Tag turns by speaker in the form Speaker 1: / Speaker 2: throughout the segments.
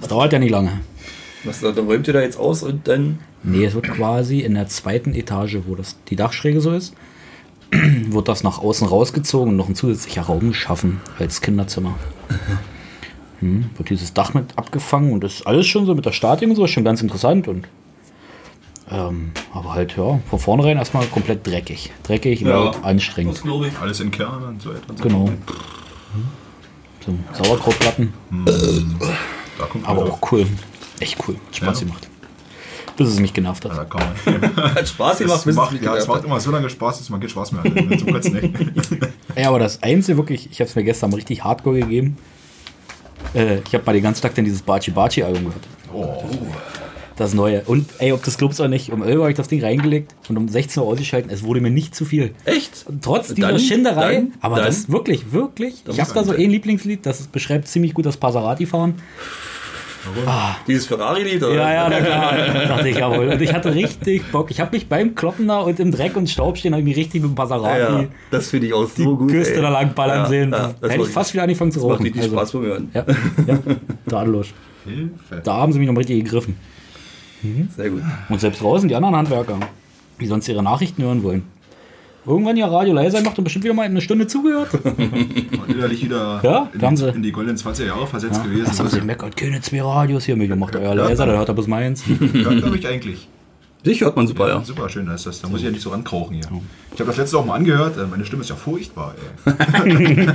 Speaker 1: Das dauert ja nicht lange.
Speaker 2: Was, dann räumt ihr da jetzt aus und dann.
Speaker 1: Nee, es wird quasi in der zweiten Etage, wo das, die Dachschräge so ist, wird das nach außen rausgezogen und noch ein zusätzlicher Raum geschaffen als Kinderzimmer. Hm, wird dieses Dach mit abgefangen und das ist alles schon so mit der Statik und so, ist schon ganz interessant und ähm, aber halt, ja, von vornherein erstmal komplett dreckig. Dreckig,
Speaker 3: Ja.
Speaker 1: laut, anstrengend.
Speaker 2: glaube ich.
Speaker 3: Alles in Kernen und so weiter. Und so
Speaker 1: Genau. Hm?
Speaker 3: fort.
Speaker 1: So Sauerkrautplatten.
Speaker 3: Da kommt man
Speaker 1: Aber
Speaker 3: drauf.
Speaker 1: auch cool. Echt cool. Hat Spaß
Speaker 3: Ja.
Speaker 1: gemacht. Bis es mich genervt
Speaker 3: Ja,
Speaker 1: hat.
Speaker 3: da kann man.
Speaker 2: Hat Spaß gemacht,
Speaker 3: Es
Speaker 2: bis
Speaker 3: macht,
Speaker 2: es
Speaker 3: ja, es macht immer so lange Spaß, dass man keinen Spaß mehr hat. Zum Kotzen, ey.
Speaker 1: Ja, aber das Einzige wirklich, ich habe es mir gestern mal richtig hardcore gegeben. Äh, ich habe mal den ganzen Tag dann dieses Bachi Bachi Album gehört.
Speaker 3: Oh,
Speaker 1: Das neue. Und ey, ob das glaubst oder nicht, um 11 Uhr habe ich das Ding reingelegt und um 16 Uhr ausgeschalten. Es wurde mir nicht zu viel.
Speaker 2: Echt?
Speaker 1: Trotz dieser
Speaker 2: Äh, Dann-
Speaker 1: Schinderei,
Speaker 2: dann-
Speaker 1: aber
Speaker 2: dann-
Speaker 1: das wirklich, wirklich.
Speaker 2: Da
Speaker 1: ich habe
Speaker 2: muss
Speaker 1: da so
Speaker 2: man-
Speaker 1: ein Lieblingslied, das beschreibt ziemlich gut das Passerati-Fahren.
Speaker 2: Dieses Ferrari-Lied, oder?
Speaker 1: Ja, ja, na klar. Dachte ich jawohl. Und ich hatte richtig Bock. Ich habe mich beim Kloppen da und im Dreck und Staub stehen, habe ich mich richtig mit dem
Speaker 2: Ja,
Speaker 1: Passerati
Speaker 2: ja. Das finde ich auch so
Speaker 1: die
Speaker 2: gut.
Speaker 1: Küste
Speaker 2: ey.
Speaker 1: da lang ballern
Speaker 2: Ja,
Speaker 1: sehen.
Speaker 2: ja, das
Speaker 1: Hätte ich
Speaker 2: macht-
Speaker 1: fast wieder angefangen zu
Speaker 2: Das
Speaker 1: rauchen.
Speaker 2: macht richtig
Speaker 1: Also,
Speaker 2: Spaß beim Hören.
Speaker 1: Ja, ja, tadellos.
Speaker 3: Hilfe.
Speaker 1: Da haben sie mich noch richtig gegriffen.
Speaker 2: Sehr gut.
Speaker 1: Und selbst draußen die anderen Handwerker, die sonst ihre Nachrichten hören wollen. Irgendwann ihr Radio leiser macht und bestimmt wieder mal eine Stunde zugehört.
Speaker 3: Und innerlich wieder
Speaker 1: Ja,
Speaker 3: in,
Speaker 1: da haben sie-
Speaker 3: in die goldenen 20er Jahre versetzt gewesen.
Speaker 1: Das haben sie meckert, keine zwei Radios hier oh mit. Macht euer leiser, dann hört er bis meins.
Speaker 3: Hört man mich eigentlich?
Speaker 2: Dich hört man super, ja.
Speaker 3: Super schön da ist das. Da muss ich ja nicht so rankrauchen hier. Ich habe das letzte auch mal angehört. Äh, Meine Stimme ist ja furchtbar, ey.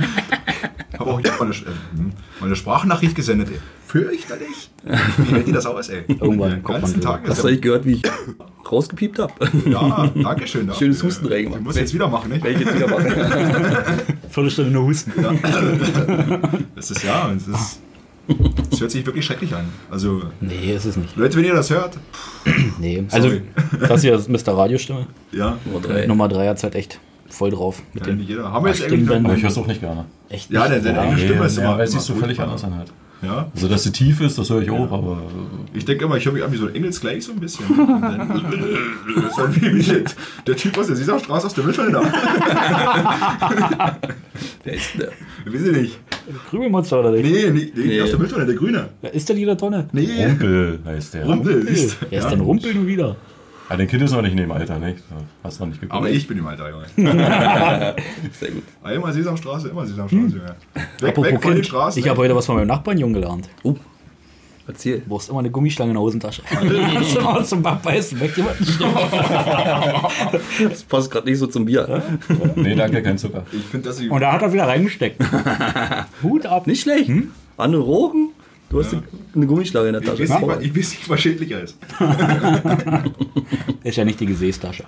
Speaker 3: habe auch jetzt meine, Sch- äh, hm, meine Sprachnachricht gesendet, ey. Fürchterlich. Wie hält die das aus, ey?
Speaker 1: Irgendwann
Speaker 3: Den
Speaker 1: kommt
Speaker 3: ganzen
Speaker 1: man
Speaker 3: Tag
Speaker 2: Hast
Speaker 3: ist
Speaker 2: du
Speaker 3: ja,
Speaker 2: eigentlich gehört, wie ich rausgepiept habe?
Speaker 3: ja, danke schön. dafür.
Speaker 2: Schönes Hustenregen gemacht.
Speaker 3: Ich muss jetzt wieder machen, nicht?
Speaker 2: ich jetzt wieder mache.
Speaker 1: Viertelstunde nur husten.
Speaker 3: Das ist ja, es ist. Es hört sich wirklich schrecklich an. Also,
Speaker 1: Nee, ist es nicht.
Speaker 3: Leute, wenn ihr das hört,
Speaker 1: Nee. Also,
Speaker 3: Sorry.
Speaker 1: das hier ist Mr. Radiostimme.
Speaker 3: ja,
Speaker 2: Nummer drei.
Speaker 1: Nummer 3 hat halt echt voll drauf. Mit
Speaker 3: kann
Speaker 1: dem
Speaker 3: nicht jeder. Haben wir jetzt eigentlich.
Speaker 1: Stimmbänder.
Speaker 3: Noch,
Speaker 4: Aber ich höre es auch nicht gerne.
Speaker 1: echt
Speaker 3: ja, der-
Speaker 1: nicht.
Speaker 3: der eigene
Speaker 4: Nee,
Speaker 3: Stimme ist
Speaker 4: nee,
Speaker 3: immer.
Speaker 4: weil es
Speaker 3: immer
Speaker 4: sich so völlig
Speaker 3: furchtbar.
Speaker 4: anders anhört.
Speaker 3: Ja.
Speaker 4: Also, dass sie tief ist, das höre ich auch, aber
Speaker 3: Ich denke immer, ich höre mich an wie so ein Engelsgleich so ein bisschen. Und dann- so wie mich jetzt der Typ aus der Sesamstraße aus der Mittelländer.
Speaker 2: Wer ist denn der?
Speaker 3: Weiß ich nicht.
Speaker 1: Krümelmonster oder nicht?
Speaker 3: Nee, nee, nee,
Speaker 2: Nee.
Speaker 3: aus der Mittelländer, der Grüne.
Speaker 1: Ist der jeder Tonne?
Speaker 3: Nee,
Speaker 4: Rumpel heißt der.
Speaker 3: Rumpel ist.
Speaker 1: Wer ist denn Rumpel nun wieder?
Speaker 4: Ja, dein Kind ist noch nicht in dem Alter, nicht? Hast noch nicht geguckt.
Speaker 3: Aber ich bin im Alter, Junge.
Speaker 2: Sehr gut.
Speaker 3: Einmal Sesamstraße, immer Sesamstraße, Junge. Weg,
Speaker 1: Apropos
Speaker 3: weg von den
Speaker 1: Kind,
Speaker 3: Straßen.
Speaker 1: ich habe heute was von meinem Nachbarn jung gelernt.
Speaker 2: Erzähl.
Speaker 1: Du brauchst immer eine Gummischlange in der Hosentasche. Kannst du mal zum Abbeißen, weg jemanden schnell.
Speaker 2: Das passt gerade nicht so zum Bier.
Speaker 4: Nee, danke, kein Zucker.
Speaker 3: Ich finde, dass sie.
Speaker 1: Und da hat er wieder reingesteckt. Hut ab.
Speaker 2: Nicht schlecht.
Speaker 1: Hm?
Speaker 2: Anne Rogen, du hast eine Gummischlange in der
Speaker 3: Ich weiß,
Speaker 2: Tasche.
Speaker 3: nicht, was- ich weiß nicht, was schädlicher ist.
Speaker 1: Ist ja nicht die Gesäßtasche.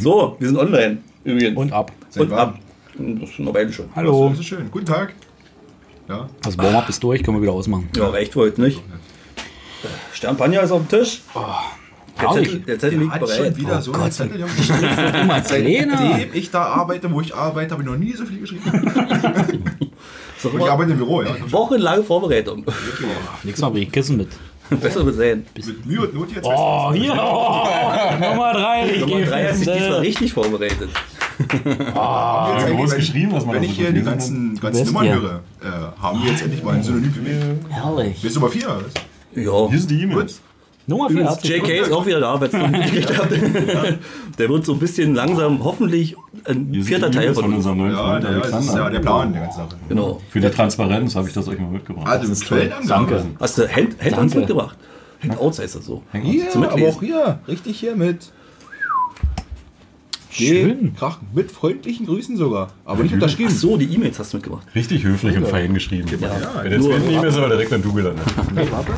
Speaker 2: So, wir sind online übrigens.
Speaker 1: Und ab.
Speaker 3: Seit
Speaker 2: Und
Speaker 3: wann?
Speaker 2: ab. Das ist schon eine Weile schon.
Speaker 1: Hallo.
Speaker 3: Das ist schön. Guten Tag. Ja,
Speaker 1: Das Also Warm-up ist durch, können wir wieder ausmachen.
Speaker 2: Ja, reicht heute nicht. Sternpanja ist auf dem Tisch. Der
Speaker 1: Herrlich.
Speaker 2: Zettel, der Zettel liegt
Speaker 3: hat schon
Speaker 2: bereit.
Speaker 3: wieder so einen Zettel, Junge.
Speaker 1: Immer kleiner.
Speaker 3: Seitdem ich da arbeite, wo ich arbeite, habe ich noch nie so viel geschrieben.
Speaker 2: Ist doch
Speaker 3: Und ich
Speaker 2: immer
Speaker 3: arbeite im Büro, ja.
Speaker 2: wochenlange Vorbereitung.
Speaker 1: Nächstes Mal bringe ich Kissen mit.
Speaker 2: Besser gesehen.
Speaker 3: Mit Mühe und Not jetzt.
Speaker 1: Oh, hier. Oh, Nummer 3. Ich
Speaker 2: Nummer
Speaker 1: gehe
Speaker 2: 3 hat sich diesmal
Speaker 1: fest.
Speaker 2: richtig vorbereitet.
Speaker 3: Haben wir jetzt
Speaker 4: Ja, groß
Speaker 3: eigentlich-
Speaker 4: geschrieben, dass man
Speaker 3: Wenn
Speaker 4: das
Speaker 3: ich
Speaker 4: so
Speaker 3: hier die
Speaker 4: lesen kann.
Speaker 3: ganzen, ganzen
Speaker 1: bist
Speaker 3: Nummern
Speaker 1: ja.
Speaker 3: höre, äh, haben wir jetzt endlich mal ein Synonym für mich.
Speaker 1: Herrlich.
Speaker 3: Bist du mal vier? oder was?
Speaker 2: Ja.
Speaker 4: Hier sind die
Speaker 3: Gut.
Speaker 4: E-Mails.
Speaker 1: Nummer 4 hat sich
Speaker 2: JK ist auch wieder da, wenn es noch nicht gekriegt habt. Der wird so ein bisschen langsam, hoffentlich ein
Speaker 4: Hier sind
Speaker 2: vierter
Speaker 4: die
Speaker 2: Teil
Speaker 4: E-Mails
Speaker 2: von uns.
Speaker 4: unserem neuen
Speaker 3: Ja,
Speaker 4: Freund
Speaker 3: der, das ist ja der
Speaker 4: Alexander.
Speaker 3: Plan der ganzen Sache.
Speaker 2: Genau.
Speaker 4: Für die Transparenz habe ich das euch mal mitgebracht.
Speaker 3: Also,
Speaker 4: Das
Speaker 3: das
Speaker 4: ist
Speaker 3: Quellenangabe.
Speaker 2: Hast du Hand, Handouts
Speaker 1: Danke.
Speaker 2: mitgebracht? Handouts heißt das so.
Speaker 3: Hier,
Speaker 2: Zum Mitlesen.
Speaker 3: hier, richtig hier mit.
Speaker 1: Schön.
Speaker 3: Krachen, mit freundlichen Grüßen sogar. Aber nicht unterschrieben.
Speaker 2: Ach so, die E-Mails hast du mitgebracht.
Speaker 4: richtig höflich und fein geschrieben.
Speaker 3: Genau.
Speaker 2: Ja.
Speaker 4: Wenn jetzt
Speaker 2: Nur-
Speaker 4: hinten die E-Mails aber direkt beim Du gelandet.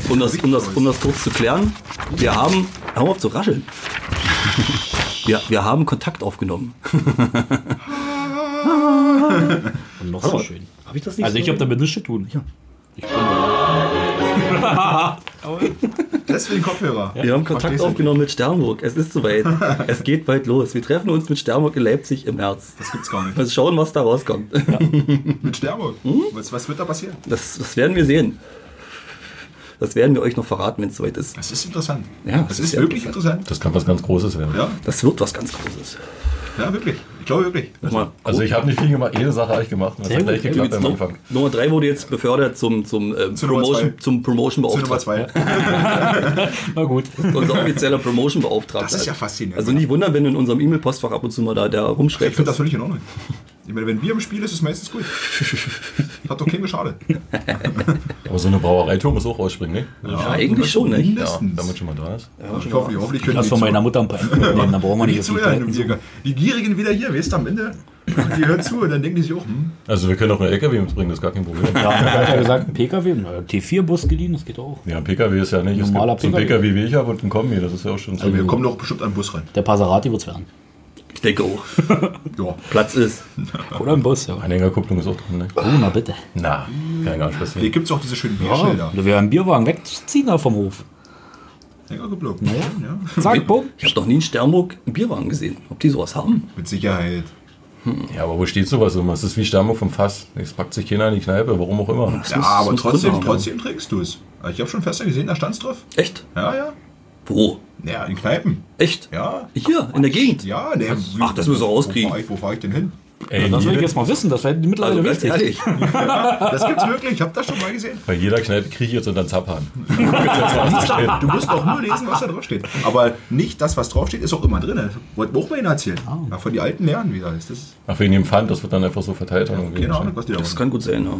Speaker 2: Um das, um, das, um das kurz zu klären, wir haben. Hör auf zu rascheln. Wir, wir haben Kontakt aufgenommen.
Speaker 1: Und noch so schön.
Speaker 2: Habe ich das
Speaker 1: Also ich
Speaker 2: so-
Speaker 1: habe damit nichts zu tun.
Speaker 3: Deswegen Kopfhörer.
Speaker 2: Wir haben Kontakt
Speaker 3: Verstehst du?
Speaker 2: aufgenommen mit Sternburg. Es ist soweit. es geht bald los. Wir treffen uns mit Sternburg in Leipzig im März.
Speaker 3: Das gibt's gar nicht.
Speaker 2: Mal schauen, was da rauskommt.
Speaker 3: Mit Sterburg. Was, was wird da passieren?
Speaker 2: Das, das werden wir sehen. Das werden wir euch noch verraten, wenn es soweit ist.
Speaker 3: Das ist interessant.
Speaker 2: Ja,
Speaker 3: das,
Speaker 2: das
Speaker 3: ist,
Speaker 2: ist ja
Speaker 3: wirklich interessant.
Speaker 4: Das kann was ganz Großes werden.
Speaker 3: Ja,
Speaker 2: Das wird was ganz Großes.
Speaker 3: ja, wirklich. Ich glaube wirklich.
Speaker 2: Guck mal,
Speaker 4: Also ich habe nicht viel gemacht, jede Sache habe ich gemacht. und Das
Speaker 1: Sehr
Speaker 4: hat
Speaker 1: gut,
Speaker 4: gleich
Speaker 1: sehr
Speaker 4: geklappt am
Speaker 2: No-
Speaker 4: Anfang.
Speaker 2: Nummer 3 wurde jetzt befördert zum, zum, ähm,
Speaker 3: Zu Nummer
Speaker 2: Promotion,
Speaker 3: zwei.
Speaker 2: zum
Speaker 3: Zu Nummer
Speaker 2: Promotion-Beauftragten.
Speaker 3: zwei.
Speaker 1: Na gut.
Speaker 2: Unser offizieller Promotion-Beauftragter.
Speaker 3: Das ist ja faszinierend.
Speaker 2: Also nicht wundern, wenn in unserem E-Mail-Postfach ab und zu mal da, da
Speaker 3: Ich
Speaker 2: rumschreibt.
Speaker 3: finde das völlig in Ordnung. Ich meine, wenn Bier im Spiel ist, ist es meistens gut. Hat doch keine Schade.
Speaker 4: Aber so eine Brauereitour muss auch rausspringen, ne?
Speaker 2: ja, eigentlich schon, ne?
Speaker 3: Mindestens.
Speaker 4: damit schon mal da ist.
Speaker 3: ich hoffe, ich hoffe, ich könnte
Speaker 1: Lass von meiner Mutter ein paar Enten mitnehmen, dann brauchen wir
Speaker 3: die
Speaker 1: nicht so viel
Speaker 3: zuhören. im
Speaker 1: Enten.
Speaker 3: Biergarten. Die Gierigen wieder hier, weißt du, am Ende. Die hören zu und dann denken die sich auch, hm,
Speaker 4: Also wir können auch einen LKW mitbringen, das ist gar kein Problem.
Speaker 1: Ja, ich hab ja gesagt, ein PKW, na, T4-Bus geliehen, das geht auch.
Speaker 4: Ja, ein PKW ist ja nicht. Es
Speaker 1: Normaler
Speaker 4: gibt so ein
Speaker 1: PKW.
Speaker 4: PKW wie ich habe und ein Kombi, das ist ja auch schon so.
Speaker 3: Also wir kommen doch bestimmt an den Bus rein.
Speaker 1: Der Passerati wird's werden.
Speaker 2: Ich denke auch.
Speaker 3: Ja.
Speaker 2: Platz ist.
Speaker 1: Oder ein Bus, ja.
Speaker 4: Anhängerkupplung ist auch drin, ne?
Speaker 1: Oh, na bitte.
Speaker 4: Na, kein Anschluss.
Speaker 3: Hier gibt es auch diese schönen
Speaker 1: Ja,
Speaker 3: Bierschilder.
Speaker 1: wir werden einen Bierwagen wegziehen da vom Hof.
Speaker 3: Hänger geblockt. Ja.
Speaker 1: Zack, bumm.
Speaker 2: Ich habe noch nie in Sternburg einen Bierwagen gesehen. Ob die sowas haben?
Speaker 3: Mit Sicherheit.
Speaker 4: Ja, aber wo steht sowas immer? Es ist wie Stammung vom Fass. Es packt sich keiner in die Kneipe, warum auch immer.
Speaker 2: Das
Speaker 3: Ja,
Speaker 2: muss-
Speaker 3: aber
Speaker 2: muss
Speaker 3: trotzdem,
Speaker 2: Gründe haben.
Speaker 3: trotzdem trinkst du es. Ich habe schon Fester gesehen, da stand's drauf.
Speaker 2: Echt?
Speaker 3: Ja, ja.
Speaker 2: Wo?
Speaker 3: Ja, in Kneipen.
Speaker 2: Echt?
Speaker 3: Ja.
Speaker 2: Hier, in der Gegend.
Speaker 3: Ja, ne.
Speaker 2: Ach, das müssen wir rauskriegen.
Speaker 3: Wo fahre ich, wo fahr ich denn hin?
Speaker 4: Ey,
Speaker 1: Das will ich
Speaker 4: jede,
Speaker 1: jetzt mal wissen, das wäre mittlerweile
Speaker 2: Also ganz
Speaker 1: wichtig.
Speaker 2: ehrlich.
Speaker 3: Das gibt's wirklich, ich habe das schon mal gesehen.
Speaker 4: bei jeder Kneipe kriege ich jetzt unter den Zapphahn.
Speaker 3: Du musst auch nur lesen, was da draufsteht. Aber nicht das, was draufsteht, ist auch immer drin. Wollten wir auch mal Ihnen erzählen. Ja, von den alten Lernen wieder. Ist das,
Speaker 4: Ach, wegen dem Pfand, das wird dann einfach so verteilt. Ja,
Speaker 3: keine Ahnung, was die da
Speaker 2: Das
Speaker 3: machen.
Speaker 2: kann gut sein, ja.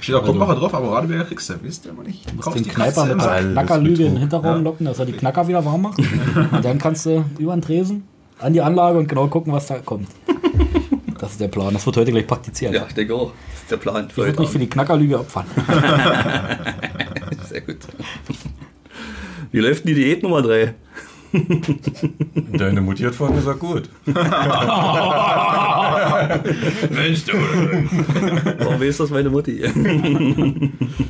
Speaker 3: Steht auch Kumbacher drauf, aber Radeberger kriegst du. Wisst ihr aber nicht. Du kaufst
Speaker 1: Den
Speaker 3: die
Speaker 1: Kneiper
Speaker 3: Katze
Speaker 1: mit
Speaker 3: immer.
Speaker 1: der
Speaker 4: Alles
Speaker 1: Knackerlüge in den
Speaker 4: Betrug.
Speaker 1: Hinterraum locken, dass er die Knacker wieder warm macht. Und dann kannst du über den Tresen an die Anlage und genau gucken, was da kommt. Das ist der Plan. Das wird heute gleich praktiziert.
Speaker 2: Ja, ich denke auch. Das ist der Plan für
Speaker 1: Ich würde
Speaker 2: heute
Speaker 1: mich für
Speaker 2: Abend.
Speaker 1: die Knackerlüge opfern.
Speaker 2: Sehr gut. Wie läuft denn die Diät Nummer 3?
Speaker 4: Deine Mutti hat vorhin gesagt, gut.
Speaker 2: Mensch, du. Warum weiß das meine Mutti?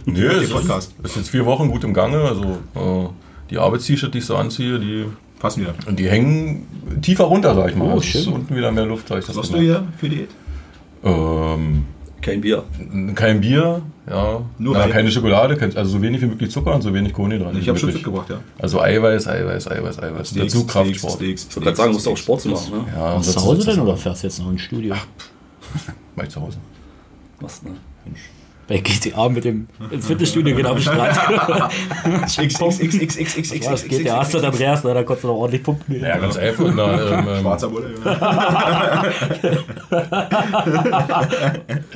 Speaker 4: Nee, es
Speaker 3: Podcast.
Speaker 4: ist, ist jetzt vier Wochen gut im Gange. Also äh, die Arbeits-T-Shirt, die ich so anziehe, die,
Speaker 3: Passen wieder.
Speaker 4: und die hängen tiefer runter, sag ich mal.
Speaker 1: Oh,
Speaker 4: Also es ist
Speaker 1: schön.
Speaker 4: unten wieder mehr Luft, sag ich das genau.
Speaker 3: Was hast
Speaker 4: immer.
Speaker 3: du hier für Diät?
Speaker 4: Ähm,
Speaker 2: Kein Bier.
Speaker 4: n- kein Bier, ja.
Speaker 3: Nur
Speaker 4: Na,
Speaker 3: Ei.
Speaker 4: keine Schokolade, kein- also so wenig wie möglich Zucker und so wenig Kohlenhydrate.
Speaker 3: Ich
Speaker 4: wie
Speaker 3: habe schon
Speaker 4: möglich.
Speaker 3: mitgebracht, ja.
Speaker 4: Also Eiweiß, Eiweiß, Eiweiß, Eiweiß. Dazu Kraftsport.
Speaker 3: Steaks,
Speaker 2: Ich wollte gerade sagen, musst du auch Sport zu machen, ne?
Speaker 1: Was
Speaker 4: Ja, ansonsten
Speaker 1: zu Hause
Speaker 4: sitzt das-
Speaker 1: denn oder fährst du jetzt noch ins Studio?
Speaker 4: Mach ich zu Hause.
Speaker 2: Was, ne?
Speaker 1: Bei GTA mit dem ins Fitnessstudio geht am Strand. Ja, das geht der
Speaker 3: XXXXXXXXX.
Speaker 1: Astrid Andreas, ne? da konntest du noch ordentlich pumpen.
Speaker 4: Ja, ganz einfach. Na, ähm, ähm,
Speaker 3: Schwarzer Bulle. ja.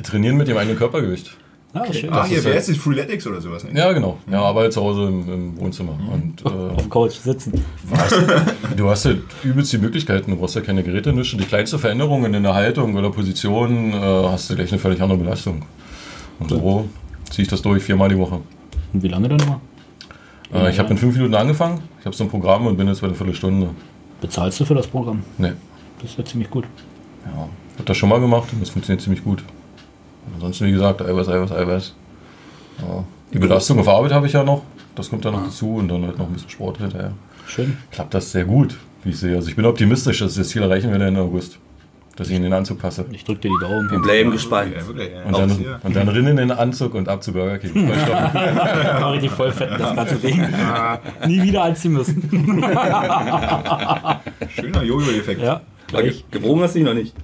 Speaker 4: trainieren mit dem eigenen Körpergewicht.
Speaker 1: Ja, schön.
Speaker 3: Ah, hier,
Speaker 4: ist
Speaker 3: wer
Speaker 4: ja-
Speaker 3: ist das? Freeletics oder sowas? ne?
Speaker 4: Ja, genau. Ja, aber halt zu Hause im, im Wohnzimmer.
Speaker 3: Mhm.
Speaker 4: Und
Speaker 1: Auf
Speaker 4: äh,
Speaker 1: dem Couch sitzen.
Speaker 4: du hast halt übelst die Möglichkeiten. Du brauchst ja keine Geräte, nichts. Und die kleinste Veränderung in der Haltung oder Position äh, hast du gleich eine völlig andere Belastung. Und so ziehe ich das durch, viermal die Woche.
Speaker 1: Und wie lange denn immer?
Speaker 4: Äh, ich habe in fünf Minuten angefangen. Ich habe so ein Programm und bin jetzt bei der Viertelstunde.
Speaker 1: Bezahlst du für das Programm?
Speaker 4: Nee.
Speaker 1: Das ist ja ziemlich gut.
Speaker 4: Ja, hab das schon mal gemacht und das funktioniert ziemlich gut. Ansonsten, wie gesagt, Eiweiß, Eiweiß, Eiweiß. Ja. Die Belastung auf Arbeit habe ich ja noch. Das kommt dann noch dazu und dann halt noch ein bisschen Sport hinterher.
Speaker 1: Schön.
Speaker 4: Klappt das sehr gut, wie ich sehe. Also ich bin optimistisch, dass ich das Ziel erreichen werde Ende August. Dass ich in den Anzug passe.
Speaker 1: Ich drück dir die Daumen.
Speaker 2: Wir bleiben gespannt.
Speaker 3: Ja, wirklich. ja.
Speaker 4: Und
Speaker 3: Auch
Speaker 4: dann,
Speaker 3: hier.
Speaker 4: und dann rinnen in den Anzug und ab zu Burger King. Vollstoppen.
Speaker 1: Ja, war richtig voll fett, das ganze Ding. Nie wieder anziehen müssen.
Speaker 3: Schöner Jojo-Effekt.
Speaker 1: Ja,
Speaker 2: Ge-
Speaker 1: gleich.
Speaker 2: Gebrochen hast du ihn noch nicht.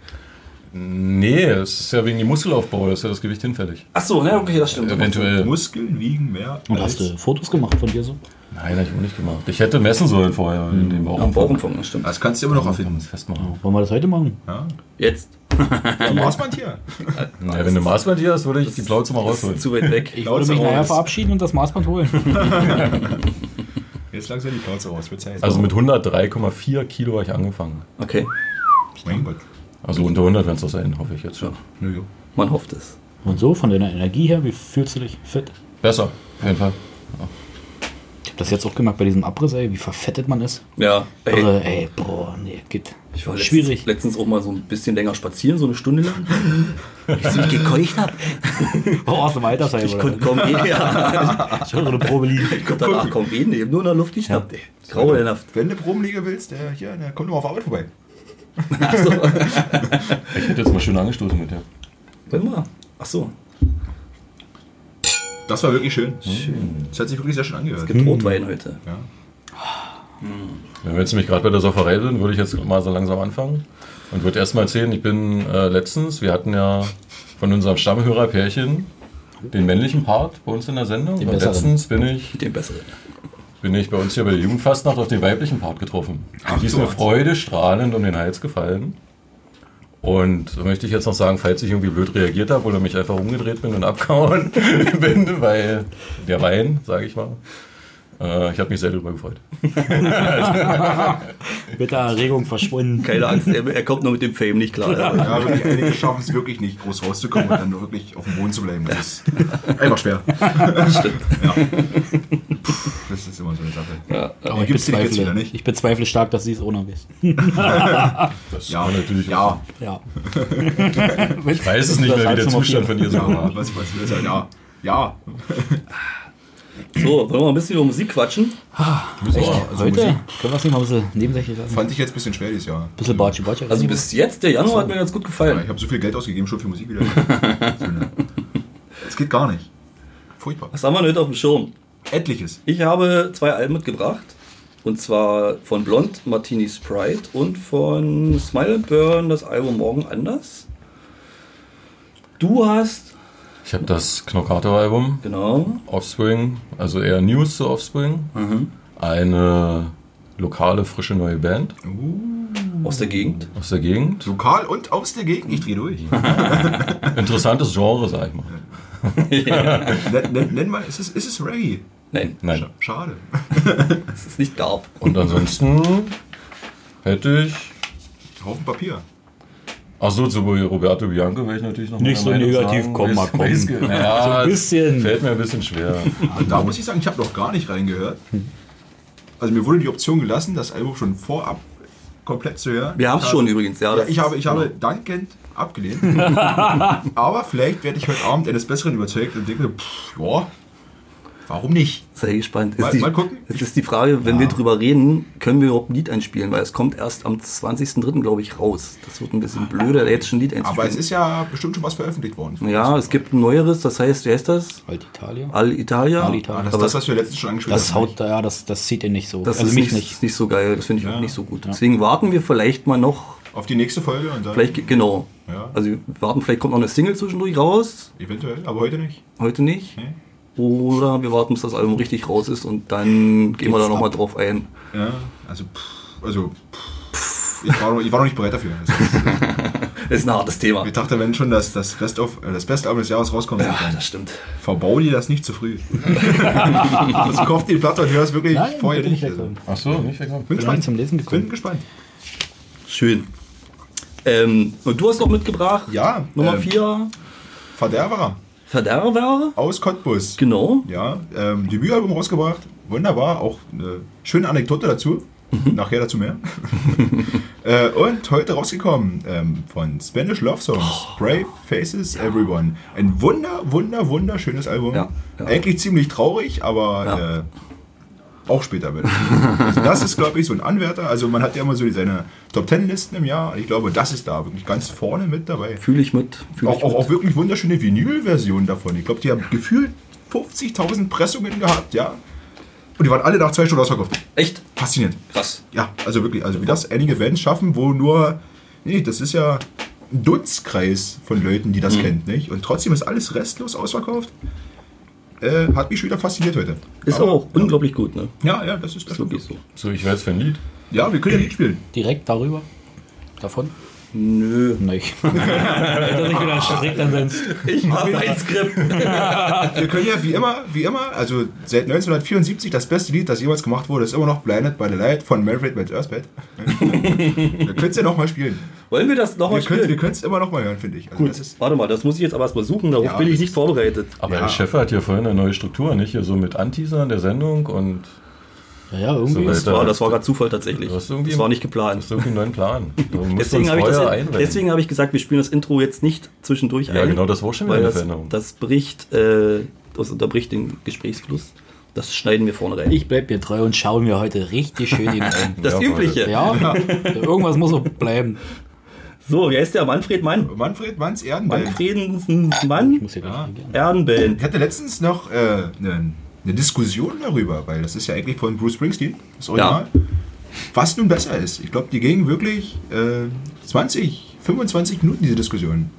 Speaker 4: nee, es ist ja wegen dem Muskelaufbau, da ist ja das Gewicht hinfällig.
Speaker 2: Ach so, ne, okay, das stimmt.
Speaker 4: Eventuell.
Speaker 3: Muskeln wiegen mehr
Speaker 1: Und hast du Fotos gemacht von dir so?
Speaker 4: Nein, habe ich auch nicht gemacht. Mhm. Ich hätte messen sollen vorher in dem Bauchumfang.
Speaker 2: Bauchumfang, das stimmt.
Speaker 3: Das kannst du immer noch
Speaker 4: Kann man
Speaker 3: erfinden.
Speaker 4: das festmachen.
Speaker 1: Wollen wir das heute machen?
Speaker 3: Ja.
Speaker 2: Jetzt.
Speaker 3: Ja, Maßband hier.
Speaker 4: Naja, wenn du Maßband hier hast, würde ich die Plauze mal
Speaker 2: Das
Speaker 4: rausholen.
Speaker 2: ist zu weit weg.
Speaker 1: Ich würde mich
Speaker 3: Raus.
Speaker 1: nachher verabschieden und das Maßband holen.
Speaker 3: Jetzt langsam die Plauze raus. Wird Zeit.
Speaker 4: Also mit 103,4 Kilo habe ich angefangen.
Speaker 2: Okay,
Speaker 3: mein Gott.
Speaker 4: Also unter 100 werden es das sein, hoffe ich jetzt schon.
Speaker 3: Nö, jo.
Speaker 2: man hofft es.
Speaker 1: Und so, von deiner Energie her, wie fühlst du dich fit?
Speaker 4: Besser, auf jeden Fall.
Speaker 1: Ich habe das jetzt auch gemerkt bei diesem Abriss, ey, wie verfettet man ist.
Speaker 2: Ja,
Speaker 1: Also,
Speaker 2: ey.
Speaker 1: ey, boah, nee, geht.
Speaker 2: Ich war
Speaker 1: Schwierig.
Speaker 2: letztens, letztens auch mal so ein bisschen länger spazieren, so eine Stunde lang. Bis ich gekeucht habe.
Speaker 1: Oh, aus dem Altersheim,
Speaker 2: Ich
Speaker 1: oder?
Speaker 2: konnte kaum gehen. Ja.
Speaker 1: Ich höre eine Probe liegen.
Speaker 2: Ich konnte danach kaum gehen. Ich hab nur in der Luft geschnappt. ey. Grauenhaft.
Speaker 3: Wenn du Proben liegen willst, der hier, der kommt nur auf Arbeit vorbei.
Speaker 4: Ich hätte jetzt mal schön angestoßen mit dir.
Speaker 2: Warte mal. Ach so.
Speaker 3: Das war wirklich schön. Das hat sich wirklich sehr schön angehört.
Speaker 1: Hm.
Speaker 2: Gibt Rotwein heute.
Speaker 3: Ja.
Speaker 4: Wenn wir jetzt nämlich gerade bei der Sauferei sind, würde ich jetzt mal so langsam anfangen und würde erstmal erzählen, ich bin äh, letztens, wir hatten ja von unserem Stammhörerpärchen den männlichen Part bei uns in der Sendung und
Speaker 1: besseren.
Speaker 4: letztens bin ich,
Speaker 2: Mit dem besseren.
Speaker 4: bin ich bei uns hier bei der Jugendfastnacht auf den weiblichen Part getroffen. Die ist
Speaker 3: so,
Speaker 4: mir
Speaker 3: hat's.
Speaker 4: freudestrahlend um den Hals gefallen. Und da möchte ich jetzt noch sagen, falls ich irgendwie blöd reagiert habe oder mich einfach umgedreht bin und abgehauen bin, weil der Wein, sage ich mal, äh, ich habe mich sehr darüber gefreut.
Speaker 1: Mit der Erregung verschwunden.
Speaker 2: Keine Angst, er, er kommt nur mit dem Fame nicht klar. Ja.
Speaker 3: Ja, wirklich, einige schaffen es wirklich nicht, groß rauszukommen und dann wirklich auf dem Boden zu bleiben. Das ist einfach schwer.
Speaker 2: Stimmt.
Speaker 3: Ja. Pff, Das ist immer so eine Sache. Aber
Speaker 1: Ich
Speaker 3: gibt es die jetzt wieder
Speaker 1: bezweifle,
Speaker 3: nicht?
Speaker 1: ich bezweifle stark, dass sie es ohne wissen.
Speaker 4: Das
Speaker 3: Ja,
Speaker 4: war natürlich
Speaker 3: ja,
Speaker 1: Ja.
Speaker 4: Ich weiß es nicht
Speaker 1: Das
Speaker 4: mehr, wie der
Speaker 1: heißt,
Speaker 4: Zustand von ihr so
Speaker 3: ja,
Speaker 4: war.
Speaker 3: was, was will sein? Ja, ja.
Speaker 2: So, wollen wir mal ein bisschen über Musik quatschen?
Speaker 4: So,
Speaker 1: Also Heute können wir es nicht mal ein bisschen nebensächlich lassen. Ein
Speaker 3: Fand ich jetzt ein bisschen schwer dieses Jahr.
Speaker 1: bisschen Batschi Batschi.
Speaker 2: Also bis jetzt, der Januar hat mir ganz gut
Speaker 3: Ja,
Speaker 2: gefallen.
Speaker 3: ich habe so viel Geld ausgegeben, schon für Musik wieder. So eine- Es geht gar nicht. Furchtbar.
Speaker 2: Was haben wir denn heute auf dem Schirm?
Speaker 3: Etliches.
Speaker 2: Ich habe zwei Alben mitgebracht. Und zwar von Blond, Martini Sprite und von Smile and Burn, das Album Morgen anders. Du hast,
Speaker 4: Ich habe das Knockator-Album,
Speaker 2: genau,
Speaker 4: Offspring, also eher News zu Offspring.
Speaker 3: Mhm.
Speaker 4: Eine lokale, frische neue Band
Speaker 2: aus der Gegend.
Speaker 4: aus der Gegend.
Speaker 3: Lokal und aus der Gegend. Ich drehe durch.
Speaker 4: Interessantes Genre, sag ich mal.
Speaker 3: Nenn, nenn, nenn mal, ist es, ist es Reggae?
Speaker 2: Nein,
Speaker 4: Nein.
Speaker 3: Schade.
Speaker 2: es ist nicht Darb.
Speaker 4: Und ansonsten hätte ich.
Speaker 3: Haufen Papier.
Speaker 4: Ach so, zu Roberto Bianco wäre ich natürlich noch
Speaker 1: Nicht
Speaker 4: meine
Speaker 1: so
Speaker 4: Meinung
Speaker 1: negativ,
Speaker 4: sagen.
Speaker 1: komm
Speaker 4: Weiß-
Speaker 1: mal, komm.
Speaker 4: weiß ge- Naja,
Speaker 1: So ein bisschen.
Speaker 4: Fällt mir ein bisschen schwer.
Speaker 3: Und da muss ich sagen, ich habe noch gar nicht reingehört. Also mir wurde die Option gelassen, das Album schon vorab komplett zu hören.
Speaker 2: Wir haben es
Speaker 3: Ja,
Speaker 2: schon Genau. übrigens, ja.
Speaker 3: Ja,
Speaker 2: das
Speaker 3: ich habe,
Speaker 2: ist-
Speaker 3: ich habe dankend abgelehnt. Aber vielleicht werde ich heute Abend eines Besseren überzeugt und denke, pff, ja, warum nicht?
Speaker 2: Sehr gespannt.
Speaker 3: Mal-
Speaker 2: Ist die,
Speaker 3: mal gucken.
Speaker 2: Es ist die Frage, wenn wir drüber reden, können wir überhaupt ein Lied einspielen, weil es kommt erst am 20.03. glaube ich raus. Das wird ein bisschen blöder, da jetzt schon ein Lied einzuspielen.
Speaker 3: Aber es ist ja bestimmt schon was veröffentlicht worden.
Speaker 2: ja, es gibt ein neueres, das heißt, wie heißt das?
Speaker 1: Alt
Speaker 2: Ah,
Speaker 1: Italien.
Speaker 2: Alitalia.
Speaker 1: Alitalia.
Speaker 3: Ah, das
Speaker 2: Aber
Speaker 3: ist das, was wir letztens schon angespielt
Speaker 1: Halt Das haut, ja, das, das zieht ihn nicht so.
Speaker 2: das
Speaker 1: also
Speaker 2: ist
Speaker 1: mich
Speaker 2: nicht,
Speaker 1: nicht.
Speaker 2: ist nicht so geil, das finde ich auch nicht so gut. Deswegen warten wir vielleicht mal noch,
Speaker 3: Auf die nächste Folge und dann
Speaker 2: vielleicht, ge- genau.
Speaker 3: Ja.
Speaker 2: Also wir warten, vielleicht kommt noch eine Single zwischendurch raus,
Speaker 3: eventuell, aber heute nicht.
Speaker 2: heute nicht.
Speaker 3: Nee.
Speaker 2: Oder wir warten, bis das Album richtig raus ist und dann gehen wir da nochmal drauf ein.
Speaker 3: Ja, also, pff, also pff, ich, war noch, ich war noch nicht bereit dafür. Also,
Speaker 2: Ist ein hartes Thema.
Speaker 3: ich dachte, wenn schon das, das, Best of, äh, das beste Album des Jahres rauskommt,
Speaker 2: Ja,
Speaker 3: dann
Speaker 2: das stimmt.
Speaker 3: verbau dir das nicht zu früh. also kauf dir die Platte und hör es wirklich vorher
Speaker 1: bin
Speaker 3: nicht.
Speaker 1: nicht
Speaker 3: Also,
Speaker 1: weggekommen.
Speaker 4: Ach so, nicht wegkommen.
Speaker 3: bin
Speaker 1: nicht
Speaker 3: gespannt.
Speaker 1: zum Lesen
Speaker 3: bin
Speaker 1: gekommen.
Speaker 3: gespannt.
Speaker 2: Schön. Ähm, und du hast noch mitgebracht?
Speaker 3: Ja,
Speaker 2: Nummer
Speaker 3: ähm,
Speaker 2: 4.
Speaker 3: Verderber
Speaker 2: Verderber?
Speaker 3: aus Cottbus.
Speaker 2: Genau.
Speaker 3: Ja, ähm, Debütalbum rausgebracht. Wunderbar. Auch eine schöne Anekdote dazu.
Speaker 2: Mhm.
Speaker 3: Nachher dazu mehr. äh, und heute rausgekommen ähm, von Spanish Love Songs.
Speaker 2: Oh.
Speaker 3: Brave Faces Everyone. Ein wunder, wunder, wunderschönes Album.
Speaker 2: Ja, ja.
Speaker 3: Eigentlich ziemlich traurig, aber
Speaker 2: Ja.
Speaker 3: äh, auch später wird. Also das ist, glaube ich, so ein Anwärter. Also man hat ja immer so seine Top Ten Listen im Jahr. Ich glaube, das ist da wirklich ganz vorne mit dabei.
Speaker 2: Fühle ich mit. Fühle
Speaker 3: Auch,
Speaker 2: ich
Speaker 3: auch,
Speaker 2: mit.
Speaker 3: auch wirklich wunderschöne Vinyl-Versionen davon. Ich glaube, die haben gefühlt 50.000 Pressungen gehabt, ja. Und die waren alle nach zwei Stunden ausverkauft.
Speaker 2: Echt?
Speaker 3: Faszinierend.
Speaker 2: Krass.
Speaker 3: Ja, also wirklich, also wie das einige Bands schaffen, wo nur, nee, das ist ja ein Dunstkreis von Leuten, die das
Speaker 2: Mhm.
Speaker 3: kennt, nicht? Und trotzdem ist alles restlos ausverkauft. Äh, hat mich schon wieder fasziniert heute.
Speaker 2: Ist aber
Speaker 3: Aber-
Speaker 2: auch unglaublich gut, ne?
Speaker 3: Ja, ja, das ist
Speaker 2: Ist
Speaker 3: das.
Speaker 2: wirklich so.
Speaker 4: So, ich wäre jetzt für ein Lied.
Speaker 3: Ja, wir können ja Lied spielen.
Speaker 1: Direkt darüber? Davon?
Speaker 2: Nö.
Speaker 1: Nicht. Hätte sich wieder strikt ansonsten.
Speaker 2: Ich habe ein Skript.
Speaker 3: Wir können ja wie immer, wie immer, also seit 1974 das beste Lied, das jemals gemacht wurde, ist immer noch Blinded by the Light von Manfred mit Earthbed. wir können es ja nochmal spielen.
Speaker 2: Wollen wir das nochmal
Speaker 3: Wir können wir
Speaker 2: spielen?
Speaker 3: können's immer nochmal hören, finde ich. Also das ist,
Speaker 2: Warte mal, das muss ich jetzt aber erstmal suchen, darauf
Speaker 3: Ja.
Speaker 2: bin ich nicht vorbereitet.
Speaker 4: Aber der Chef hat hier vorhin eine neue Struktur, nicht? Hier so mit Anteasern der Sendung und
Speaker 1: Ja, ja, irgendwie.
Speaker 4: So
Speaker 2: Das war, das war gerade Zufall tatsächlich.
Speaker 4: Du hast
Speaker 2: Das
Speaker 4: irgendwie-
Speaker 2: war nicht
Speaker 4: Das ist
Speaker 2: geplant.
Speaker 4: irgendwie einen neuen Plan. Da musst du
Speaker 2: Deswegen
Speaker 4: uns
Speaker 2: habe ich,
Speaker 4: vorher
Speaker 2: das,
Speaker 4: einwenden.
Speaker 2: deswegen habe ich gesagt, wir spielen das Intro jetzt nicht zwischendurch ein.
Speaker 4: Ja, genau, das war schon wieder
Speaker 2: weil
Speaker 4: eine
Speaker 2: das,
Speaker 4: Veränderung.
Speaker 2: das bricht, äh, das unterbricht den Gesprächsfluss. Das schneiden wir vorne rein.
Speaker 1: ich bleib mir treu und schaue mir heute richtig schön ihn an.
Speaker 2: das
Speaker 4: Ja,
Speaker 2: Übliche.
Speaker 1: Ja, irgendwas muss noch bleiben.
Speaker 2: So, wer ist der? Manfred Mann.
Speaker 3: Manfred Manns Erdenberg.
Speaker 2: Manfredens Mann.
Speaker 1: Muss ich
Speaker 3: Ja.
Speaker 1: nicht reagieren.
Speaker 2: Erdenbellen.
Speaker 3: Ich hatte letztens noch äh, eine eine Diskussion darüber, weil das ist ja eigentlich von Bruce Springsteen, das Original. Was nun besser ist. Ich glaube, die ging wirklich äh, 20, 25 Minuten, diese Diskussion.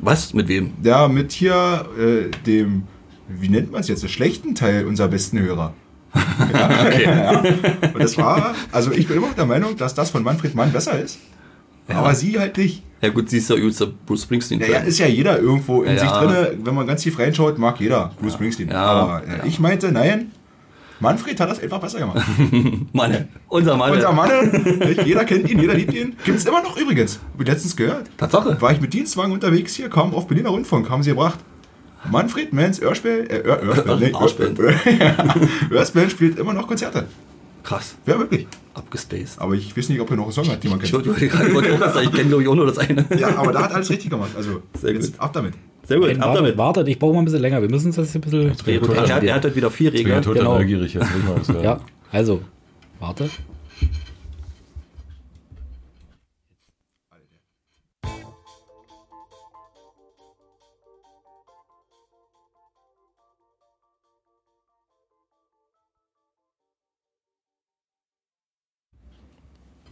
Speaker 2: Was? Mit wem?
Speaker 3: Ja, mit hier äh, dem, wie nennt man es jetzt, dem schlechten Teil unserer besten Hörer. ja, ja. Und das war, also ich bin immer noch der Meinung, dass das von Manfred Mann besser ist. Aber sie halt nicht.
Speaker 2: Ja gut, sie ist ja übelster Bruce Springsteen.
Speaker 3: Naja, ist ja jeder irgendwo in
Speaker 2: Ja.
Speaker 3: sich drin. Wenn man ganz tief reinschaut, mag jeder Bruce Springsteen.
Speaker 2: Ja.
Speaker 3: Aber äh,
Speaker 2: Ja.
Speaker 3: ich meinte, nein, Manfred hat das einfach besser gemacht.
Speaker 2: Mann, unser Mann.
Speaker 3: Unser Mann, nicht? jeder kennt ihn, jeder liebt ihn. Gibt es immer noch übrigens. Hab ich letztens gehört.
Speaker 2: Tatsache.
Speaker 3: War ich mit Dienstwagen unterwegs hier, kam auf Berliner Rundfunk, haben sie gebracht. Manfred Mans Örspel, äh, Ör, Örspel, nee,
Speaker 2: Arschband.
Speaker 3: Örspel, Örspel spielt immer noch Konzerte.
Speaker 2: Krass,
Speaker 3: Ja, wirklich.
Speaker 2: abgespaced.
Speaker 3: Aber ich weiß nicht, ob er noch einen Song hat, den man
Speaker 2: Ich
Speaker 3: kennt.
Speaker 2: wollte wollte gerade wollte auch das sagen, ich kenne glaube ich auch nur das eine.
Speaker 3: Ja, aber da hat alles richtig gemacht. Also,
Speaker 2: Sehr
Speaker 3: jetzt
Speaker 2: gut.
Speaker 3: ab damit.
Speaker 2: Sehr gut, ab
Speaker 1: Wartet,
Speaker 2: damit.
Speaker 1: wartet, ich brauche mal ein bisschen länger. Wir müssen uns das hier ein bisschen.
Speaker 4: bin
Speaker 2: Er
Speaker 4: total,
Speaker 2: hat, er hat heute wieder vier
Speaker 4: ich bin ja
Speaker 2: Regeln.
Speaker 4: total
Speaker 1: Genau.
Speaker 4: neugierig jetzt. will ich mal was hören.
Speaker 1: Ja, also, warte.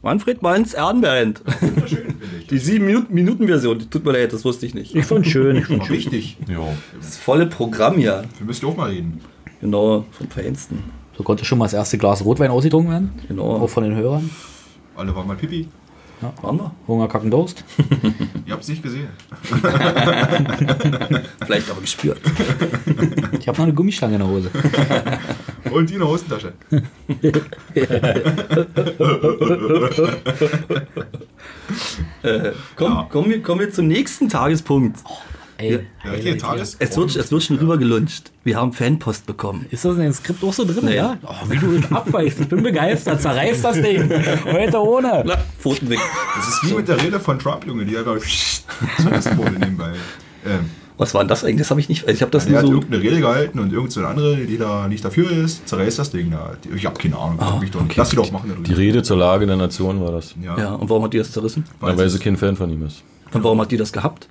Speaker 2: Manfred Manns Erdenband. Die 7-Minuten-Version, die tut mir leid, das wusste ich nicht.
Speaker 1: Ich fand schön. Ich fand
Speaker 3: War wichtig.
Speaker 4: Jo.
Speaker 2: Das volle Programm ja.
Speaker 3: Wir müssen auch mal reden.
Speaker 2: Genau, vom Feinsten.
Speaker 1: So konnte schon mal das erste Glas Rotwein ausgetrunken werden.
Speaker 2: Genau.
Speaker 1: Auch von den Hörern.
Speaker 3: Alle waren mal Pipi.
Speaker 2: Waren wir?
Speaker 1: Hunger, Kacken, Durst.
Speaker 3: Ihr habt es nicht gesehen.
Speaker 2: Vielleicht aber gespürt.
Speaker 1: Ich habe noch eine Gummistange in der Hose.
Speaker 3: Und die in der Hosentasche.
Speaker 2: Äh, komm,
Speaker 3: Ja.
Speaker 2: kommen, wir, kommen wir zum nächsten Tagespunkt.
Speaker 1: Ey,
Speaker 3: Ja, hier, Tages.
Speaker 2: Es wird, es wird schon rübergelunscht. Wir haben Fanpost bekommen.
Speaker 1: Ist das in dem Skript auch so drin,
Speaker 2: Nee.
Speaker 1: ja? Oh, wie du ihn abweichst. Ich bin begeistert. Zerreiß das Ding. Heute ohne.
Speaker 2: Na, Pfoten weg.
Speaker 3: Das ist wie mit der Rede von Trump, Junge, die einfach zerrissen wurde nebenbei. Ähm,
Speaker 2: Was war denn das eigentlich? Das habe ich nicht. Ich habe das
Speaker 3: der
Speaker 2: nur
Speaker 1: Also-
Speaker 3: hat
Speaker 2: so.
Speaker 3: irgendeine Rede gehalten und irgendeine so eine andere, die da nicht dafür ist, zerreißt das Ding da. Ich hab keine Ahnung.
Speaker 1: Ah,
Speaker 3: guck mich doch nicht. Lass die doch machen. da drüben.
Speaker 4: Die Rede zur Lage der Nation war das.
Speaker 3: Ja,
Speaker 2: Ja, und warum hat die das zerrissen?
Speaker 3: weiß
Speaker 4: Na, weil
Speaker 3: ich.
Speaker 4: sie kein Fan von ihm ist.
Speaker 2: Und warum hat die das gehabt?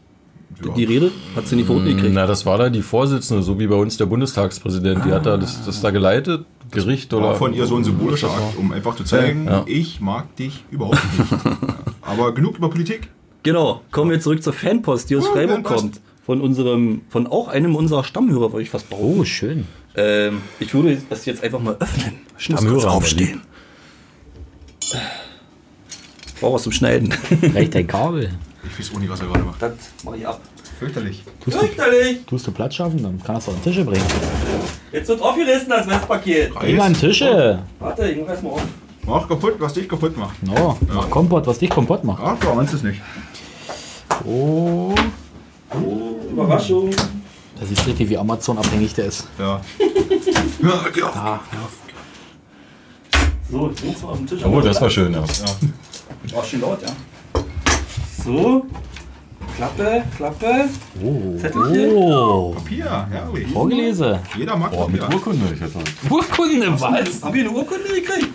Speaker 3: ja.
Speaker 2: Die Rede? Hat sie nicht verboten gekriegt?
Speaker 4: Na, das war da die Vorsitzende, so wie bei uns der Bundestagspräsident. Die hat da das, das da geleitet, Gericht oder.
Speaker 3: war von ihr so ein symbolischer Akt, um einfach zu zeigen,
Speaker 4: Ja.
Speaker 3: ich mag dich überhaupt nicht. Ja. Aber genug über Politik.
Speaker 2: Genau, kommen wir zurück zur Fanpost, die aus
Speaker 3: Oh,
Speaker 2: Freiburg
Speaker 3: Fanpost.
Speaker 2: kommt. Von unserem, von auch einem unserer Stammhörer, wollte ich fast behaupten.
Speaker 1: Oh, schön.
Speaker 2: Ähm, ich würde das jetzt einfach mal öffnen. Ich muss kurz
Speaker 4: Stammhörer,
Speaker 2: aufstehen. Ich brauche was zum Schneiden.
Speaker 1: Vielleicht dein Kabel.
Speaker 3: Ich weiß auch nicht, was er gerade macht.
Speaker 2: Das mache ich ab.
Speaker 3: Fürchterlich.
Speaker 2: Fürchterlich!
Speaker 1: Tust du Platz schaffen, dann kann das auf den Tisch bringen.
Speaker 2: Jetzt wird aufgerissen, das Westpaket.
Speaker 1: Bring an Tische.
Speaker 2: Warte, ich muss erstmal auf.
Speaker 3: Mach kaputt, was dich kaputt macht.
Speaker 1: No, mach Kompott, was dich Kompott macht.
Speaker 3: Ach, bei uns ist nicht.
Speaker 1: Oh.
Speaker 2: Überraschung.
Speaker 1: Das ist richtig, wie Amazon abhängig der ist. Ah,
Speaker 3: Ja. ja, geh auf.
Speaker 2: So, ich bin zwar auf dem Tisch.
Speaker 4: Oh, das war schön, ja.
Speaker 2: war schön laut, ja. So. Klappe, Klappe.
Speaker 1: Oh.
Speaker 2: Zettelchen.
Speaker 1: Oh.
Speaker 3: Papier, herrlich.
Speaker 1: Vorgelese.
Speaker 3: Jeder mag
Speaker 4: Oh, mit
Speaker 3: Papier.
Speaker 4: Urkunde. Ich, hätte-
Speaker 1: Oh.
Speaker 4: ich
Speaker 1: Urkunde, was?
Speaker 2: Hab ich eine Urkunde gekriegt?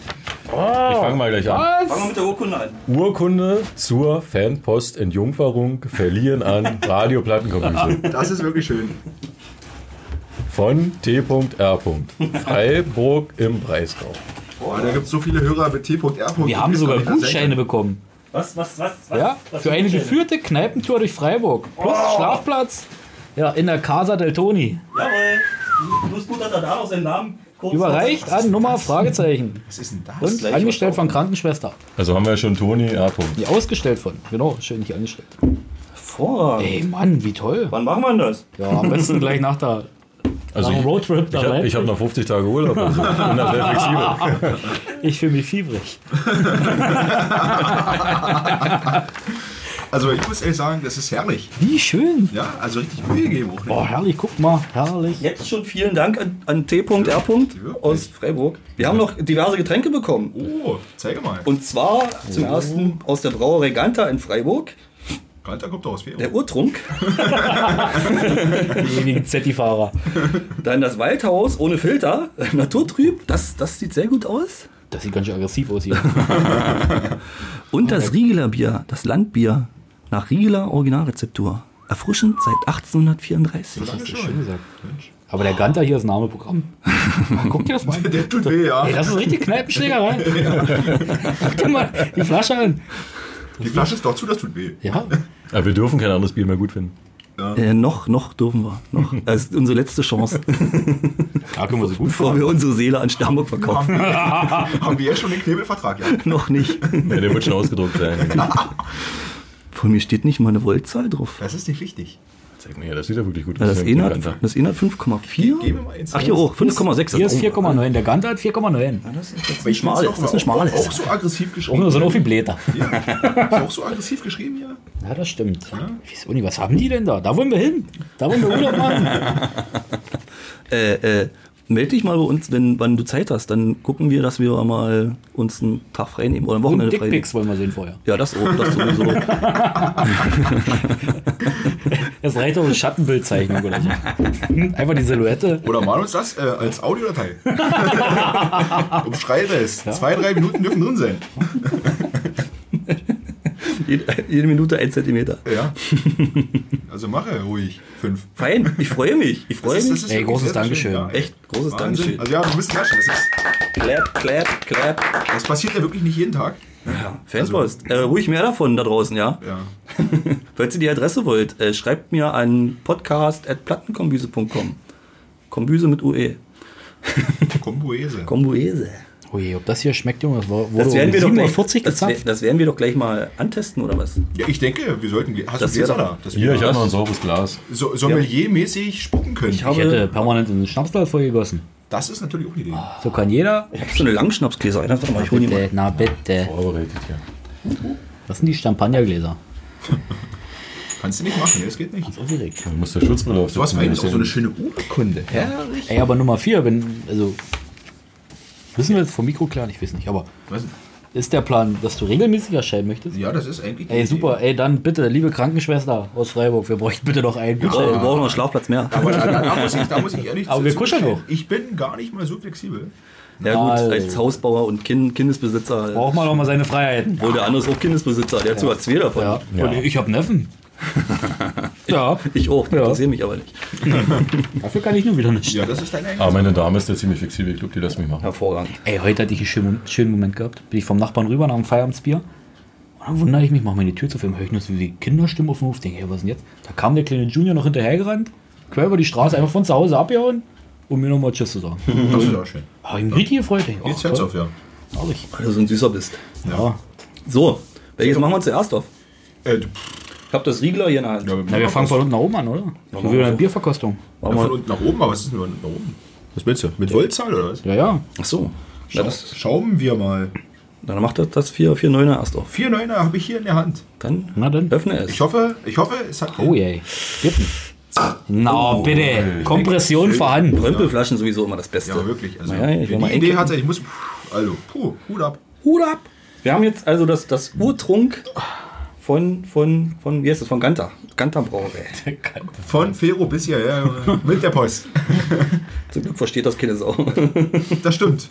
Speaker 4: fange mal gleich an.
Speaker 2: Fangen wir mit der Urkunde an.
Speaker 4: Urkunde zur Fanpost Entjungferung verliehen an Radioplattenkommission
Speaker 3: Das ist wirklich schön.
Speaker 4: von T.R. Freiburg im Breisgau.
Speaker 3: Boah, da gibt es so viele Hörer mit T.R.
Speaker 1: Wir haben sogar Gutscheine bekommen.
Speaker 2: Was, was, was, was?
Speaker 1: Ja?
Speaker 2: was
Speaker 1: Für eine
Speaker 2: Gutscheine?
Speaker 1: geführte Kneipentour durch Freiburg. Plus Schlafplatz. Ja, in der Casa del Toni.
Speaker 2: Jawohl. Plus gut, dass er da noch seinen Namen kurz
Speaker 1: Überreicht an Nummer Fragezeichen.
Speaker 3: Was ist denn das?
Speaker 1: Und
Speaker 2: gleich
Speaker 1: angestellt
Speaker 2: verkaufen.
Speaker 1: von Krankenschwester.
Speaker 4: Also haben wir schon Toni R.
Speaker 1: Die ausgestellt von. Genau, schön nicht angestellt.
Speaker 2: Hervorragend.
Speaker 1: Ey Mann, wie toll.
Speaker 2: Wann machen wir denn das?
Speaker 1: Ja, am besten gleich nach der
Speaker 4: Also
Speaker 1: Nach
Speaker 4: ich,
Speaker 1: dem Roadtrip
Speaker 4: ich
Speaker 1: da rein.
Speaker 4: habe hab noch 50 Tage Urlaub. Also ich bin da sehr flexibel.
Speaker 1: Ich fühle mich fiebrig.
Speaker 3: Also ich muss ehrlich sagen, das ist herrlich.
Speaker 1: Wie schön.
Speaker 3: Ja, also richtig Mühe gegeben auch. Ne?
Speaker 1: Oh, herrlich, guck mal, herrlich.
Speaker 2: Jetzt schon vielen Dank an, an T.R. aus Freiburg. Wir haben noch diverse Getränke bekommen.
Speaker 3: Oh, zeige mal.
Speaker 2: Und zwar zum ersten aus der Brauerei Ganta in Freiburg,
Speaker 3: Kanter kommt doch aus Fehmarn.
Speaker 2: der Urtrunk,
Speaker 1: Die ewigen Zetti-Fahrer.
Speaker 2: dann das Waldhaus ohne Filter, naturtrüb, das, das sieht sehr gut aus.
Speaker 1: Das sieht ganz schön aggressiv aus hier.
Speaker 2: Und das Riegeler Bier, das Landbier nach Riegeler Originalrezeptur. Erfrischend seit 1834.
Speaker 3: Lange
Speaker 1: Das ist
Speaker 3: schon.
Speaker 1: schön gesagt. Aber der Ganter hier ist Name Programm. Guck dir das mal an.
Speaker 3: Der tut weh, ja.
Speaker 1: Ey, das ist richtig Kneipenschlägerei. Guck dir mal die Flasche an.
Speaker 3: Die Flasche ist doch zu, das tut weh.
Speaker 1: Ja,
Speaker 4: Aber wir dürfen kein anderes Bier mehr gut finden.
Speaker 2: Äh, noch, noch dürfen wir. Noch. Das ist unsere letzte Chance,
Speaker 1: da können wir so gut
Speaker 2: bevor wir unsere Seele an Sternburg verkaufen.
Speaker 3: Haben wir, haben wir jetzt schon den Knebelvertrag, ja.
Speaker 2: noch nicht.
Speaker 4: Ja, der wird schon ausgedruckt sein.
Speaker 2: Von mir steht nicht mal eine Voltzahl drauf.
Speaker 3: Das ist nicht wichtig.
Speaker 4: Zeig mir, ja, das sieht ja wirklich gut
Speaker 2: Ja, das eh
Speaker 4: ist ja ein
Speaker 2: eine
Speaker 4: guter
Speaker 2: hat,
Speaker 4: Antrag.
Speaker 2: das eine hat 5,4.
Speaker 3: Geh- geh mir mal eins.
Speaker 2: Ach, hier auch, 5,6.
Speaker 1: Hier ist
Speaker 2: Oh,
Speaker 1: 4,9. Der Ganter hat 4,9.
Speaker 2: Das ist ein schmales. Das ist ein schmales.
Speaker 3: Auch, auch so aggressiv
Speaker 1: Auch
Speaker 3: geschrieben.
Speaker 1: nur so ein Offi-Bläter.
Speaker 3: Ja. Ist auch so aggressiv geschrieben hier.
Speaker 1: Ja, das stimmt. Ich weiß auch nicht, was haben die denn da? Da wollen wir hin. Da wollen wir Urlaub machen.
Speaker 2: Äh, äh, meld dich mal bei uns, wenn wann du Zeit hast. Dann gucken wir, dass wir mal uns einen Tag frei nehmen oder ein
Speaker 1: Und
Speaker 2: Wochenende frei nehmen.
Speaker 1: Dickpics wollen wir sehen vorher.
Speaker 2: Ja, das, auch, das sowieso.
Speaker 1: Das reicht doch eine Schattenbildzeichnung oder so. Einfach die Silhouette.
Speaker 3: Oder mal uns das äh, als Audiodatei. Umschreibe es. Zwei, drei Minuten dürfen drin sein.
Speaker 2: jede, jede Minute ein Zentimeter.
Speaker 3: Ja. Also mache ruhig. Fünf.
Speaker 2: Fein, ich freue mich. Ich freue
Speaker 1: Ey,
Speaker 2: mich.
Speaker 3: wirklich
Speaker 1: großes
Speaker 3: sehr, sehr
Speaker 1: Dankeschön.
Speaker 3: schön, ja.
Speaker 2: Echt großes
Speaker 3: Wahnsinn.
Speaker 2: Dankeschön.
Speaker 3: Also ja, wir müssen klatschen. Das, ist,
Speaker 2: Clap, clap, clap.
Speaker 3: das passiert ja wirklich nicht jeden Tag.
Speaker 1: Also,
Speaker 2: Fanpost. äh, ruhig mehr davon da draußen, ja?
Speaker 3: Ja.
Speaker 2: Falls ihr die Adresse wollt, äh, schreibt mir an podcast.plattenkombüse.com. Kombüse mit UE.
Speaker 3: Komboese.
Speaker 2: Kombuese.
Speaker 1: Ui, Oh ob das hier schmeckt, Junge, das war- wurde
Speaker 2: Das werden, wir doch
Speaker 1: um
Speaker 2: gleich,
Speaker 1: 7.40
Speaker 2: das, wär-
Speaker 1: gezapft.
Speaker 2: das werden wir doch gleich mal antesten, oder was?
Speaker 3: Ja, ich denke, wir sollten. Hast
Speaker 2: Das
Speaker 3: du Gläser
Speaker 2: wäre-
Speaker 3: da? Dass
Speaker 4: Hier,
Speaker 3: wir
Speaker 4: ich habe noch ein sauberes Glas.
Speaker 3: so, Sommeliermäßig spucken können.
Speaker 2: Ich
Speaker 1: Ich
Speaker 2: habe,
Speaker 1: hätte permanent in den Schnapsglas vollgegossen.
Speaker 3: das ist natürlich auch eine Idee.
Speaker 1: So kann jeder.
Speaker 2: ich hab so eine Langschnapsgläser. Einer, warte mal, ich hol die mal.
Speaker 1: Bitte, na bitte.
Speaker 4: Vorbereitet hier.
Speaker 1: Das sind die Champagnergläser.
Speaker 3: Kannst du nicht machen, nee, das geht nicht.
Speaker 1: So direkt.
Speaker 4: Du musst der Schutzbrille aufsetzen.
Speaker 3: Du hast fein,
Speaker 4: ein
Speaker 3: ist auch so
Speaker 4: bisschen.
Speaker 3: eine schöne Urkunde. Herrlich.
Speaker 1: Ey, aber Nummer 4, wenn, also. Wissen wir jetzt vom Mikro klar? Ich weiß nicht, aber
Speaker 3: Was denn?
Speaker 1: ist der Plan, dass du regelmäßig erscheinen möchtest?
Speaker 3: Ja, das ist eigentlich. die
Speaker 1: Ey,
Speaker 3: Idee.
Speaker 1: super, ey, dann bitte, liebe Krankenschwester aus Freiburg, wir bräuchten bitte noch einen.
Speaker 2: Oh, wir brauchen noch einen Schlafplatz mehr.
Speaker 3: Aber da, da, muss ich, da muss ich ehrlich
Speaker 1: Aber wir
Speaker 3: dazu
Speaker 1: kuscheln
Speaker 3: gestehen,
Speaker 1: noch.
Speaker 3: Ich bin gar nicht mal so flexibel.
Speaker 2: Ja gut,
Speaker 1: Also.
Speaker 2: als Hausbauer und kind, Kindesbesitzer.
Speaker 1: Braucht man doch mal seine Freiheiten.
Speaker 2: Wohl der andere ist auch Kindesbesitzer. Der hat sogar zwei davon.
Speaker 1: Ja,
Speaker 4: Ja.
Speaker 1: Und ich hab Neffen. ja,
Speaker 2: Ich auch,
Speaker 1: Ja.
Speaker 2: interessiere mich aber nicht.
Speaker 1: dafür kann ich nur wieder nicht.
Speaker 3: Ja, das ist dein eigenes.
Speaker 4: Aber Ah, meine Dame ist ja ziemlich flexibel. Ich glaube, die lässt mich machen.
Speaker 2: Hervorragend.
Speaker 1: Ey, heute hatte ich einen schönen, schönen Moment gehabt. Bin ich vom Nachbarn rüber nach dem Feierabendbier. Und dann wundere ich mich, mache mir die Tür zu, höre ich nur so die Kinderstimmen auf dem Hof. Denke, ey, was ist denn jetzt? Da kam der kleine Junior noch hinterhergerannt, quer über die Straße, einfach von zu Hause abgehauen, um mir nochmal Tschüss zu sagen.
Speaker 3: Das ist auch schön.
Speaker 1: Habe ich mich richtig gefreut. Denke,
Speaker 3: Jetzt
Speaker 1: ach,
Speaker 3: hört's
Speaker 1: toll,
Speaker 3: auf, ja.
Speaker 1: hab ich.
Speaker 2: Weil du so ein Süßer bist.
Speaker 1: Ja.
Speaker 2: So, welches machen wir zuerst auf?
Speaker 3: Äh, du- pff,
Speaker 2: Ich hab das Riegler hier in der Hand.
Speaker 3: ja,
Speaker 1: Na, wir fangen von
Speaker 3: von,
Speaker 1: unten nach oben an, oder? Ich will
Speaker 2: machen
Speaker 1: wieder
Speaker 2: wir
Speaker 1: eine
Speaker 2: so.
Speaker 1: Bierverkostung.
Speaker 2: Machen wir-
Speaker 3: von unten nach oben, aber was ist denn von unten nach oben? Was willst du? Mit Wollzahl oder was?
Speaker 1: Ja, ja.
Speaker 2: Ach so. Ja, das,
Speaker 3: Schrauben wir mal.
Speaker 2: dann macht das das 4, 4 9er erst auf.
Speaker 3: 4,9er habe ich hier in der Hand.
Speaker 2: Dann
Speaker 1: Na dann.
Speaker 2: öffne es.
Speaker 3: Ich hoffe, ich hoffe, es hat.
Speaker 1: Oh, ey. Gib ihn. Na, bitte. Kompression vorhanden.
Speaker 2: Römpelflaschen sowieso immer das Beste.
Speaker 3: Ja, wirklich. Also,
Speaker 2: Naja, ich will
Speaker 3: wenn
Speaker 2: mal
Speaker 3: die Idee
Speaker 2: einkippen.
Speaker 3: hatte, ich muss. pff, Also, puh, Hut ab.
Speaker 2: Hut ab! Wir haben jetzt also das, das Urtrunk von, von, von, wie heißt das, von Ganta. Ganta Brauerei.
Speaker 3: Von Fero bis hierher Junge. mit der Post.
Speaker 2: Zum Glück versteht das keine Sau.
Speaker 3: Das stimmt.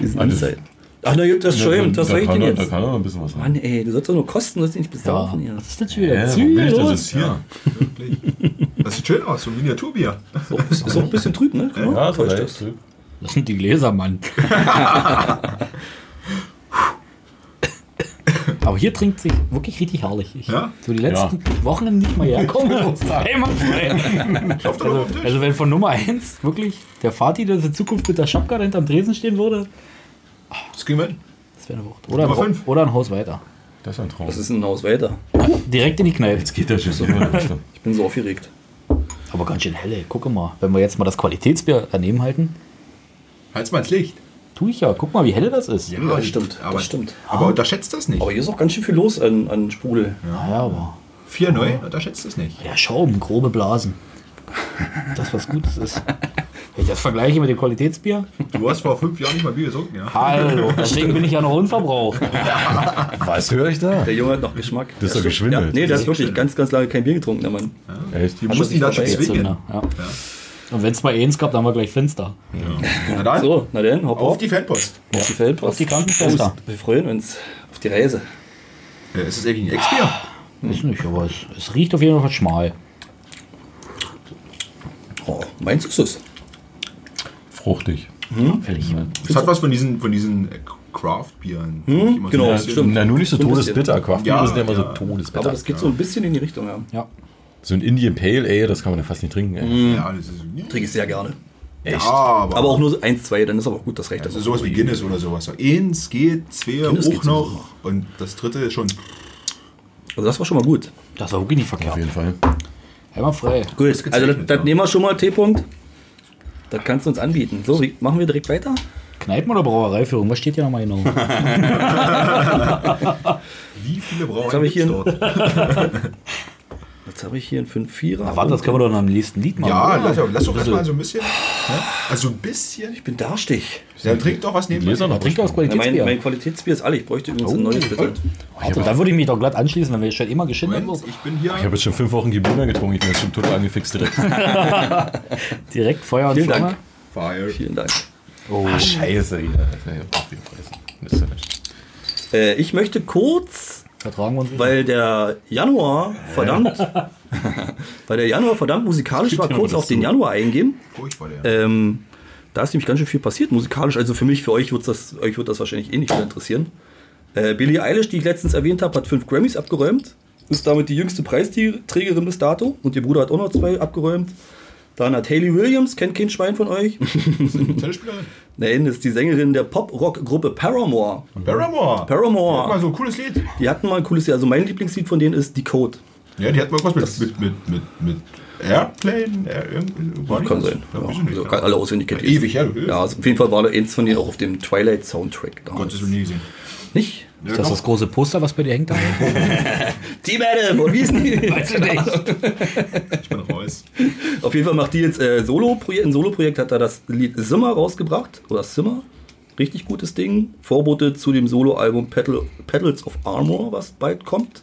Speaker 2: Diesen
Speaker 4: Alles.
Speaker 2: Insight. Ach, na, gut, das schäumt. Was soll ich
Speaker 4: kann
Speaker 2: denn
Speaker 4: er- Da
Speaker 2: jetzt?
Speaker 4: kann er noch ein bisschen was machen.
Speaker 2: Mann, ey, du sollst doch nur kosten, dass die nicht besaufen
Speaker 1: Ja.
Speaker 2: hier.
Speaker 1: Was ist denn schon wieder?
Speaker 4: warum will ich das
Speaker 1: Zügellos.
Speaker 4: jetzt hier?
Speaker 3: Wirklich. Das sieht schön aus, so ein Miniaturbier.
Speaker 2: So, ist auch ein bisschen trüb, ne? Guck mal,
Speaker 4: Ja,
Speaker 2: täuscht
Speaker 4: vielleicht.
Speaker 2: das.
Speaker 1: Das sind die Gläser, Mann. Aber hier trinkt sich wirklich richtig herrlich. Ich,
Speaker 3: Ja?
Speaker 1: So die letzten Wochen nicht mal herkomme. Ey, Mann, ey.
Speaker 3: Auf der
Speaker 1: also, also wenn von Nummer 1 wirklich der Vati, der in Zukunft mit der Schapka da hinterm Dresen stehen würde,
Speaker 3: Das kriegen wir hin.
Speaker 1: das wäre eine Wucht. Oder, ein
Speaker 3: Nummer
Speaker 1: Ho-
Speaker 3: fünf.
Speaker 1: oder ein Haus weiter.
Speaker 4: Das ist ein Traum.
Speaker 2: Das ist ein Haus weiter.
Speaker 1: Direkt in die Kneipe.
Speaker 4: Jetzt geht der Schiff so rüber.
Speaker 2: Ich bin so aufgeregt.
Speaker 1: Aber ganz schön helle. Gucke mal, wenn wir jetzt mal das Qualitätsbier daneben halten,
Speaker 3: Halt's mal ins Licht.
Speaker 1: tu ich ja. Guck mal, wie hell das ist.
Speaker 2: Ja, das stimmt,
Speaker 3: Aber,
Speaker 2: das stimmt. Ah.
Speaker 3: aber unterschätzt das nicht.
Speaker 2: Aber hier ist auch ganz schön viel los an, an Sprudel.
Speaker 1: Naja, aber
Speaker 3: 4,9, unterschätzt das nicht.
Speaker 1: der Schaum, grobe Blasen. Das was Gutes ist. Wenn ich das vergleiche mit dem Qualitätsbier,
Speaker 3: Du hast vor fünf Jahren nicht mal Bier gesogen, ja?
Speaker 1: hallo, deswegen bin ich ja noch unverbraucht.
Speaker 4: Was höre ich da?
Speaker 2: Der Junge hat noch Geschmack.
Speaker 4: Das ist doch
Speaker 2: Ja,
Speaker 4: geschwindelt.
Speaker 2: nee, der ist wirklich ganz, ganz lange kein Bier getrunken, der Mann.
Speaker 4: Echt?
Speaker 3: Du musst ihn dazu
Speaker 2: Jetzt
Speaker 1: Jetzt so,
Speaker 3: zwingen.
Speaker 1: ne? ja. Und wenn es mal eins gab, dann war gleich finster.
Speaker 3: Na dann,
Speaker 2: So, na dann, hopp
Speaker 3: auf die Fanpost.
Speaker 2: auf die Feldpost.
Speaker 1: Auf die Krankenschwester.
Speaker 2: Wir freuen uns auf die Reise. Ah,
Speaker 3: Äh, Ja, es ist eigentlich ein Ex-Bier.
Speaker 1: Ist nicht, aber es, es riecht auf jeden Fall schmal.
Speaker 2: Oh, meins ist es.
Speaker 4: Fruchtig.
Speaker 1: Ehrlich.
Speaker 3: Es hat was von diesen, von diesen äh, Craft-Bieren. die ich immer so
Speaker 2: genau,
Speaker 3: ein bisschen-
Speaker 2: stimmt.
Speaker 4: Na, nur nicht so
Speaker 2: So ein bisschen.
Speaker 4: todesbitter. Craft
Speaker 3: Ja,
Speaker 4: ja, sind ja immer so
Speaker 3: ja.
Speaker 2: Aber
Speaker 4: todesbitter.
Speaker 2: das geht so ein bisschen in die Richtung, ja.
Speaker 1: Ja.
Speaker 4: So ein Indian Pale Ale, das kann man ja fast nicht trinken. Ey.
Speaker 3: Ja, das ist,
Speaker 2: Trinke ich sehr gerne.
Speaker 3: ja aber,
Speaker 2: Aber auch nur so eins, zwei, dann ist aber auch gut, das reicht
Speaker 3: also
Speaker 2: dann.
Speaker 3: sowas wie Guinness oder sowas. Eins geht, zwei
Speaker 2: Guinness
Speaker 3: hoch
Speaker 2: geht sogar
Speaker 3: noch. Und das dritte ist schon.
Speaker 2: Also das war schon mal gut.
Speaker 1: Das ist auch wirklich nicht
Speaker 4: Auf
Speaker 1: verkehrt.
Speaker 4: jeden Fall.
Speaker 1: Einmal frei.
Speaker 2: Gut,
Speaker 3: ist
Speaker 2: also das,
Speaker 3: gezeichnet,
Speaker 2: das
Speaker 3: ja.
Speaker 2: nehmen wir schon mal, T-Punkt. Das kannst du uns anbieten. So, wie, machen wir direkt weiter?
Speaker 1: Kneipen- oder Brauereiführung? Was steht hier nochmal genau?
Speaker 3: Wie viele
Speaker 2: Jetzt hab
Speaker 3: Brauereien
Speaker 2: ich
Speaker 3: gibt's
Speaker 2: hier-
Speaker 3: dort?
Speaker 2: Jetzt habe ich hier einen 5-4er.
Speaker 1: Na, warte, das können wir doch noch am nächsten Lied machen.
Speaker 3: Ja,
Speaker 1: oder?
Speaker 3: lass, lass
Speaker 1: Also,
Speaker 3: doch erstmal so ein bisschen. Ne? Also ein bisschen.
Speaker 2: Ich bin darstig.
Speaker 3: Dann trinkt doch was nebenbei.
Speaker 4: Gläser noch.
Speaker 1: Trink aus
Speaker 2: Na, mein,
Speaker 1: Qualitätsbier.
Speaker 2: mein Qualitätsbier ist alle. Ich bräuchte übrigens ein neues, bitte.
Speaker 3: und?
Speaker 1: Warte, da würde ich mich doch glatt anschließen, wenn wir schon immer geschnitten
Speaker 3: Moment,
Speaker 1: wird.
Speaker 3: ich bin hier.
Speaker 4: Ich habe jetzt schon fünf Wochen Gebirge getrunken. Ich bin jetzt schon total angefixt direkt.
Speaker 1: Direkt Feuer und
Speaker 2: Vielen
Speaker 1: Flamme.
Speaker 2: Dank.
Speaker 3: Fire.
Speaker 2: Vielen Dank.
Speaker 4: Ah, scheiße. hier. Nee, auf jeden Fall. Das ist ja nicht.
Speaker 2: Äh, ich möchte kurz
Speaker 1: Vertragen wir uns. nicht.
Speaker 2: weil der Januar verdammt, weil der Januar verdammt musikalisch war,
Speaker 4: dir mal
Speaker 2: kurz
Speaker 4: das
Speaker 2: auf den
Speaker 4: zu.
Speaker 2: Januar eingehen.
Speaker 3: Furchtbar, der.
Speaker 2: Ähm, da ist nämlich ganz schön viel passiert musikalisch. Also für mich, für euch wird das, euch wird das wahrscheinlich eh nicht mehr interessieren. Äh, Billie Eilish, die ich letztens erwähnt habe, hat fünf Grammys abgeräumt. Ist damit die jüngste Preisträgerin bis dato. Und ihr Bruder hat auch noch zwei abgeräumt. Dann hat Hayley Williams, kennt kein Schwein von euch.
Speaker 3: Tennisspielerin.
Speaker 2: Nein, ist die Sängerin der Pop-Rock-Gruppe Paramore.
Speaker 3: Paramore.
Speaker 2: Paramore.
Speaker 3: Guck mal, so ein cooles Lied.
Speaker 2: Die hatten mal ein cooles Jahr. Also mein Lieblingslied von denen ist Decode.
Speaker 3: Ja, die hat mal was mit, mit, mit, mit, mit Airplane. Air, irgendwie- war die
Speaker 2: Kann
Speaker 3: das?
Speaker 2: sein. Ja,
Speaker 3: Glaub ich
Speaker 2: also
Speaker 3: nicht.
Speaker 2: kann alle auswendig kennen.
Speaker 3: Ewig, ja. du-
Speaker 2: Ja, also auf jeden Fall war da eins von denen auch auf dem Twilight-Soundtrack damals.
Speaker 3: Gottes Willen nie gesehen.
Speaker 2: Nicht?
Speaker 1: Ist das das große Poster, was bei dir hängt? Da?
Speaker 2: Die Madame, und wie ist die?
Speaker 3: Ich bin raus.
Speaker 2: auf jeden Fall macht die jetzt äh, Solo-Projekt. Ein Solo-Projekt hat da das Lied Simmer rausgebracht. Oder Simmer. Richtig gutes Ding. Vorbote zu dem Solo-Album Petal, Petals of Armor, was bald kommt.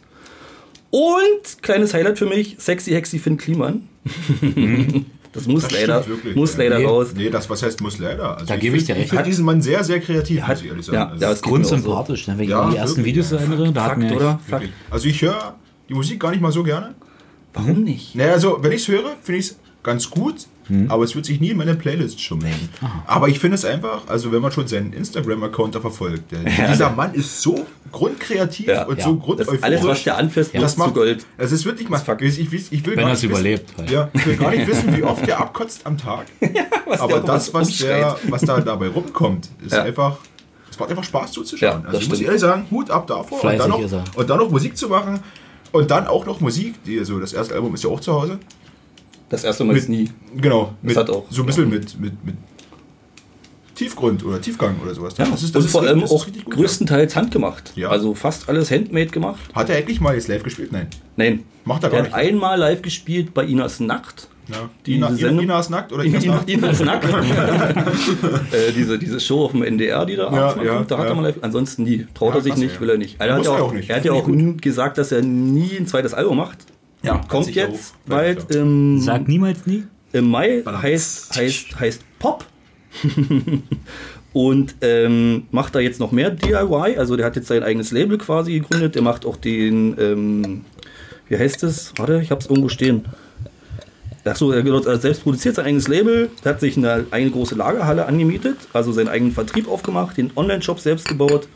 Speaker 2: Und kleines Highlight für mich: Sexy Hexy Finn Kliman. das muss
Speaker 3: Mhm. Das stimmt
Speaker 2: leider,
Speaker 3: wirklich,
Speaker 2: muss
Speaker 3: ja.
Speaker 2: leider
Speaker 1: Nee,
Speaker 2: raus.
Speaker 3: Nee, das was heißt muss leider. Also
Speaker 1: Da gebe ich dir
Speaker 3: find-
Speaker 1: recht.
Speaker 3: Ich finde diesen Mann sehr, sehr kreativ,
Speaker 2: hat-
Speaker 3: muss ich ehrlich
Speaker 2: ja,
Speaker 3: sagen.
Speaker 2: ja,
Speaker 3: also,
Speaker 2: es geht mir auch so.
Speaker 1: Grundsympathisch, ne? wenn ich
Speaker 3: Ja,
Speaker 1: an die ersten
Speaker 3: wirklich,
Speaker 1: Videos
Speaker 3: ja.
Speaker 1: erinnere. Da hatten
Speaker 2: Fakt,
Speaker 1: wir
Speaker 2: oder? Fakt.
Speaker 3: wirklich. also ich höre die Musik gar nicht mal so gerne.
Speaker 2: Warum nicht?
Speaker 3: Naja, also wenn ich es höre, finde ich es ganz gut,
Speaker 1: Hm.
Speaker 3: aber es wird sich nie in meine Playlist schummeln. Aber ich finde es einfach, also wenn man schon seinen Instagram-Account da verfolgt, der, dieser Mann ist so grundkreativ
Speaker 2: Ja.
Speaker 3: und
Speaker 1: Ja.
Speaker 3: so grund
Speaker 2: Das ist alles, was der anfasst,
Speaker 3: Ja,
Speaker 2: wird
Speaker 3: das
Speaker 2: zu
Speaker 3: macht,
Speaker 2: Gold.
Speaker 3: Das ist wirklich mal. Ich, ich, ich, ich will
Speaker 1: Wenn
Speaker 3: gar
Speaker 1: er
Speaker 3: nicht
Speaker 1: es
Speaker 3: wissen-
Speaker 1: überlebt halt.
Speaker 3: Ja, ich will gar nicht wissen, wie oft der abkotzt am Tag. Aber
Speaker 2: der
Speaker 3: das, was, der,
Speaker 2: rumschreit.
Speaker 3: was da dabei rumkommt, ist
Speaker 2: Ja.
Speaker 3: einfach. Es macht einfach Spaß
Speaker 2: Ja,
Speaker 3: zuzuschauen. also
Speaker 2: das
Speaker 3: ich muss
Speaker 2: stimmt.
Speaker 3: ehrlich sagen, Hut ab davor. Und
Speaker 1: Fleißig
Speaker 3: dann, noch,
Speaker 1: ist er.
Speaker 3: und dann noch Musik zu machen. Und dann auch noch Musik, die, also das erste Album ist ja auch zu Hause.
Speaker 2: Das erste Mal ist nie.
Speaker 3: Genau, mit,
Speaker 2: hat auch-
Speaker 3: so ein bisschen mit, mit, mit Tiefgrund oder Tiefgang oder sowas.
Speaker 2: Ja, und vor allem
Speaker 3: das
Speaker 2: auch
Speaker 3: richtig gut,
Speaker 2: größtenteils handgemacht.
Speaker 3: Ja.
Speaker 2: Also fast alles handmade gemacht.
Speaker 3: ja. Hat er eigentlich mal jetzt live gespielt? Nein.
Speaker 2: Nein.
Speaker 3: Macht er
Speaker 2: der
Speaker 3: gar
Speaker 2: hat
Speaker 3: nicht.
Speaker 2: einmal live gespielt bei Inas Nacht.
Speaker 3: Ja.
Speaker 2: Die-
Speaker 3: Ina,
Speaker 2: diese
Speaker 3: Ina,
Speaker 2: Sendung-
Speaker 3: Ina ist nackt oder Ina ist
Speaker 2: Ina,
Speaker 3: nackt?
Speaker 2: Inas Nacht. äh, diese, diese Show auf dem NDR, die da abends mal
Speaker 3: ja,
Speaker 2: kommt, da hat
Speaker 3: ja.
Speaker 2: er mal live. Ansonsten nie. Traut
Speaker 3: Ja,
Speaker 2: er sich
Speaker 3: krass,
Speaker 2: nicht,
Speaker 3: ja.
Speaker 2: will er nicht. Er hat
Speaker 3: Muss
Speaker 2: ja
Speaker 3: er
Speaker 2: auch,
Speaker 3: auch nicht.
Speaker 2: Er hat ja auch nie gesagt, dass er nie ein zweites Album macht.
Speaker 3: Ja, hat
Speaker 2: Kommt
Speaker 3: sich ja
Speaker 2: jetzt
Speaker 3: auch-
Speaker 2: bald
Speaker 3: Ja.
Speaker 2: im,
Speaker 1: Sag niemals nie.
Speaker 2: im Mai
Speaker 3: Ballert.
Speaker 2: heißt, heißt, heißt Pop. Und ähm, macht da jetzt noch mehr DIY. Also der hat jetzt sein eigenes Label quasi gegründet. Der macht auch den, ähm, wie heißt es? Warte, ich hab's irgendwo stehen. Achso, er hat er selbst produziert sein eigenes Label, der hat sich eine eigene große Lagerhalle angemietet, also seinen eigenen Vertrieb aufgemacht, den Online-Shop selbst gebaut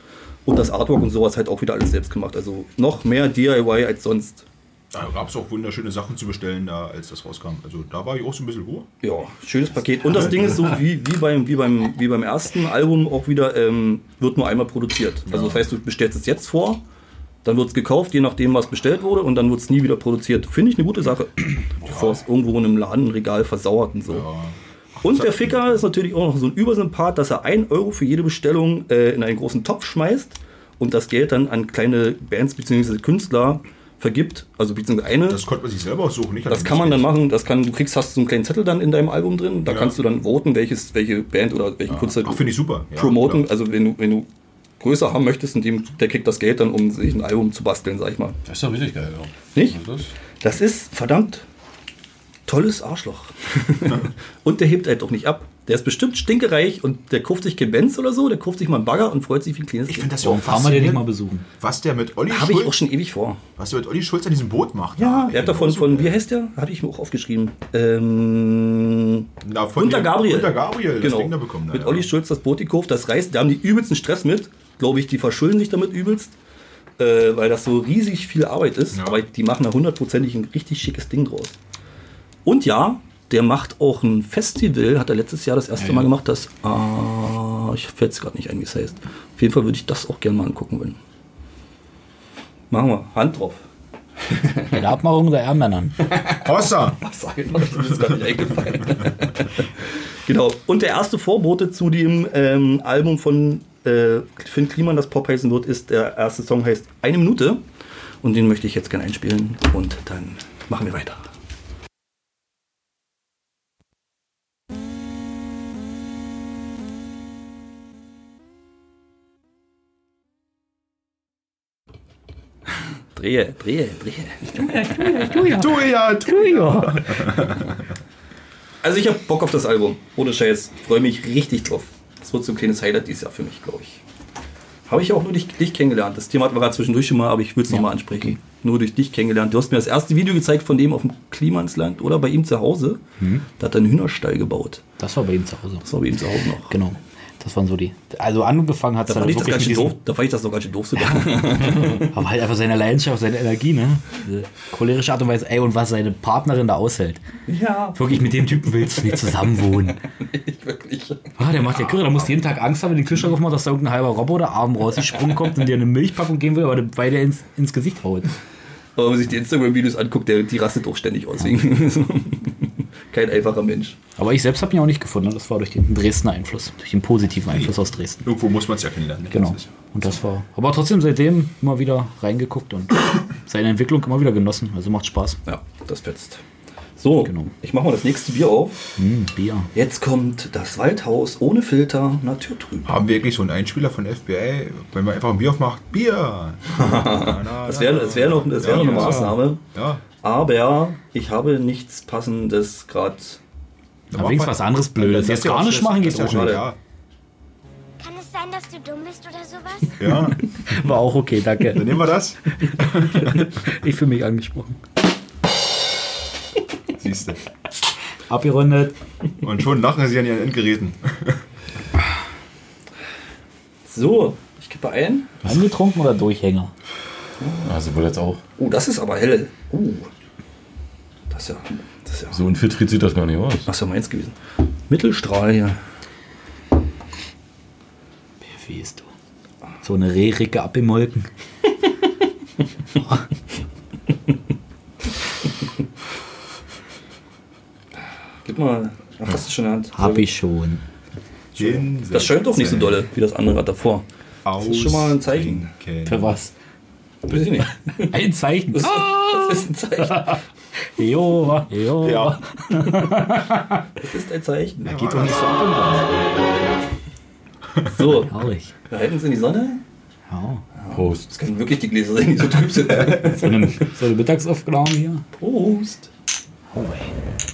Speaker 2: und das Artwork und sowas halt auch wieder alles selbst gemacht. Also noch mehr DIY als sonst.
Speaker 3: Da gab es auch wunderschöne Sachen zu bestellen, da, als das rauskam. Also da war ich auch so ein bisschen hoch.
Speaker 2: Ja, schönes Paket. Und das Ding ist so wie, wie, beim, wie, beim, wie beim ersten Album auch wieder, ähm, wird nur einmal produziert. Also das heißt, du bestellst es jetzt vor, dann wird es gekauft, je nachdem, was bestellt wurde, und dann wird es nie wieder produziert. Finde ich eine gute Sache, bevor es irgendwo in einem Ladenregal versauert und so. Und der Ficker ist natürlich auch noch so ein Übersympath, dass er 1 Euro für jede Bestellung äh, in einen großen Topf schmeißt und das Geld dann an kleine Bands bzw. Künstler vergibt. Also beziehungsweise eine.
Speaker 3: Das konnte man sich selber aussuchen. Nicht
Speaker 2: Das kann man dann machen, das kann, du kriegst, hast so einen kleinen Zettel dann in deinem Album drin, da kannst du dann voten, welches, welche Band oder welchen Künstler
Speaker 3: Ach,
Speaker 2: du
Speaker 3: finde ich super. Ja,
Speaker 2: promoten,
Speaker 3: klar.
Speaker 2: also wenn du, wenn du größer haben möchtest, und dem, der kriegt das Geld dann, um sich ein Album zu basteln, sag ich mal.
Speaker 3: Also.
Speaker 4: Das ist doch richtig geil. Ja.
Speaker 2: Nicht?
Speaker 4: Das
Speaker 2: Das ist verdammt tolles Arschloch. und der hebt halt auch nicht ab. Der ist bestimmt stinkereich und der kauft sich kein Benz oder so, der kauft sich mal einen Bagger und freut sich wie ein kleines
Speaker 3: Ich
Speaker 2: Kind.
Speaker 3: finde das ja auch
Speaker 1: Warum fahren wir den nicht mal
Speaker 3: faszinierend,
Speaker 1: besuchen?
Speaker 3: was der mit Olli
Speaker 2: Habe ich auch
Speaker 3: Schulz,
Speaker 2: schon ewig vor.
Speaker 3: was der mit Olli Schulz an diesem Boot macht.
Speaker 2: Ja, er hat davon von, wie heißt der? Hatte ich mir auch aufgeschrieben. Ähm,
Speaker 3: Na, von
Speaker 2: Unter
Speaker 3: dem-
Speaker 2: Gabriel.
Speaker 3: Unter Gabriel, das
Speaker 2: genau.
Speaker 3: Ding da bekommen. na
Speaker 2: Mit
Speaker 3: ja.
Speaker 2: Olli Schulz das Boot gekauft, das reißt. Da haben die übelsten Stress mit. Glaube ich, die verschulden sich damit übelst, äh, weil das so riesig viel Arbeit ist.
Speaker 3: Ja.
Speaker 2: Aber die machen da hundertprozentig ein richtig schickes Ding draus. Und ja, der macht auch ein Festival, hat er letztes Jahr das erste Mal gemacht, das. Ah, ich fällt es gerade nicht ein, wie es heißt. Auf jeden Fall würde ich das auch gerne mal angucken wollen. Machen wir. Hand drauf.
Speaker 1: Bei der Abmachung der Ehrenmännern.
Speaker 3: Hossa!
Speaker 2: Was sag ich noch? Das ist mir nicht eingefallen. genau. Und der erste Vorbote zu dem ähm, Album von äh, Finn Kliman, das Pop heißen wird, ist der erste Song heißt Eine Minute. Und den möchte ich jetzt gerne einspielen. Und dann machen wir weiter. Drehe, drehe, drehe.
Speaker 3: Du ja, du ja!
Speaker 2: Also ich habe Bock auf das Album. Ohne Scheiß. Freue mich richtig drauf. Das wird so ein kleines Highlight dieses Jahr für mich, glaube ich. Habe ich auch nur durch dich kennengelernt. Das Thema hatten wir gerade zwischendurch schon mal, aber ich will es nochmal ansprechen. Nur durch dich kennengelernt. Du hast mir das erste Video gezeigt von dem auf dem Klimansland oder bei ihm zu Hause.
Speaker 1: Mhm.
Speaker 2: Da hat er einen Hühnerstall gebaut.
Speaker 1: Das war bei ihm zu Hause.
Speaker 2: Das war bei ihm zu Hause noch.
Speaker 1: Genau. Das waren so die. Also angefangen hat es
Speaker 2: Da
Speaker 1: dann
Speaker 2: fand, ich das
Speaker 1: wirklich
Speaker 2: ganz
Speaker 1: mit
Speaker 2: schön
Speaker 1: diesem,
Speaker 2: doof, da fand ich das noch ganz schön doof sogar.
Speaker 1: aber halt einfach seine Leidenschaft, seine Energie, ne? Diese cholerische Art und Weise, ey, und was seine Partnerin da aushält.
Speaker 2: ja,
Speaker 1: Wirklich, mit dem Typen willst du nicht zusammenwohnen.
Speaker 2: ich wirklich.
Speaker 1: Ah, der macht ja Kirre, da musst du jeden Tag Angst haben, wenn du den Kühlschrank aufmachst, dass da irgendein halber Robber oder Arm rausgesprungen kommt und dir eine Milchpackung geben will, aber weil der ins, ins Gesicht haut.
Speaker 2: Aber wenn man sich die Instagram-Videos anguckt, der, die rastet auch ständig aus. Wegen. Kein einfacher Mensch.
Speaker 1: Aber ich selbst habe ihn auch nicht gefunden. ne? Das war durch den Dresdner Einfluss, durch den positiven Einfluss aus Dresden.
Speaker 3: Irgendwo muss man es ja kennenlernen. ne?
Speaker 1: Genau.
Speaker 3: Das ist ja-
Speaker 1: Und das war. Aber trotzdem seitdem immer wieder reingeguckt und seine Entwicklung immer wieder genossen. Also macht Spaß.
Speaker 2: Ja, das fetzt. So,
Speaker 1: Genau.
Speaker 2: ich mache mal das nächste Bier auf.
Speaker 1: Hm, Bier.
Speaker 2: Jetzt kommt das Waldhaus ohne Filter, naturtrüb.
Speaker 3: Haben wir wirklich so einen Einspieler von FBI, wenn man einfach ein Bier aufmacht? Bier!
Speaker 2: Das wäre das wär noch, das wär
Speaker 3: Ja,
Speaker 2: noch eine
Speaker 3: ja.
Speaker 2: Maßnahme.
Speaker 3: Ja,
Speaker 2: Aber ich habe nichts passendes gerade.
Speaker 1: Aber wenigstens was anderes Blödes.
Speaker 3: Das
Speaker 1: Jetzt
Speaker 3: ist ja
Speaker 1: gar
Speaker 3: auch
Speaker 1: nicht machen geht
Speaker 3: ja,
Speaker 1: auch
Speaker 3: schon,
Speaker 1: nicht.
Speaker 3: ja.
Speaker 5: Kann es sein, dass du dumm bist oder sowas?
Speaker 3: ja,
Speaker 1: War auch okay,
Speaker 3: dann
Speaker 1: danke.
Speaker 3: nehmen wir das.
Speaker 1: Ich fühle mich angesprochen.
Speaker 3: Siehst du.
Speaker 1: Abgerundet.
Speaker 3: Und schon lachen sie an ihren Endgeräten.
Speaker 2: So, ich kippe ein.
Speaker 1: Angetrunken oder Durchhänger?
Speaker 4: Also wohl jetzt auch.
Speaker 2: Oh, das ist aber hell. Uh. Das ist ja. Das ist ja.
Speaker 4: So unfiltriert sieht das gar nicht aus.
Speaker 2: Das ist ja meins gewesen. Mittelstrahl hier.
Speaker 1: Wie ist du? So eine Rehricke abgemolken.
Speaker 2: Gib mal. Ach, das ist schon eine Hand.
Speaker 1: Hab ich schon.
Speaker 2: Das schäumt doch nicht so dolle wie das andere Rad davor.
Speaker 3: Das
Speaker 2: ist schon mal ein Zeichen.
Speaker 1: Für was?
Speaker 2: Weiß ich nicht.
Speaker 1: Ein Zeichen.
Speaker 2: Das, das ist ein Zeichen.
Speaker 1: Jehova, Jehova.
Speaker 3: Ja.
Speaker 2: Das ist ein Zeichen.
Speaker 3: Geht doch nicht so ab.
Speaker 2: So,
Speaker 1: Herrlich.
Speaker 2: wir halten es in die Sonne.
Speaker 1: Ja.
Speaker 4: Prost.
Speaker 2: Das können wirklich die Gläser sein, die so trüb sind.
Speaker 1: So eine, so eine Mittagsaufnahme hier.
Speaker 2: Prost.
Speaker 1: Oh, ey.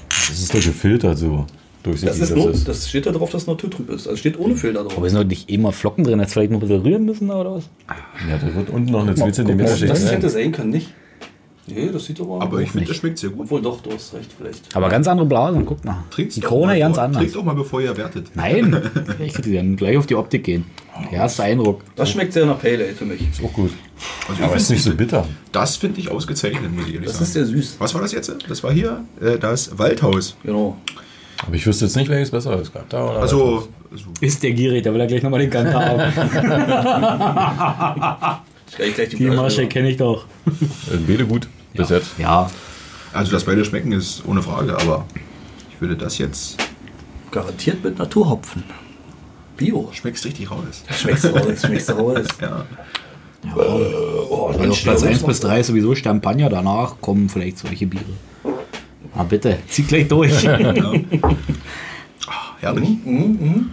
Speaker 4: Das ist doch gefiltert so.
Speaker 2: Das,
Speaker 4: Durchsichtig
Speaker 2: ist nur, das steht da drauf, dass Natur trüb ist. Also steht ohne Filter
Speaker 1: Aber
Speaker 2: drauf.
Speaker 1: sind doch nicht immer Flocken drin? Jetzt vielleicht noch ein bisschen rühren müssen oder was?
Speaker 4: Ja, da wird unten noch eine 2 cm
Speaker 1: das-
Speaker 4: Schicht.
Speaker 2: Das
Speaker 4: rein.
Speaker 2: hätte sein können, nicht? Nee, das sieht aber.
Speaker 3: Aber ich finde, das schmeckt sehr gut.
Speaker 2: Obwohl doch, du hast recht, vielleicht.
Speaker 1: Aber ganz andere Blasen, guck mal.
Speaker 3: Trinkt's
Speaker 1: die
Speaker 3: doch
Speaker 1: Corona
Speaker 3: mal
Speaker 1: ganz
Speaker 3: vor-
Speaker 1: anders.
Speaker 3: Trinkt auch mal, bevor ihr wertet.
Speaker 1: Nein, ich könnte dann gleich auf die Optik gehen. Der erste Eindruck.
Speaker 2: Das schmeckt sehr nach Pale Ale für mich.
Speaker 4: Auch gut.
Speaker 3: Also ich
Speaker 4: Aber ist
Speaker 3: find-
Speaker 4: nicht so bitter.
Speaker 3: Das finde ich ausgezeichnet, muss ich ehrlich
Speaker 2: Das
Speaker 3: sagen.
Speaker 2: ist sehr süß.
Speaker 3: Was war das jetzt? Das war hier äh, das Waldhaus.
Speaker 2: Genau.
Speaker 4: Aber ich wüsste jetzt nicht, welches besser ist. Gab da oder
Speaker 3: Also, also
Speaker 1: Ist der gierig, da will er gleich nochmal den Kanter haben.
Speaker 2: Ich gleich, gleich die,
Speaker 1: Die
Speaker 2: Flasche
Speaker 1: Masche
Speaker 2: rüber.
Speaker 1: kenne ich doch.
Speaker 4: Äh, Bede gut bis jetzt.
Speaker 1: Ja,
Speaker 3: Also, dass beide schmecken ist ohne Frage, aber ich würde das jetzt.
Speaker 2: Garantiert mit Naturhopfen. Bio.
Speaker 3: Schmeckst richtig raus.
Speaker 2: Schmeckt's raus, schmeckt's raus.
Speaker 3: Ja.
Speaker 2: Oh, dann
Speaker 1: also Platz
Speaker 2: steht-
Speaker 1: 1 bis 3 ist sowieso Champagner, danach kommen vielleicht solche Biere. Na bitte, zieh gleich durch.
Speaker 3: Herrlich.
Speaker 2: Mhm.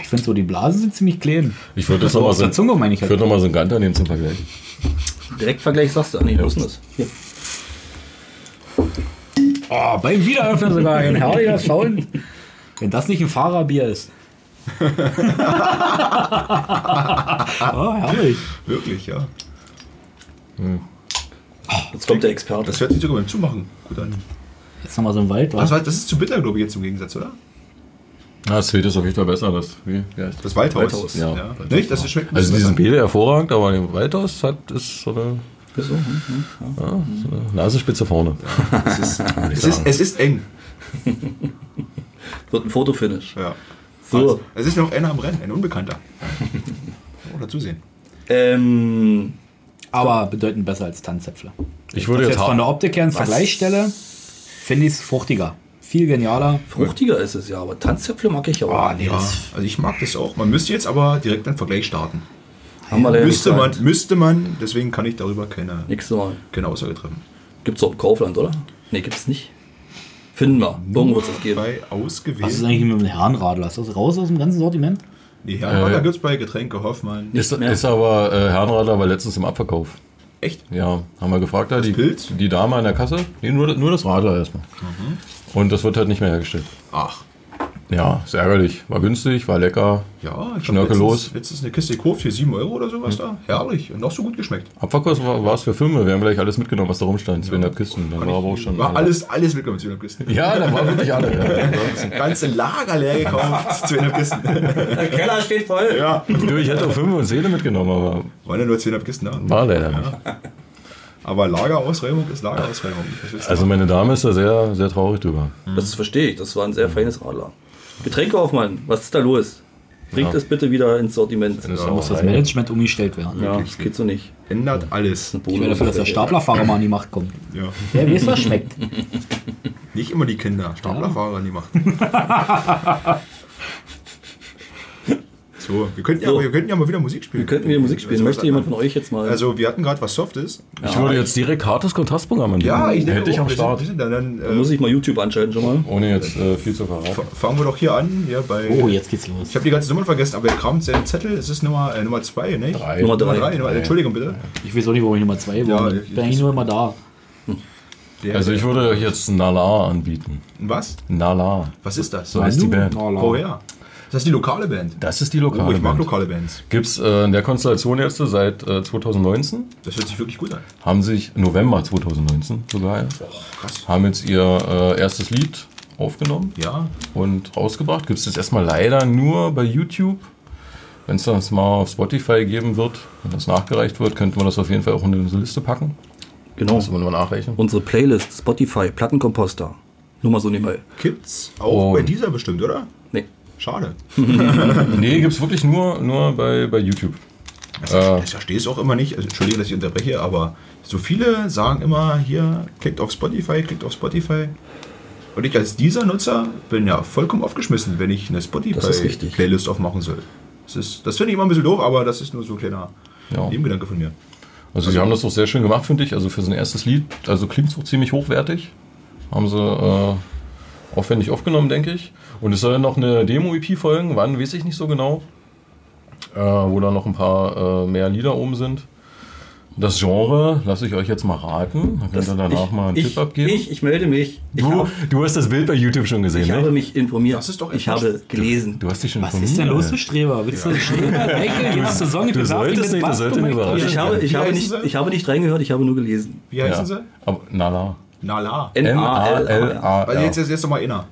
Speaker 1: Ich finde so, die Blasen sind ziemlich klein.
Speaker 4: Ich würde das
Speaker 1: Auf
Speaker 4: nochmal
Speaker 1: der Zunge meine ich
Speaker 4: Ich würde
Speaker 1: halt.
Speaker 4: nochmal so einen Ganter nehmen zum Vergleich.
Speaker 2: Direktvergleich sagst du, ah, nee, wo ist denn das? Hier.
Speaker 1: Oh, beim Wiederöffnen sogar ein herrlicher Sound. Wenn das nicht ein Fahrerbier ist. oh, herrlich.
Speaker 3: Wirklich, ja.
Speaker 2: Jetzt kommt der Experte.
Speaker 3: Das hört sich sogar beim Zumachen gut an.
Speaker 2: Oh.
Speaker 1: Jetzt nochmal so ein Wald,
Speaker 3: Das,
Speaker 1: was?
Speaker 3: war, das ist zu bitter, glaube ich, jetzt im Gegensatz, oder?
Speaker 4: Na, das Sweet ist auf jeden Fall besser. Das, wie, wie heißt
Speaker 3: Das Waldhaus.
Speaker 2: Waldhaus,
Speaker 4: ja.
Speaker 3: Nicht? Das schmeckt ein
Speaker 4: Also
Speaker 3: bisschen
Speaker 4: diesen Bede hervorragend, aber den Waldhaus hat ist so eine,
Speaker 2: hm,
Speaker 4: ja, so eine Nasenspitze vorne.
Speaker 3: besser. es, ist, es, ist, es ist eng.
Speaker 2: Wird ein Fotofinish.
Speaker 3: Ja. Also,
Speaker 2: So.
Speaker 3: Es ist noch einer am Rennen, ein Unbekannter. Oh, dazu sehen.
Speaker 2: Ähm,
Speaker 1: Aber bedeutend besser als Tanzäpfle.
Speaker 4: Ich würde jetzt,
Speaker 1: jetzt von der
Speaker 4: hart.
Speaker 1: Optik her ins
Speaker 2: Was?
Speaker 1: Vergleichsstelle, finde ich es fruchtiger. Viel genialer.
Speaker 2: fruchtiger ist es ja, aber Tanzzäpfle mag ich auch.
Speaker 1: Oh, nee,
Speaker 3: Ja,
Speaker 1: das
Speaker 3: also ich mag das auch. Man müsste jetzt aber direkt einen Vergleich starten.
Speaker 2: Haben wir da ja
Speaker 3: Müsste
Speaker 2: nicht
Speaker 3: man,
Speaker 2: gesagt.
Speaker 3: müsste man, deswegen kann ich darüber keine,
Speaker 2: Nächstes Mal.
Speaker 3: keine Aussage treffen.
Speaker 2: Gibt's auch im Kaufland, oder? Nee, gibt's nicht. Finden wir. Irgendwo wird es geben.
Speaker 3: Bei
Speaker 1: was ist
Speaker 3: ausgewählten.
Speaker 1: eigentlich mit dem Herrenradler? Ist das raus aus dem ganzen Sortiment?
Speaker 3: Nee, Herrn,
Speaker 4: Äh.
Speaker 3: da gibt es bei Getränke Hoffmann.
Speaker 4: Ist,
Speaker 2: mehr.
Speaker 4: ist aber äh, Herrenradler war letztens im Abverkauf.
Speaker 3: Echt?
Speaker 4: Ja, haben wir gefragt da, die,
Speaker 3: Pilz? Mhm.
Speaker 4: die Dame an der Kasse. Nee, nur, nur das Radler erstmal. Und das wird halt nicht mehr hergestellt.
Speaker 3: Ach.
Speaker 4: Ja, ist ärgerlich. War günstig, war lecker.
Speaker 3: Ja, ich
Speaker 4: Schnörkel los.
Speaker 3: Jetzt ist eine Kiste gekauft für 7 Euro oder sowas da. Herrlich. Und noch so gut geschmeckt.
Speaker 4: Abverkauf war es für Firmen. Wir haben gleich alles mitgenommen, was da rumstand. 200 Kisten. Da war aber auch schon.
Speaker 3: War alles, alles willkommen zu einer Kiste.
Speaker 4: Ja, da war wirklich alle. Ja.
Speaker 3: Ganze Lager leer gekauft, 200 Kisten.
Speaker 2: Der Keller steht voll.
Speaker 3: Ja.
Speaker 4: Du, ich hätte auch 5 und Seele mitgenommen, aber
Speaker 3: Waren ja nur 200 Kisten da.
Speaker 4: war leider nicht.
Speaker 3: Aber Lagerausräumung ist Lagerausräumung. Das ist-
Speaker 4: Also meine Dame ist da sehr, sehr traurig drüber.
Speaker 2: Das verstehe ich. Das war ein sehr feines Radler. Getränkeaufmann, was ist da los? Bringt es bitte wieder ins Sortiment.
Speaker 4: ist auch
Speaker 1: Muss das Management umgestellt werden?
Speaker 2: Ja, das geht so nicht.
Speaker 3: ändert alles.
Speaker 1: Ich wäre dafür, dass der Staplerfahrer mal an die Macht kommt.
Speaker 3: Ja.
Speaker 1: Wer weiß, was schmeckt.
Speaker 3: Nicht immer die Kinder, Staplerfahrer, die machen. so, wir könnten,
Speaker 2: So.
Speaker 3: Ja, wir könnten ja mal wieder Musik spielen.
Speaker 2: Wir könnten wieder Musik spielen.
Speaker 3: Also,
Speaker 2: Möchte
Speaker 3: was-
Speaker 2: jemand von euch jetzt mal?
Speaker 3: Also, wir hatten gerade was Softes.
Speaker 4: Ich würde jetzt direkt hartes Kontrastprogramm anbieten.
Speaker 3: Ja, ich denke,
Speaker 4: Hätte ich
Speaker 3: auch,
Speaker 4: am
Speaker 3: wir sind-
Speaker 4: Start.
Speaker 3: wir sind da, dann,
Speaker 2: Da
Speaker 3: äh,
Speaker 2: muss ich mal YouTube anschalten schon mal.
Speaker 4: Ohne jetzt äh, viel zu verraten.
Speaker 3: fa- fangen wir doch hier an. Hier bei,
Speaker 1: Oh, jetzt geht's los.
Speaker 3: Ich habe die ganze Nummer vergessen, aber ihr kramt seinen Zettel. Es ist Nummer 2, äh, Nummer zwei, nicht?
Speaker 4: Drei.
Speaker 2: Nummer
Speaker 3: Nummer
Speaker 2: drei.
Speaker 3: 3, Nummer, Entschuldigung bitte.
Speaker 1: Ich weiß auch nicht, warum ich Nummer 2 war.
Speaker 3: Ja,
Speaker 1: ich
Speaker 3: ich-
Speaker 1: bin eigentlich nur immer da.
Speaker 3: Der,
Speaker 4: Also ich würde euch jetzt Nala anbieten.
Speaker 3: Was?
Speaker 4: Nala.
Speaker 3: Was ist das?
Speaker 4: So heißt die Band.
Speaker 1: Nala.
Speaker 3: Woher? Ist das die lokale Band?
Speaker 4: Das ist die
Speaker 3: Oh,
Speaker 4: lokale
Speaker 3: ich mag
Speaker 4: Band.
Speaker 3: lokale Bands.
Speaker 4: Gibt es äh, in der Konstellation jetzt seit äh, 2019.
Speaker 3: Das hört sich wirklich gut an.
Speaker 4: Haben sich, November 2019 sogar, ja,
Speaker 3: Krass.
Speaker 4: haben jetzt ihr äh, erstes Lied aufgenommen
Speaker 3: Ja,
Speaker 4: und rausgebracht. Gibt es jetzt erstmal leider nur bei YouTube. Wenn es das mal auf Spotify geben wird, wenn das nachgereicht wird, könnte man das auf jeden Fall auch in unsere Liste packen.
Speaker 2: Genau.
Speaker 4: Müssen wir nur nachreichen.
Speaker 2: Unsere Playlist, Spotify, Plattenkomposter. Nur mal so nebenbei.
Speaker 3: gibt's auch
Speaker 4: Oh.
Speaker 3: bei dieser bestimmt, oder?
Speaker 2: Nee.
Speaker 3: Schade.
Speaker 4: Nee, gibt es wirklich nur, nur bei, bei YouTube. Äh,
Speaker 3: Also, ich verstehe es auch immer nicht. Also, Entschuldige, dass ich unterbreche, aber so viele sagen immer hier, klickt auf Spotify, klickt auf Spotify. Und ich als dieser Nutzer bin ja vollkommen aufgeschmissen, wenn ich eine
Speaker 2: ist richtig.
Speaker 3: Spotify-Playlist aufmachen soll. Das, ist- das finde ich immer ein bisschen doof, aber das ist nur so ein kleiner
Speaker 4: Ja.
Speaker 3: Nebengedanke von mir.
Speaker 4: Also sie haben das auch sehr schön gemacht, finde ich. Also für so ein erstes Lied, also klingt es auch ziemlich hochwertig. Haben sie äh, aufwendig aufgenommen, denke ich. Und es soll noch eine Demo-EP folgen, wann weiß ich nicht so genau. Äh, wo da noch ein paar äh, mehr Lieder oben sind. Das Genre lasse ich euch jetzt mal raten. Dann könnt ihr danach mal einen
Speaker 2: ich,
Speaker 4: Tipp abgeben.
Speaker 2: Ich, ich melde mich. Ich,
Speaker 4: du,
Speaker 2: habe,
Speaker 4: du hast das Bild bei YouTube schon gesehen,
Speaker 2: ich
Speaker 4: ne?
Speaker 2: habe mich informiert.
Speaker 3: Das ist doch
Speaker 2: ich
Speaker 3: echt
Speaker 2: habe gelesen.
Speaker 4: Du hast dich schon
Speaker 1: Was ist denn los, du
Speaker 4: informiert.
Speaker 1: Streber? Willst du Streber? Ecke, jetzt zur Sonne
Speaker 4: Du solltest nicht, du solltest nicht überraschen.
Speaker 2: Also Ich habe, ich,
Speaker 3: Wie
Speaker 2: habe
Speaker 3: heißen
Speaker 2: nicht,
Speaker 3: sie?
Speaker 2: ich habe nicht reingehört, ich habe nur gelesen.
Speaker 3: Wie
Speaker 4: Ja.
Speaker 3: heißen sie?
Speaker 4: Aber, Nala.
Speaker 3: Nala.
Speaker 2: N-A-L-A.
Speaker 4: N-A-L-A.
Speaker 3: Also jetzt, jetzt, jetzt nochmal inner.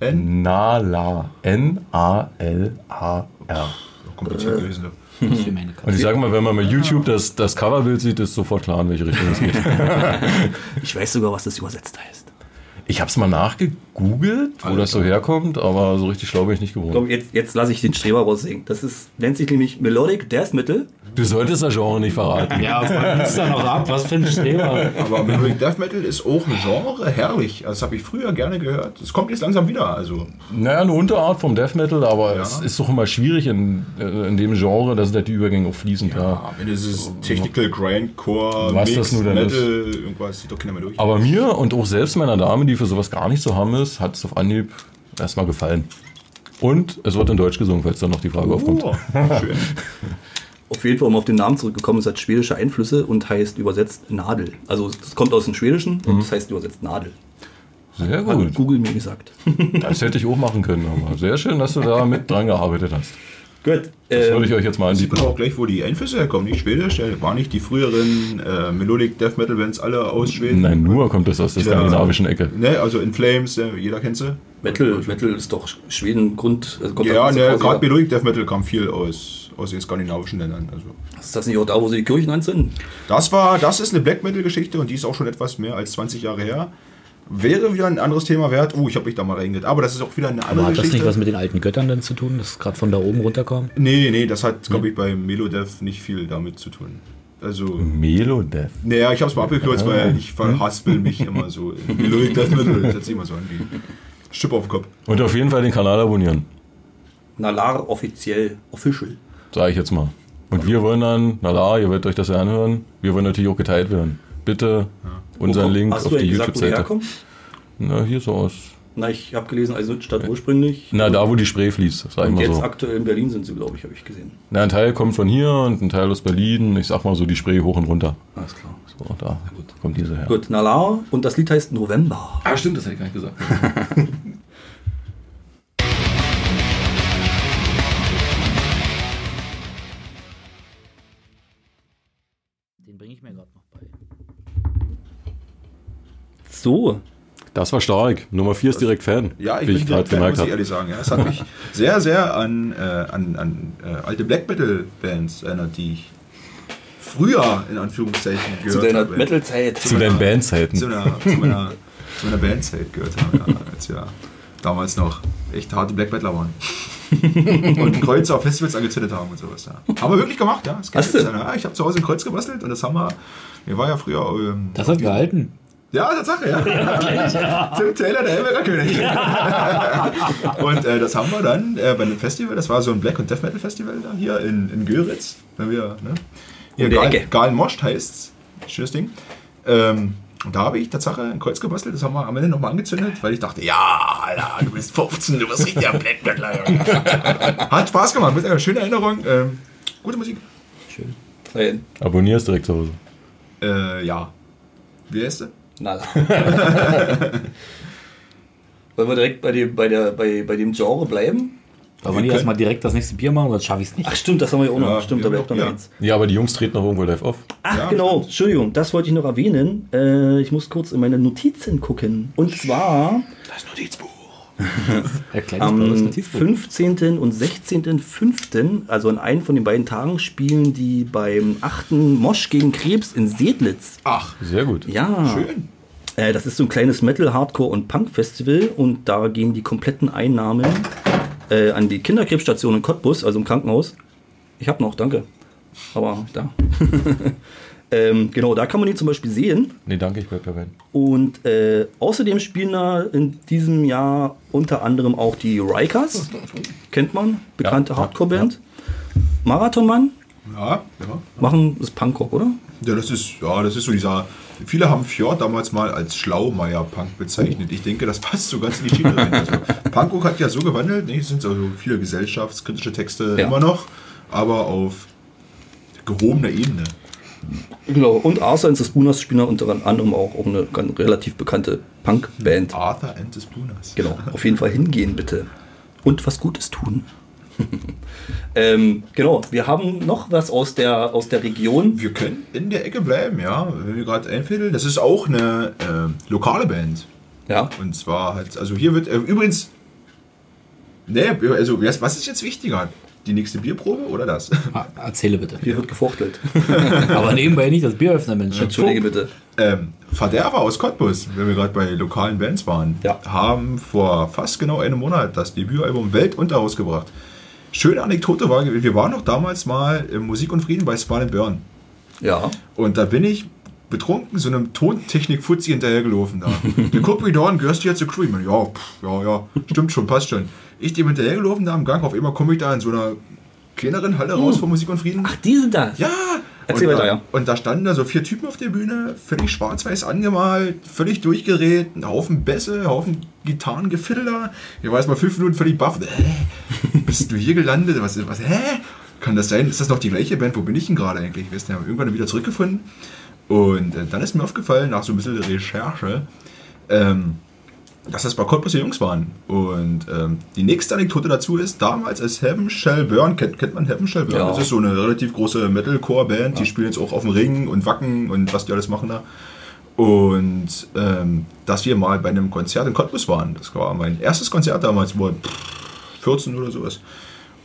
Speaker 3: N.
Speaker 4: Nala. N-A-L-A-R. Äh.
Speaker 3: Kompliziert gewesen.
Speaker 4: Und ich sage mal, wenn man mal YouTube das, das Coverbild sieht, ist sofort klar, in welche Richtung es geht.
Speaker 2: Ich weiß sogar, was das übersetzt heißt.
Speaker 4: Ich habe es mal nachgegoogelt, wo das so herkommt, aber so richtig schlau bin ich nicht geworden.
Speaker 2: Komm, jetzt, jetzt lasse ich den Streber raussingen. Das ist, nennt sich nämlich Melodic Death Metal.
Speaker 4: Du solltest das Genre nicht verraten.
Speaker 1: Ja, was ist da noch ab? Was für ein Streber?
Speaker 3: Aber Melodic Death Metal ist auch ein Genre, herrlich. Das habe ich früher gerne gehört. Es kommt jetzt langsam wieder. Also,
Speaker 4: Naja, eine Unterart vom Death Metal, aber
Speaker 3: Ja.
Speaker 4: es ist doch immer schwierig in, äh, in dem Genre, da sind halt die Übergänge auch fließend da.
Speaker 3: am Ende Ah, ist es Technical Grindcore,
Speaker 4: Was das nun denn
Speaker 3: Metal,
Speaker 4: ist.
Speaker 3: irgendwas, sieht doch keiner mehr durch.
Speaker 4: Aber mir und auch selbst meiner Dame, die für sowas gar nicht zu haben ist, hat es auf Anhieb erstmal gefallen. Und es wird in Deutsch gesungen, falls da noch die Frage aufkommt.
Speaker 3: Oh, schön.
Speaker 2: Auf jeden Fall, um auf den Namen zurückgekommen, es hat schwedische Einflüsse und heißt übersetzt Nadel. Also das kommt aus dem Schwedischen und das heißt übersetzt Nadel.
Speaker 4: Uh, Sehr
Speaker 2: Hat
Speaker 4: gut.
Speaker 2: Google mir gesagt.
Speaker 4: Das hätte ich auch machen können. Aber sehr schön, dass du da mit dran gearbeitet hast.
Speaker 2: Gut.
Speaker 4: Das
Speaker 2: ähm,
Speaker 4: würde ich euch jetzt mal
Speaker 3: Sieht
Speaker 4: anbieten.
Speaker 3: man auch gleich, wo die Einflüsse herkommen. Nicht schwedisch, äh, war nicht die früheren äh, Melodic Death Metal Bands alle aus Schweden.
Speaker 4: Nein, nur kommt das aus der
Speaker 3: Ja.
Speaker 4: skandinavischen Ecke.
Speaker 3: Ne, also In Flames, äh, jeder kennt sie.
Speaker 2: Metal, Metal ist doch Schweden Grund. Also kommt
Speaker 3: Ja,
Speaker 2: das
Speaker 3: ne,
Speaker 2: quasi-
Speaker 3: gerade Melodic Death Metal kam viel aus, aus den skandinavischen Ländern. Also.
Speaker 2: Ist das nicht auch da, wo sie die Kirchen anzünden?
Speaker 3: Das war, das ist eine Black Metal Geschichte und die ist auch schon etwas mehr als 20 Jahre her. Wäre wieder ein anderes Thema wert. Oh, ich habe mich da mal reingeredet. Aber das ist auch wieder eine andere
Speaker 1: Aber hat das
Speaker 3: Geschichte.
Speaker 1: nicht was mit den alten Göttern denn zu tun, das gerade von da oben runterkam?
Speaker 3: nee, nee, das hat, glaube ich, bei Melodev nicht viel damit zu tun. Also,
Speaker 1: Hm.
Speaker 4: Melodeath.
Speaker 3: naja, ich habe es mal abgekürzt,
Speaker 1: Ah.
Speaker 3: weil ich verhaspel
Speaker 1: Hm.
Speaker 3: mich immer so. in Melodic Death Metal, das setze ich immer so an. Die Schippe auf den Kopf.
Speaker 4: Und auf jeden Fall den Kanal abonnieren,
Speaker 2: Nalar offiziell, official.
Speaker 4: sage ich jetzt mal. Und wir wollen dann, na la, ihr werdet euch das ja anhören, wir wollen natürlich auch geteilt werden. Bitte
Speaker 2: Wo
Speaker 4: unseren
Speaker 2: kommt-
Speaker 4: Link
Speaker 2: Hast
Speaker 4: auf
Speaker 2: du
Speaker 4: die
Speaker 2: eigentlich gesagt, wo der
Speaker 4: YouTube-Seite.
Speaker 2: herkommt?
Speaker 4: Na, hier so aus.
Speaker 2: Na, ich habe gelesen, Eisenhüttenstadt ursprünglich.
Speaker 4: Na, da wo die Spree fließt, sag ich
Speaker 2: Und
Speaker 4: mal
Speaker 2: jetzt
Speaker 4: so.
Speaker 2: aktuell in Berlin sind sie, glaube ich, habe ich gesehen.
Speaker 4: Na, ein Teil kommt von hier und ein Teil aus Berlin. Ich sag mal so die Spree hoch und runter.
Speaker 2: Alles klar.
Speaker 4: So, da kommt diese her.
Speaker 2: Gut, Nalar und das Lied heißt November.
Speaker 4: Ah, stimmt, das hätte ich gar nicht gesagt.
Speaker 1: Den bringe ich mir gerade noch bei.
Speaker 2: So,
Speaker 4: Das war stark. Nummer 4 ist direkt Fan.
Speaker 3: Ja, ich
Speaker 4: wie
Speaker 3: bin
Speaker 4: ich gerade
Speaker 3: direkt,
Speaker 4: gemerkt
Speaker 3: muss ich
Speaker 4: habe.
Speaker 3: ehrlich sagen. Ja, es hat mich sehr, sehr an, äh, an, an äh, alte Black Metal Bands erinnert, die ich früher in Anführungszeichen gehört
Speaker 2: zu deiner
Speaker 3: habe.
Speaker 2: Metal-Zeit.
Speaker 4: Zu
Speaker 3: Genau.
Speaker 4: deinen Bandzeiten.
Speaker 3: zu meiner, zu meiner, zu meiner Bandzeit gehört habe, ja, als wir damals noch echt harte Black Battler waren. und Kreuze auf Festivals angezündet haben und sowas. Ja. Haben wir wirklich gemacht, ja. Das kennt
Speaker 2: Hast du?
Speaker 3: jetzt einer. Ja, ich habe zu Hause ein Kreuz gebastelt und das haben wir. Mir war ja früher. Ähm,
Speaker 1: Das hat gehalten.
Speaker 3: ja, Tatsache, ja. Tim Taylor, der Helmerkönig. und äh, das haben wir dann äh, bei einem Festival, das war so ein Black- und Death Metal-Festival da hier in, in Göritz. Wenn wir, ne? Hier,
Speaker 2: Um die
Speaker 3: Gal,
Speaker 2: Ecke.
Speaker 3: Galmoscht heißt Schönes Ding. Ähm, und da habe ich Tatsache ein Kreuz gebastelt, das haben wir am Ende nochmal angezündet, weil ich dachte, ja, Alter, du bist 15, du bist richtig ein Black Metal. Junge. Hat Spaß gemacht, mit einer schönen Erinnerung. Ähm, gute Musik.
Speaker 2: Nein,
Speaker 4: Abonnierst direkt zu Hause.
Speaker 3: Äh, ja. Wie heißt sie?
Speaker 2: Nalar. Wollen wir direkt bei dem, bei der, bei, bei dem Genre bleiben?
Speaker 1: Da wollen die
Speaker 3: können-
Speaker 1: erstmal direkt das nächste Bier machen, sonst schaffe ich es nicht.
Speaker 2: Ach stimmt, das haben wir ja auch noch.
Speaker 3: Ja,
Speaker 2: stimmt,
Speaker 3: ja,
Speaker 2: da bleibt noch
Speaker 3: ja.
Speaker 2: eins.
Speaker 4: Ja, aber die Jungs treten noch irgendwo live auf.
Speaker 2: Ach
Speaker 3: Ja,
Speaker 2: genau, Entschuldigung, das wollte ich noch erwähnen. Äh, ich muss kurz in meine Notizen gucken. Und zwar
Speaker 3: Das Notizbuch.
Speaker 1: Ein kleines blaues
Speaker 2: am
Speaker 1: Notizbuch.
Speaker 2: 15. und 16.05., also an einem von den beiden Tagen, spielen die beim 8. Mosch gegen Krebs in Sedlitz.
Speaker 3: Ach,
Speaker 4: Sehr gut.
Speaker 2: Ja,
Speaker 3: schön.
Speaker 2: Äh, das ist so ein kleines Metal, Hardcore und Punk-Festival und da gehen die kompletten Einnahmen äh, an die Kinderkrebsstation in Cottbus, also im Krankenhaus. Ich habe noch, danke. Aber da. ähm, genau, da kann man die zum Beispiel sehen.
Speaker 4: Nee, danke, ich bleib dabei.
Speaker 2: Und äh, außerdem spielen da in diesem Jahr unter anderem auch die Rikers. Kennt man, bekannte
Speaker 4: Ja, ja,
Speaker 2: Hardcore-Band. Marathonmann
Speaker 3: Ja, ja.
Speaker 2: machen das Punkrock, oder?
Speaker 3: Ja, das ist, ja, das ist so dieser. Viele haben Fjord damals mal als Schlaumeier-Punk bezeichnet. Ich denke, das passt so ganz in die Schiene rein. Also, Punkrock hat ja so gewandelt, ne? es sind so viele gesellschaftskritische Texte
Speaker 2: Ja.
Speaker 3: immer noch, aber auf gehobener Ebene.
Speaker 2: Genau. Und Arthur and the Spooners spielen da unter anderem auch, auch eine ganz relativ bekannte Punk-Band.
Speaker 3: Arthur and the Spooners.
Speaker 2: Genau, auf jeden Fall hingehen bitte. Und was Gutes tun. ähm, genau, wir haben noch was aus der, aus der Region.
Speaker 3: Wir können in der Ecke bleiben, ja, wenn wir gerade einfädeln. Das ist auch eine äh, lokale Band.
Speaker 2: Ja,
Speaker 3: Und zwar halt, also hier wird, äh, übrigens, ne, also was was ist jetzt wichtiger? Die nächste Bierprobe oder das?
Speaker 1: Ah, Erzähle bitte.
Speaker 2: hier wird gefuchtelt.
Speaker 1: Aber nebenbei nicht das Bier öffnen, Mensch.
Speaker 2: Entschuldige bitte.
Speaker 3: Ähm, Verderber aus Cottbus, wenn wir gerade bei lokalen Bands waren,
Speaker 2: Ja.
Speaker 3: haben vor fast genau einem Monat das Debütalbum Weltunter rausgebracht. Schöne Anekdote war, wir waren noch damals mal im Musik und Frieden bei Span Burn.
Speaker 2: Ja,
Speaker 3: Und da bin ich betrunken so einem Tontechnik-Fuzzi hinterhergelaufen da. Der guckt mich da an, gehörst du jetzt zur Crew? Ich meine, ja, pff, ja, ja, stimmt schon, passt schon. Ich dem hinterhergelaufen da im Gang, auf einmal komme ich da in so einer kleineren Halle raus von Musik und Frieden.
Speaker 2: die sind da. Ja.
Speaker 3: Ja!
Speaker 2: Erzähl
Speaker 3: und,
Speaker 2: weiter,
Speaker 3: da,
Speaker 2: ja.
Speaker 3: und da standen da so vier Typen auf der Bühne, völlig schwarz-weiß angemalt, völlig durchgerät, ein Haufen Bässe, ein Haufen Gitarrengefiddler. Ich war erst mal fünf Minuten völlig baff. Äh, bist du hier gelandet? Was, was, hä? Kann das sein? Ist das noch die gleiche Band? Wo bin ich denn gerade eigentlich? Wir sind ja irgendwann wieder zurückgefunden. Und äh, dann ist mir aufgefallen, nach so ein bisschen Recherche, ähm, dass das bei Cottbus die Jungs waren. Und ähm, die nächste Anekdote dazu ist, damals als Heaven Shall Burn, kennt, kennt man Heaven Shall Burn?
Speaker 2: Ja.
Speaker 3: Das ist so eine relativ große Metalcore-Band, die spielen jetzt auch auf dem Ring und Wacken und was die alles machen da. Und ähm, dass wir mal bei einem Konzert in Cottbus waren, das war mein erstes Konzert damals, wo pff, 14 oder sowas.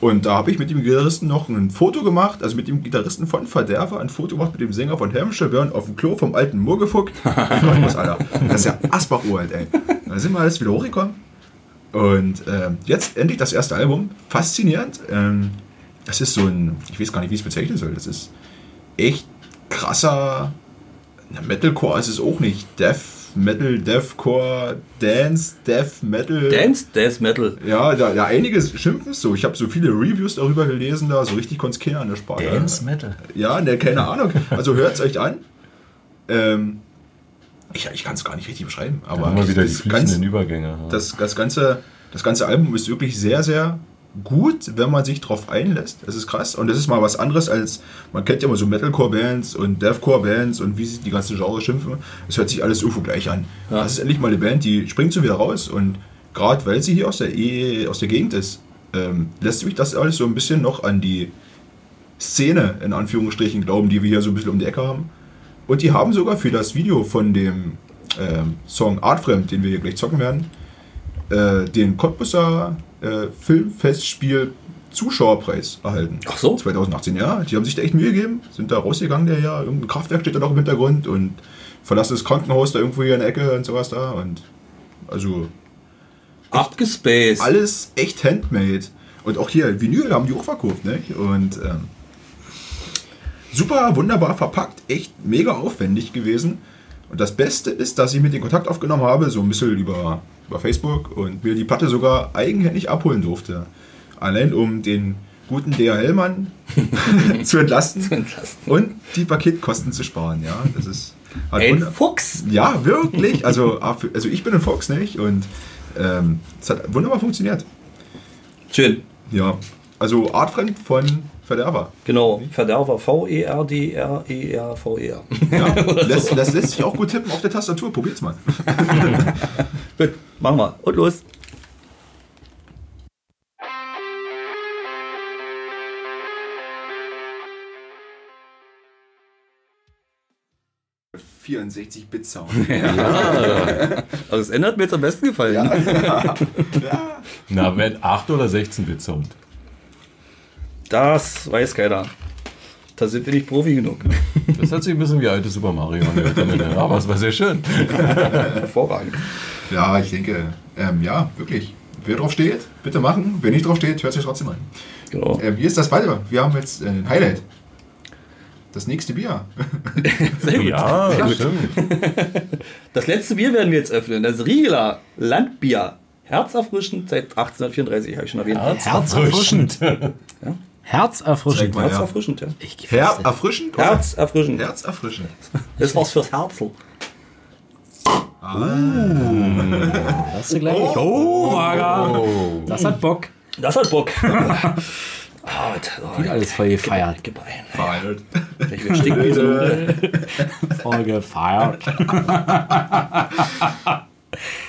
Speaker 3: Und da habe ich mit dem Gitarristen noch ein Foto gemacht, also mit dem Gitarristen von Verderber ein Foto gemacht mit dem Sänger von Hermscher Burn auf dem Klo vom alten Moor gefuckt. Ich mach was, Alter. Das ist ja Asbach uralt, ey. Da sind wir alles wieder hochgekommen. Und ähm, jetzt endlich das erste Album. Faszinierend. Ähm, das ist so ein, ich weiß gar nicht, wie ich es bezeichnen soll. Das ist echt krasser. Na, Metalcore ist es auch nicht. Death Metal, Deathcore, Dance, Death Metal.
Speaker 2: Dance, Death Metal.
Speaker 3: Ja, da, ja, einige schimpfen es so. Ich habe so viele Reviews darüber gelesen, da so richtig konnte an der Sprache.
Speaker 4: Metal.
Speaker 3: Ja, ne, keine Ahnung. Also hört es euch an. Ähm, ich ich kann es gar nicht richtig beschreiben, aber
Speaker 4: Immer wieder die
Speaker 3: das, ganz,
Speaker 4: fließenden Übergänge. ja.
Speaker 3: das, das, ganze, das ganze Album ist wirklich sehr, sehr gut, wenn man sich drauf einlässt. Das ist krass und das ist mal was anderes als, man kennt ja immer so Metalcore-Bands und Deathcore-Bands und wie sie die ganzen Genres schimpfen. Es hört sich alles irgendwo gleich an. Das ist endlich mal eine Band, die springt so wieder raus und gerade weil sie hier aus der, e aus der Gegend ist, ähm, lässt mich das alles so ein bisschen noch an die Szene, in Anführungsstrichen, glauben, die wir hier so ein bisschen um die Ecke haben. Und die haben sogar für das Video von dem ähm, Song Artfremd, den wir hier gleich zocken werden, äh, den Cottbusser äh, Filmfestspiel Zuschauerpreis erhalten.
Speaker 2: Ach so.
Speaker 3: 2018, ja. Die haben sich da echt Mühe gegeben, sind da rausgegangen, der ja, irgendein Kraftwerk steht da noch im Hintergrund und verlassen das Krankenhaus da irgendwo hier in der Ecke und sowas da. Und also
Speaker 2: Abgespaced.
Speaker 3: alles echt handmade. Und auch hier Vinyl haben die auch verkauft, nicht? Und ähm, super, wunderbar verpackt, echt mega aufwendig gewesen. Und das Beste ist, dass ich mit den Kontakt aufgenommen habe, so ein bisschen über, über Facebook und mir die Platte sogar eigenhändig abholen durfte. Allein um den guten DHL-Mann zu entlasten,
Speaker 2: entlasten.
Speaker 3: und die Paketkosten zu sparen. Ja, das ist hat
Speaker 2: Ein
Speaker 3: wunder-
Speaker 2: Fuchs.
Speaker 3: ja, wirklich. Also, also ich bin ein Fox, nicht? Und ähm, es hat wunderbar funktioniert.
Speaker 2: Schön.
Speaker 3: Ja. Also artfremd von Verderber.
Speaker 2: Genau. Verderber. E V-E-R-D-R-E-R-V-E-R.
Speaker 3: Ja. lässt, das lässt sich auch gut tippen auf der Tastatur. Probiert's mal.
Speaker 2: Gut, machen wir. Und los.
Speaker 3: Ja. 64-Bit-Sound.
Speaker 2: Also das Ende hat mir jetzt am besten gefallen.
Speaker 4: Na, mit 8 oder 16 Bit Sound.
Speaker 2: Das weiß keiner. Da sind wir nicht Profi genug.
Speaker 4: Das hat sich ein bisschen wie alte Super Mario angehört. Ja, aber es war sehr schön.
Speaker 2: Hervorragend.
Speaker 3: Ja, ich denke, ähm, ja, wirklich. Wer drauf steht, bitte machen. Wer nicht drauf steht, hört sich trotzdem an.
Speaker 2: Genau.
Speaker 3: Ähm, hier ist das weiter. Wir haben jetzt äh, ein Highlight. Das nächste Bier.
Speaker 2: Sehr gut.
Speaker 4: Ja, stimmt.
Speaker 2: Das letzte Bier werden wir jetzt öffnen. Das Riegeler Landbier. Herzerfrischend seit 1834, habe ich schon erwähnt.
Speaker 1: Herzerfrischend. Herzerfrischend.
Speaker 3: Zeig mal.
Speaker 2: Herzerfrischend, ja.
Speaker 1: Ich geh
Speaker 3: Herb
Speaker 1: fest.
Speaker 3: erfrischend? oder?
Speaker 2: Herzerfrischend.
Speaker 3: Herz erfrischend.
Speaker 2: Das war's fürs Herzl.
Speaker 1: Hast du gleich? oh, Das hat Bock.
Speaker 2: Das hat Bock. Ah, oh,
Speaker 1: Wieder alles voll gefeiert.
Speaker 2: Gib ein.
Speaker 3: Verheilt.
Speaker 2: Ich will stinken wie so ein Hunde.
Speaker 1: Voll gefeiert.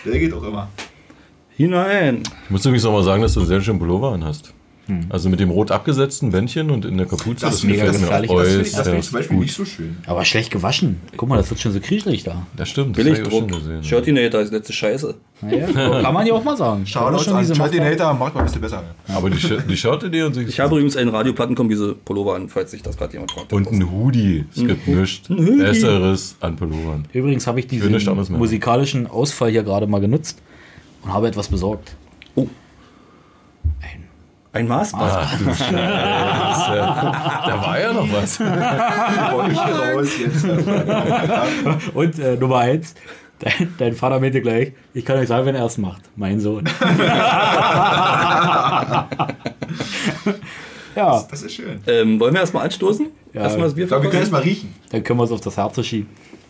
Speaker 3: Der geht auch immer.
Speaker 2: Hinein.
Speaker 4: Ich muss übrigens nochmal sagen, dass du einen sehr schönen Pullover anhast. Also mit dem rot abgesetzten Bändchen und in der Kapuze.
Speaker 3: Das genau. finde
Speaker 1: ich- das
Speaker 4: gefällt mir
Speaker 1: finde
Speaker 3: Das finde ich, das
Speaker 4: äußerst
Speaker 3: finde ich zum Beispiel
Speaker 4: gut.
Speaker 3: nicht so schön.
Speaker 1: Aber schlecht gewaschen. Guck mal, das wird schon so kriechlich da.
Speaker 4: Das stimmt. Das habe ich auch
Speaker 2: Billigdruck.
Speaker 4: schon gesehen.
Speaker 2: Shirtinator ist letzte Scheiße.
Speaker 1: Naja, kann man ja auch mal sagen.
Speaker 3: Schade,
Speaker 1: schon diese Machbar-
Speaker 3: Hater macht mal ein bisschen besser.
Speaker 4: Aber die, Shir die Shirtidee und sich
Speaker 2: Ich habe übrigens einen Radioplattenkombi diese Pullover an, falls sich das gerade jemand fragt.
Speaker 4: und ein Hoodie. Es gibt nichts
Speaker 2: Hoodie.
Speaker 4: Besseres an Pullovern.
Speaker 1: Übrigens habe ich diesen
Speaker 4: nichts anderes mehr.
Speaker 1: musikalischen Ausfall hier gerade mal genutzt und habe etwas besorgt.
Speaker 2: Oh. Ein Maßband.
Speaker 4: Ach, du Scheiße. Da war ja noch was.
Speaker 3: Boah, ich raus jetzt.
Speaker 1: Und äh, Nummer eins, dein, dein Vater meinte gleich, ich kann euch sagen, wenn er es macht. Mein Sohn. ja,
Speaker 3: Das ist schön.
Speaker 2: Ähm, wollen wir erstmal anstoßen?
Speaker 1: Ja.
Speaker 2: Erstmal das Bier
Speaker 3: Ich glaube, wir
Speaker 2: verkosten?
Speaker 3: können es mal riechen.
Speaker 1: dann können wir es auf das Herz schieben.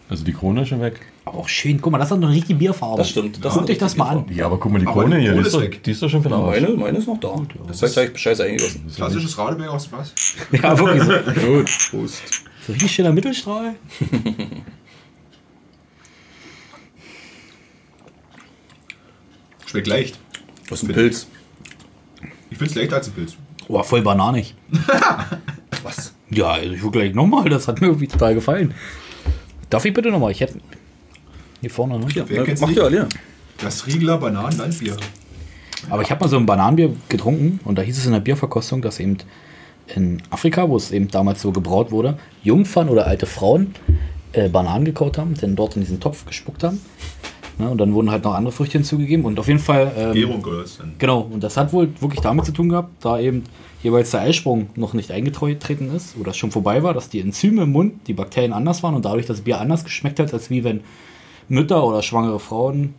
Speaker 4: Also die Krone ist schon weg.
Speaker 1: Aber auch schön, guck mal, das hat noch eine richtige Bierfarbe.
Speaker 2: Das stimmt. Das
Speaker 1: Guckt
Speaker 2: ist
Speaker 1: euch das mal an.
Speaker 4: Ja, aber guck mal, die
Speaker 3: Aber
Speaker 4: Krone
Speaker 3: die
Speaker 4: hier, die
Speaker 3: Krone
Speaker 4: ist,
Speaker 3: ist
Speaker 4: doch,
Speaker 3: weg.
Speaker 4: die ist doch schon für den Arsch.
Speaker 2: Meine, meine ist noch da. Das heißt, habe ich scheiße eingegossen.
Speaker 3: Klassisches Radeberg aus dem Fass.
Speaker 1: Ja, wirklich so.
Speaker 4: Gut. Prost.
Speaker 1: so richtig schöner Mittelstrahl.
Speaker 3: Schmeckt leicht.
Speaker 2: Das ist ein Pilz.
Speaker 3: Ich finde es leichter als ein Pilz.
Speaker 1: Boah, Oh, voll bananig.
Speaker 2: Was?
Speaker 1: Ja, also ich will gleich nochmal, das hat mir irgendwie total gefallen. Darf ich bitte nochmal? Ich hätte. Hier vorne, ne?
Speaker 2: Ja,
Speaker 3: Wer kennt's
Speaker 2: macht
Speaker 3: nicht?
Speaker 2: ja alle.
Speaker 3: Das Riegler Bananen Landbier.
Speaker 1: Aber ich habe mal so ein Bananenbier getrunken und da hieß es in der Bierverkostung, dass eben in Afrika, wo es eben damals so gebraut wurde, Jungfern oder alte Frauen äh, Bananen gekaut haben, dann dort in diesen Topf gespuckt haben. Ne, und dann wurden halt noch andere Früchte hinzugegeben und auf jeden Fall. ähm,
Speaker 3: Gärung oder was dann?
Speaker 1: Genau, und das hat wohl wirklich damit zu tun gehabt, da eben jeweils der Eisprung noch nicht eingetreten ist oder schon vorbei war, dass die Enzyme im Mund, die Bakterien anders waren und dadurch das Bier anders geschmeckt hat, als wie wenn Mütter oder schwangere Frauen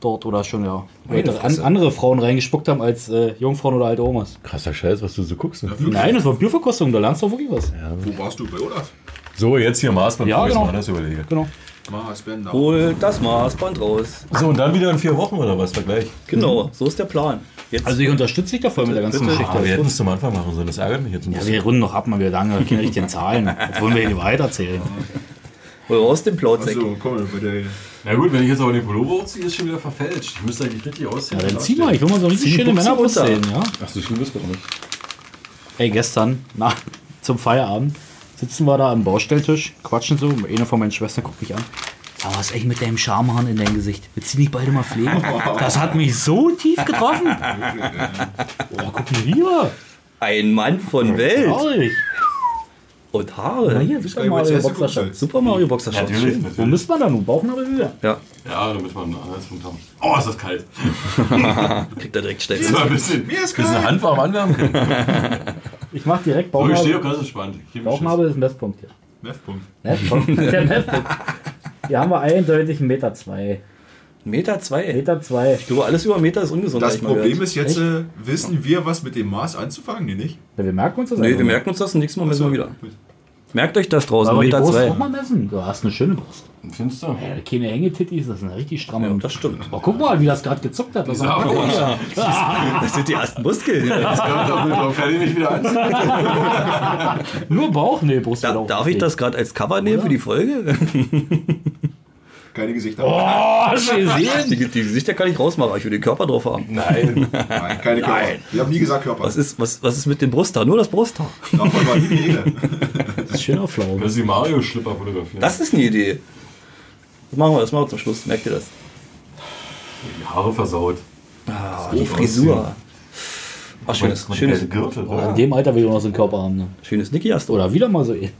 Speaker 1: dort oder schon ja
Speaker 2: Meine
Speaker 1: ältere- an,
Speaker 2: Fresse.
Speaker 1: andere Frauen reingespuckt haben als äh, Jungfrauen oder alte Omas.
Speaker 4: Krasser Scheiß, was du so guckst. ne?
Speaker 1: Nein, das war Bierverkostung, da lernst du auch wirklich was. Ja,
Speaker 3: Wo warst du bei Olaf?
Speaker 4: So, jetzt hier Maßband.
Speaker 1: Ja,
Speaker 4: probier's
Speaker 1: genau.
Speaker 4: mal, das überlege.
Speaker 1: genau.
Speaker 3: Mars Bender.
Speaker 2: Hol das Maßband raus.
Speaker 4: So, und dann wieder in vier Wochen oder was? Vergleich.
Speaker 2: Genau,
Speaker 3: Mhm.
Speaker 2: so ist der Plan. Jetzt
Speaker 1: Also ich unterstütze dich da voll mit der ganzen
Speaker 2: Bitte, bitte.
Speaker 1: Geschichte.
Speaker 4: Ah, wir hätten es zum Anfang machen sollen. Das ärgert mich jetzt ein
Speaker 1: Ja,
Speaker 4: bisschen.
Speaker 1: wir runden noch ab, mal wieder lange, ich kann nicht den Zahlen. Jetzt wollen wir hier weiterzählen.
Speaker 2: hol raus den Plauzeck.
Speaker 3: Achso, komm, bei der.
Speaker 4: Na gut, wenn ich jetzt aber den Pullover ziehe, ist schon wieder verfälscht. Ich müsste eigentlich richtig aussehen.
Speaker 1: Ja, dann zieh mal, ich will mal so richtig
Speaker 2: Zieh die
Speaker 1: schöne
Speaker 2: Buchse
Speaker 1: Männerbrust
Speaker 2: runter.
Speaker 1: sehen, ja.
Speaker 4: Ach, so schlimm ist gar nicht.
Speaker 1: Ey, gestern, nach, zum Feierabend, sitzen wir da am Baustelltisch, quatschen so. Eine von meinen Schwestern guckt mich an. Sag, mal, was ist echt mit deinem Schamhahn in deinem Gesicht? Willst du nicht beide mal pflegen? Das hat mich so tief getroffen. Oh, guck mal hier.
Speaker 2: Ein Mann von Welt
Speaker 1: Traurig.
Speaker 2: und Haare.
Speaker 1: hier,
Speaker 3: Ja,
Speaker 1: Super
Speaker 3: ich wollte
Speaker 1: Mario
Speaker 3: zuerst geguckt
Speaker 1: Boxer.
Speaker 3: halt.
Speaker 2: Super Mario Boxer Shorts.
Speaker 4: Natürlich,
Speaker 2: Schön.
Speaker 1: Wo
Speaker 4: natürlich.
Speaker 1: müsst man da nun? Bauchnabel wieder.
Speaker 2: Ja,
Speaker 4: Ja, damit wir einen Anhaltspunkt haben. Oh, ist das kalt.
Speaker 2: kriegt er direkt
Speaker 4: Das
Speaker 2: Stecken.
Speaker 4: war ein bisschen, Mir ist kalt. bisschen handwarm anwärmen können.
Speaker 1: Ich mach direkt
Speaker 4: So, ich stehe
Speaker 1: Bauchnabel.
Speaker 4: auch ganz entspannt. Ich gebe mir
Speaker 1: Bauchnabel ist ein Messpunkt hier.
Speaker 3: Meffpunkt.
Speaker 1: Messpunkt? Der Messpunkt. Hier haben wir eindeutig 1,2 Meter. Zwei.
Speaker 2: Meter zwei.
Speaker 1: Meter zwei.
Speaker 2: Ich glaube, alles über Meter ist ungesund.
Speaker 3: Das
Speaker 2: hab ich mal
Speaker 3: Problem
Speaker 2: gehört.
Speaker 3: ist jetzt, äh, wissen wir, was mit dem Mars anzufangen? Nee, nicht?
Speaker 1: Ja, Wir merken uns das
Speaker 2: Nee,
Speaker 1: einfach
Speaker 2: wir
Speaker 1: mal.
Speaker 2: merken uns das und nächstes Mal messen wir wieder.
Speaker 3: Gut.
Speaker 2: Merkt euch das draußen,
Speaker 1: Aber die
Speaker 2: Meter
Speaker 1: Brust
Speaker 2: zwei.
Speaker 1: auch mal messen. Du hast eine schöne Brust.
Speaker 4: Schluss. Findest du?
Speaker 1: Ja, Äh, keine Hängetittis, das ist eine richtig stramme.
Speaker 2: Ja, das stimmt.
Speaker 1: Oh, guck mal, wie das gerade gezuckt hat. Das
Speaker 4: Ja,
Speaker 1: war-
Speaker 4: aber
Speaker 2: Das sind die ersten Muskeln. Da,
Speaker 4: Warum kann ich mich wieder anziehen?
Speaker 1: Nur Bauch, nee, Brust.
Speaker 3: genau.
Speaker 1: wird auch
Speaker 2: darf ich
Speaker 1: nicht.
Speaker 2: das gerade als Cover nehmen für die Folge?
Speaker 3: Keine Gesichter.
Speaker 1: Oh, hast du gesehen?
Speaker 2: Die, die Gesichter kann ich rausmachen, aber ich will den Körper drauf haben.
Speaker 4: Nein.
Speaker 3: Nein, keine Körper. Wir haben nie gesagt Körper.
Speaker 2: Was ist, was, was ist mit dem Brusthaar? Nur das Brusthaar.
Speaker 3: Davon war nie die Rede.
Speaker 1: Das ist schöner Flau.
Speaker 4: Lass die Mario-Schlipper fotografieren.
Speaker 2: Das ist eine Idee. Das machen wir, das machen wir zum Schluss. Merkt ihr das?
Speaker 4: Die Haare versaut.
Speaker 2: Ah, die Frisur. Ach, schönes,
Speaker 4: Und
Speaker 2: schönes,
Speaker 4: der Gürtel.
Speaker 1: Aber in dem Alter will ich noch so einen Körper haben. Ne?
Speaker 2: schönes Niki hast du.
Speaker 1: Oder wieder mal so. eh.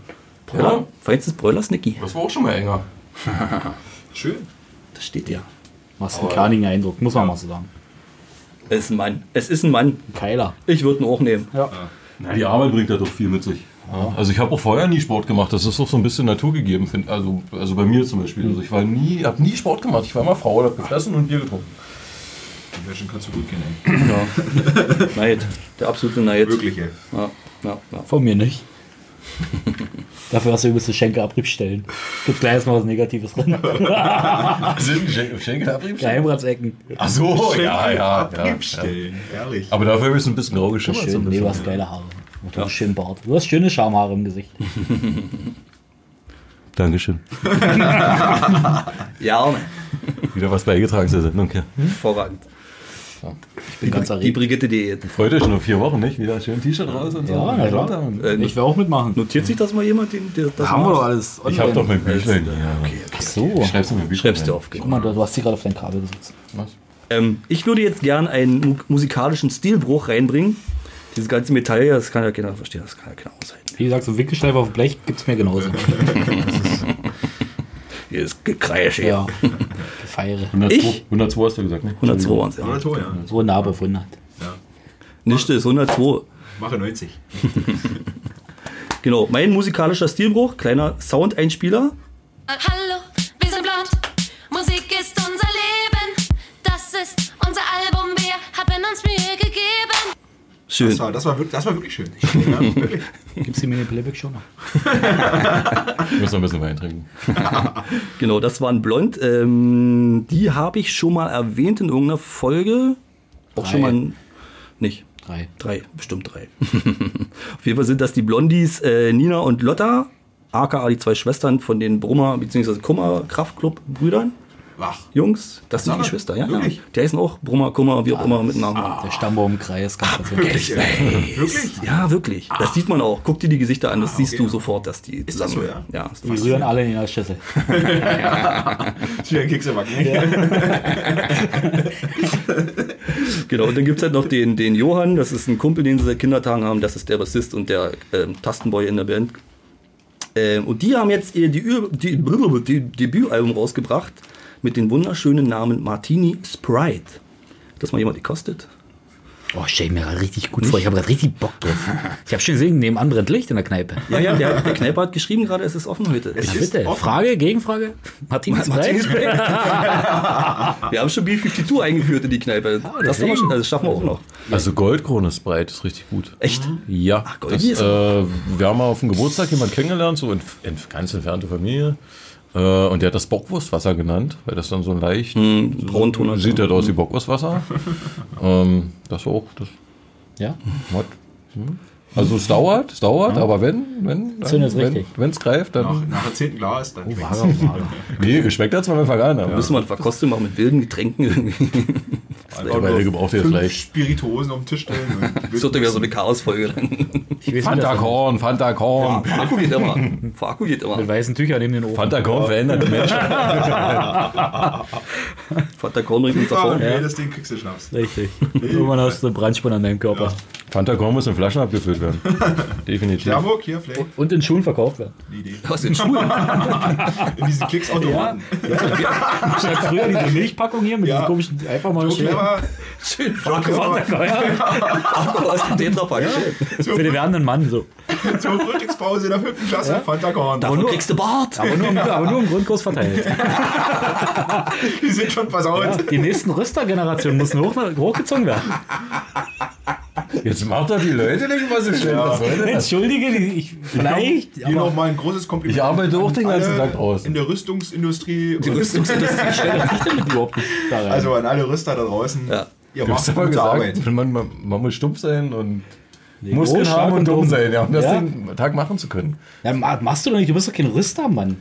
Speaker 2: Oder? Feinstes Broilers Niki.
Speaker 4: Das war auch schon mal enger.
Speaker 3: Schön.
Speaker 2: Das steht ja.
Speaker 1: Was ein kerniger Eindruck, muss man mal so sagen.
Speaker 2: Es ist ein Mann. Es ist ein Mann.
Speaker 1: Ein Keiler.
Speaker 2: Ich würde ihn auch nehmen.
Speaker 4: Na, die Arbeit bringt da doch viel mit sich. Ja. Also ich habe auch vorher nie Sport gemacht. Das ist doch so ein bisschen naturgegeben, find, also, also bei mir zum Beispiel. Also ich war nie, habe nie Sport gemacht. Ich war immer Frau, habe gefressen und Bier getrunken.
Speaker 3: Die Menschen kannst du gut kennen. ey.
Speaker 2: Neid. Der absolute Neid.
Speaker 3: Wirklich, ey.
Speaker 2: Ja, ja, ja.
Speaker 1: Von mir nicht. Dafür hast du übelste Schenkeabriebstellen. Gibt gleich erstmal was Negatives drin.
Speaker 4: Sind Schenkel
Speaker 1: Geheimratsecken.
Speaker 4: Ach so, ja, ja, ja, ja.
Speaker 3: Abgibstellen. Ehrlich.
Speaker 4: Aber dafür habe ich so ein bisschen grau geschimmert. so
Speaker 1: Schön,
Speaker 4: ein
Speaker 1: nee, du
Speaker 4: bisschen.
Speaker 1: hast geile Haare. Und du hast schönen Bart. Du hast schöne Schamhaare im Gesicht.
Speaker 4: Dankeschön.
Speaker 2: ja Mann.
Speaker 4: Wieder was beigetragen zur Sendung. Ja.
Speaker 2: hervorragend.
Speaker 1: Ich bin ganz
Speaker 2: Die
Speaker 1: erregt.
Speaker 2: Brigitte-Diät.
Speaker 4: Freut euch schon auf vier Wochen, nicht? Wieder schön T-Shirt raus und so.
Speaker 1: Ja, na klar.
Speaker 2: Äh,
Speaker 1: Ich will auch mitmachen.
Speaker 2: Notiert sich das mal jemand? Den, der, das macht?
Speaker 1: alles.
Speaker 4: Ich habe doch mein Büchlein hier.
Speaker 1: Ach so.
Speaker 4: Ich schreib's in mein Büchlein.
Speaker 2: Schreibst du auf, genau.
Speaker 1: Guck mal, du, du hast sie gerade auf dein Kabel gesetzt.
Speaker 4: Was?
Speaker 2: Ähm, ich würde jetzt gern einen mu musikalischen Stilbruch reinbringen. Dieses ganze Metall, hier, das kann ja keiner verstehen, das kann ja keiner aushalten.
Speaker 1: Wie gesagt, so Winkelschleifer auf Blech gibt's mir genauso.
Speaker 2: Hier ist Gekreisch hier.
Speaker 1: ja. Gefeiere.
Speaker 4: 102,
Speaker 2: Ich?
Speaker 4: 102 hast du gesagt, ne?
Speaker 2: 102 waren es, ja.
Speaker 3: Oder Tor, ja.
Speaker 1: So nah bewundert.
Speaker 2: Nicht ist 102.
Speaker 3: Mache 90.
Speaker 2: Genau, mein musikalischer Stilbruch, kleiner Soundeinspieler.
Speaker 6: Äh, Hallo, wir sind blond. Musik ist unser Leben. Das ist unser Album. Wir haben uns Mühe gegeben.
Speaker 2: Schön.
Speaker 3: Das war, das war, wirklich, das war wirklich schön. Ja, wirklich.
Speaker 1: Gibt's die Mini Playback schon noch?
Speaker 4: Ich muss noch ein bisschen Wein trinken.
Speaker 2: Genau, das waren Blond. Ähm, die habe ich schon mal erwähnt in irgendeiner Folge. Auch
Speaker 1: Drei.
Speaker 2: schon mal. ein- Nicht.
Speaker 1: Drei.
Speaker 2: Drei, bestimmt drei. Auf jeden Fall sind das die Blondies äh, Nina und Lotta, aka die zwei Schwestern von den Brummer bzw. Kummer Kraftclub Brüdern.
Speaker 3: Wach.
Speaker 2: Jungs, das sind die
Speaker 3: Sag mal,
Speaker 2: Geschwister, ja, ja.
Speaker 3: wirklich?
Speaker 2: Die heißen auch Brummer, Kummer, wie auch immer mit Namen.
Speaker 1: Der Stammbaumkreis, ganz tatsächlich.
Speaker 3: ey. äh, Wirklich?
Speaker 2: Ja, ah, wirklich. Das sieht man auch. Guck dir die Gesichter an, das siehst du sofort, dass die
Speaker 3: das so,
Speaker 2: zusammengehören. ja, ist
Speaker 1: Die rühren alle in der Schüssel.
Speaker 3: Das ist wie ein Kekse backen. Ja.
Speaker 2: Genau, und dann gibt es halt noch den, den Johann, das ist ein Kumpel, den sie seit Kindertagen haben, das ist der Bassist und der ähm, Tastenboy in der Band. Ähm, und die haben jetzt ihr die, Ü- die, die Debütalbum rausgebracht mit dem wunderschönen Namen Martini Sprite. Dass mal jemand gekostet.
Speaker 1: Oh, stell ich mir gerade richtig gut vor. Ich habe gerade richtig Bock drauf. Ich habe schon gesehen, nebenan brennt Licht in der Kneipe.
Speaker 2: Ja, ja, der, der Kneipe hat geschrieben gerade, es ist offen heute.
Speaker 1: Na
Speaker 3: ist
Speaker 1: bitte.
Speaker 3: offen.
Speaker 1: Frage, Gegenfrage? Martin ist bereit?
Speaker 2: Wir haben schon B52 eingeführt in die Kneipe. Das, haben wir schon, das schaffen wir auch noch.
Speaker 4: Also Goldkrone ist breit, ist richtig gut.
Speaker 2: Echt?
Speaker 4: Ja, das,
Speaker 2: Goldi
Speaker 4: äh,
Speaker 2: ist-
Speaker 4: wir haben mal auf dem Geburtstag jemanden kennengelernt, so in, in ganz entfernte Familie. Äh, und der hat das Bockwurstwasser genannt, weil das dann so ein leicht
Speaker 2: Hm, Braunton hat-
Speaker 4: sieht halt aus wie Bockwurstwasser. ähm, das auch, das
Speaker 1: Ja.
Speaker 4: hat. hm. Also es dauert, es dauert, aber wenn, wenn, dann,
Speaker 1: Zündet
Speaker 4: wenn,
Speaker 1: richtig.
Speaker 4: wenn's greift,
Speaker 3: Nach,
Speaker 4: dann.
Speaker 3: nach der 10. Glas, dann schmeckt's.
Speaker 1: Mager, mager.
Speaker 4: Nee, geschmeckt hat's mal von Anfang an. Aber
Speaker 2: Müssen wir eine Verkostung machen mit wilden Getränken irgendwie.
Speaker 4: aber der gebraucht jetzt
Speaker 3: Fünf
Speaker 4: gleich.
Speaker 3: Spirituosen auf den Tisch stellen. und-
Speaker 2: Das wird wieder so eine Chaosfolge dann.
Speaker 1: Ich weiß nicht,
Speaker 4: Fanta
Speaker 1: dass-
Speaker 4: Korn, Fanta Korn.
Speaker 2: Akku geht immer. Akku geht immer.
Speaker 1: mit weißen Tüchern neben den Ofen.
Speaker 4: Fanta Korn verändert die Menschen.
Speaker 2: Vater Korn bringt uns
Speaker 3: Ja, und
Speaker 2: davon.
Speaker 3: jedes Ding kriegst du Schnaps.
Speaker 1: Richtig. Irgendwann hast du eine Brandspur an deinem Körper.
Speaker 4: Fanta Korn muss in Flaschen abgefüllt werden. Definitiv.
Speaker 3: Derburg, hier, vielleicht
Speaker 1: Und in Schuhen verkauft werden.
Speaker 3: eine Idee.
Speaker 2: Was in Schulen?
Speaker 3: In diesen Klicksautomaten.
Speaker 1: Ich hatte früher diese Milchpackung hier mit
Speaker 3: Ja.
Speaker 1: diesen komischen, einfach mal
Speaker 3: So clever.
Speaker 2: Schön.
Speaker 3: Clever.
Speaker 2: Akku aus dem Tetrapack. Schön.
Speaker 1: Für den werdenden Mann so.
Speaker 3: Zur Frühstückspause in der fünften Klasse. Fanta Korn.
Speaker 2: Davon kriegst du Bart.
Speaker 1: Aber nur, im- aber nur um im Grundkurs verteilt.
Speaker 3: Die sind schon versaut.
Speaker 1: Die nächsten Rüster-Generationen müssen hoch, hochgezogen werden.
Speaker 4: Jetzt macht doch die Leute nicht, was sie stellen. Was soll denn das?
Speaker 1: Entschuldige, ich, vielleicht.
Speaker 3: Hier nochmal ein großes Kompliment.
Speaker 4: Ich arbeite auch den
Speaker 3: an
Speaker 4: ganzen
Speaker 3: alle
Speaker 4: Tag draußen.
Speaker 3: In der Rüstungsindustrie. und-
Speaker 1: überhaupt nicht da rein.
Speaker 3: Also an alle Rüster da draußen.
Speaker 2: Ja.
Speaker 3: Ihr
Speaker 4: Du
Speaker 3: macht
Speaker 4: hast aber
Speaker 3: gute Arbeit.
Speaker 4: gesagt, man, man, man muss stumpf sein und
Speaker 1: Nee,
Speaker 4: Muskeln
Speaker 1: groß, stark
Speaker 4: haben und dumm sein, ja, um das
Speaker 1: Ja.
Speaker 4: den Tag machen zu können.
Speaker 1: Ja, ma- machst du doch nicht, du bist doch kein Rüster, Mann.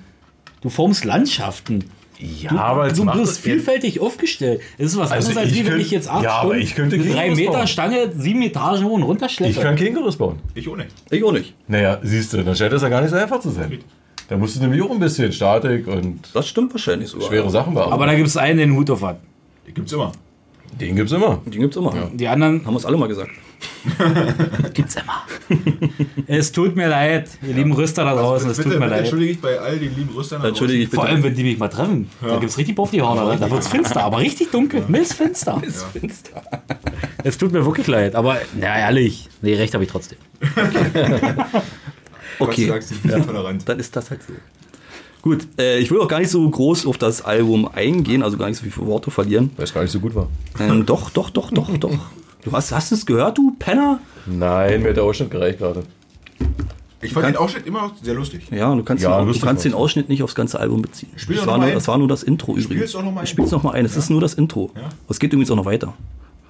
Speaker 1: Du formst Landschaften.
Speaker 4: Ja,
Speaker 1: Du, du
Speaker 4: macht
Speaker 1: bist
Speaker 4: das-
Speaker 1: vielfältig aufgestellt. Es ist was
Speaker 4: Also
Speaker 1: anderes, als
Speaker 4: ich
Speaker 1: wie wenn
Speaker 4: könnt-
Speaker 1: ich jetzt acht
Speaker 4: ja, aber
Speaker 1: Stunden
Speaker 4: ich könnte
Speaker 1: eine
Speaker 4: gegen
Speaker 1: drei
Speaker 4: was
Speaker 1: Meter
Speaker 4: bauen.
Speaker 1: Stange sieben Etagen hoch und runter
Speaker 4: Ich kann
Speaker 1: schleppe.
Speaker 4: kein Gerüst bauen.
Speaker 3: Ich ohne.
Speaker 2: Ich auch nicht.
Speaker 4: Naja, siehst du, dann scheint das ja gar nicht so einfach zu sein. Da musst du nämlich auch ein bisschen Statik und
Speaker 2: Das stimmt wahrscheinlich sogar.
Speaker 4: schwere Sachen beachten.
Speaker 1: Aber da gibt es einen, den den Hut auf hat.
Speaker 3: Die gibt's immer.
Speaker 4: den gibt's immer.
Speaker 2: Die gibt's immer.
Speaker 1: Die anderen
Speaker 2: Haben uns alle mal gesagt.
Speaker 1: gibt's immer. es tut mir leid, ihr lieben Rüster
Speaker 4: Also
Speaker 1: da draußen, es
Speaker 3: bitte,
Speaker 1: tut mir
Speaker 3: bitte
Speaker 1: leid.
Speaker 3: entschuldige ich bei all den lieben Rüstern da
Speaker 2: Entschuldige ich bitte.
Speaker 1: Vor allem, wenn die mich mal treffen, da gibt's richtig Bock auf die Hörner. Da wird's finster, aber richtig dunkel. Milzfinster. Es tut mir wirklich leid, aber na ehrlich, nee, recht habe ich trotzdem.
Speaker 3: draußen.
Speaker 2: Okay,
Speaker 3: Gott sei Dank sind die sehr tolerant.
Speaker 2: dann ist das halt so. Gut, äh, ich will auch gar nicht so groß auf das Album eingehen, also gar nicht so viele Worte verlieren.
Speaker 4: Weil es gar nicht so gut war.
Speaker 2: Ähm, doch, doch, doch, doch, doch. Du hast, hast du es gehört, du Penner?
Speaker 4: Nein, mir hat der Ausschnitt gereicht gerade.
Speaker 3: Ich fand den Ausschnitt immer noch sehr lustig.
Speaker 2: Ja, du kannst,
Speaker 4: Ja,
Speaker 2: den, du
Speaker 4: lustig
Speaker 2: kannst den
Speaker 4: war's.
Speaker 2: Ausschnitt nicht aufs ganze Album beziehen.
Speaker 3: Spiel
Speaker 2: das,
Speaker 3: doch
Speaker 2: war
Speaker 3: noch mal
Speaker 2: nur,
Speaker 3: ein.
Speaker 2: das war nur das Intro übrigens.
Speaker 3: doch noch mal ein.
Speaker 2: Ich spiel's noch mal ein. Es ist nur das Intro. Es geht übrigens auch noch weiter.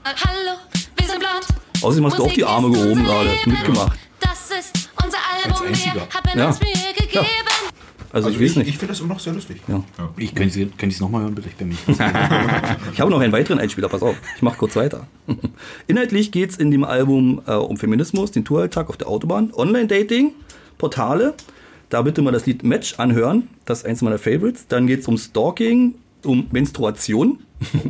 Speaker 6: Äh, Hallo, wir sind blond.
Speaker 2: Außerdem hast du auch die Arme
Speaker 6: Musik ist
Speaker 2: gehoben
Speaker 6: unser
Speaker 2: gerade.
Speaker 6: Leben.
Speaker 2: Mitgemacht.
Speaker 6: Das ist unser Album.
Speaker 3: einziger.
Speaker 6: Wir haben
Speaker 2: Ja.
Speaker 6: uns Mühe gegeben.
Speaker 2: Also,
Speaker 3: Also
Speaker 2: ich weiß
Speaker 3: ich,
Speaker 2: nicht.
Speaker 3: ich finde das immer noch sehr lustig.
Speaker 2: Ja.
Speaker 1: Ich könnte es könnt nochmal hören, bitte. Ich bin nicht.
Speaker 2: Ich habe noch einen weiteren Einspieler, pass auf, ich mache kurz weiter. Inhaltlich geht es in dem Album äh, um Feminismus, den Touralltag auf der Autobahn, Online-Dating, Portale. Da bitte mal das Lied Match anhören, das ist eins meiner Favorites. Dann geht es um Stalking, um Menstruation.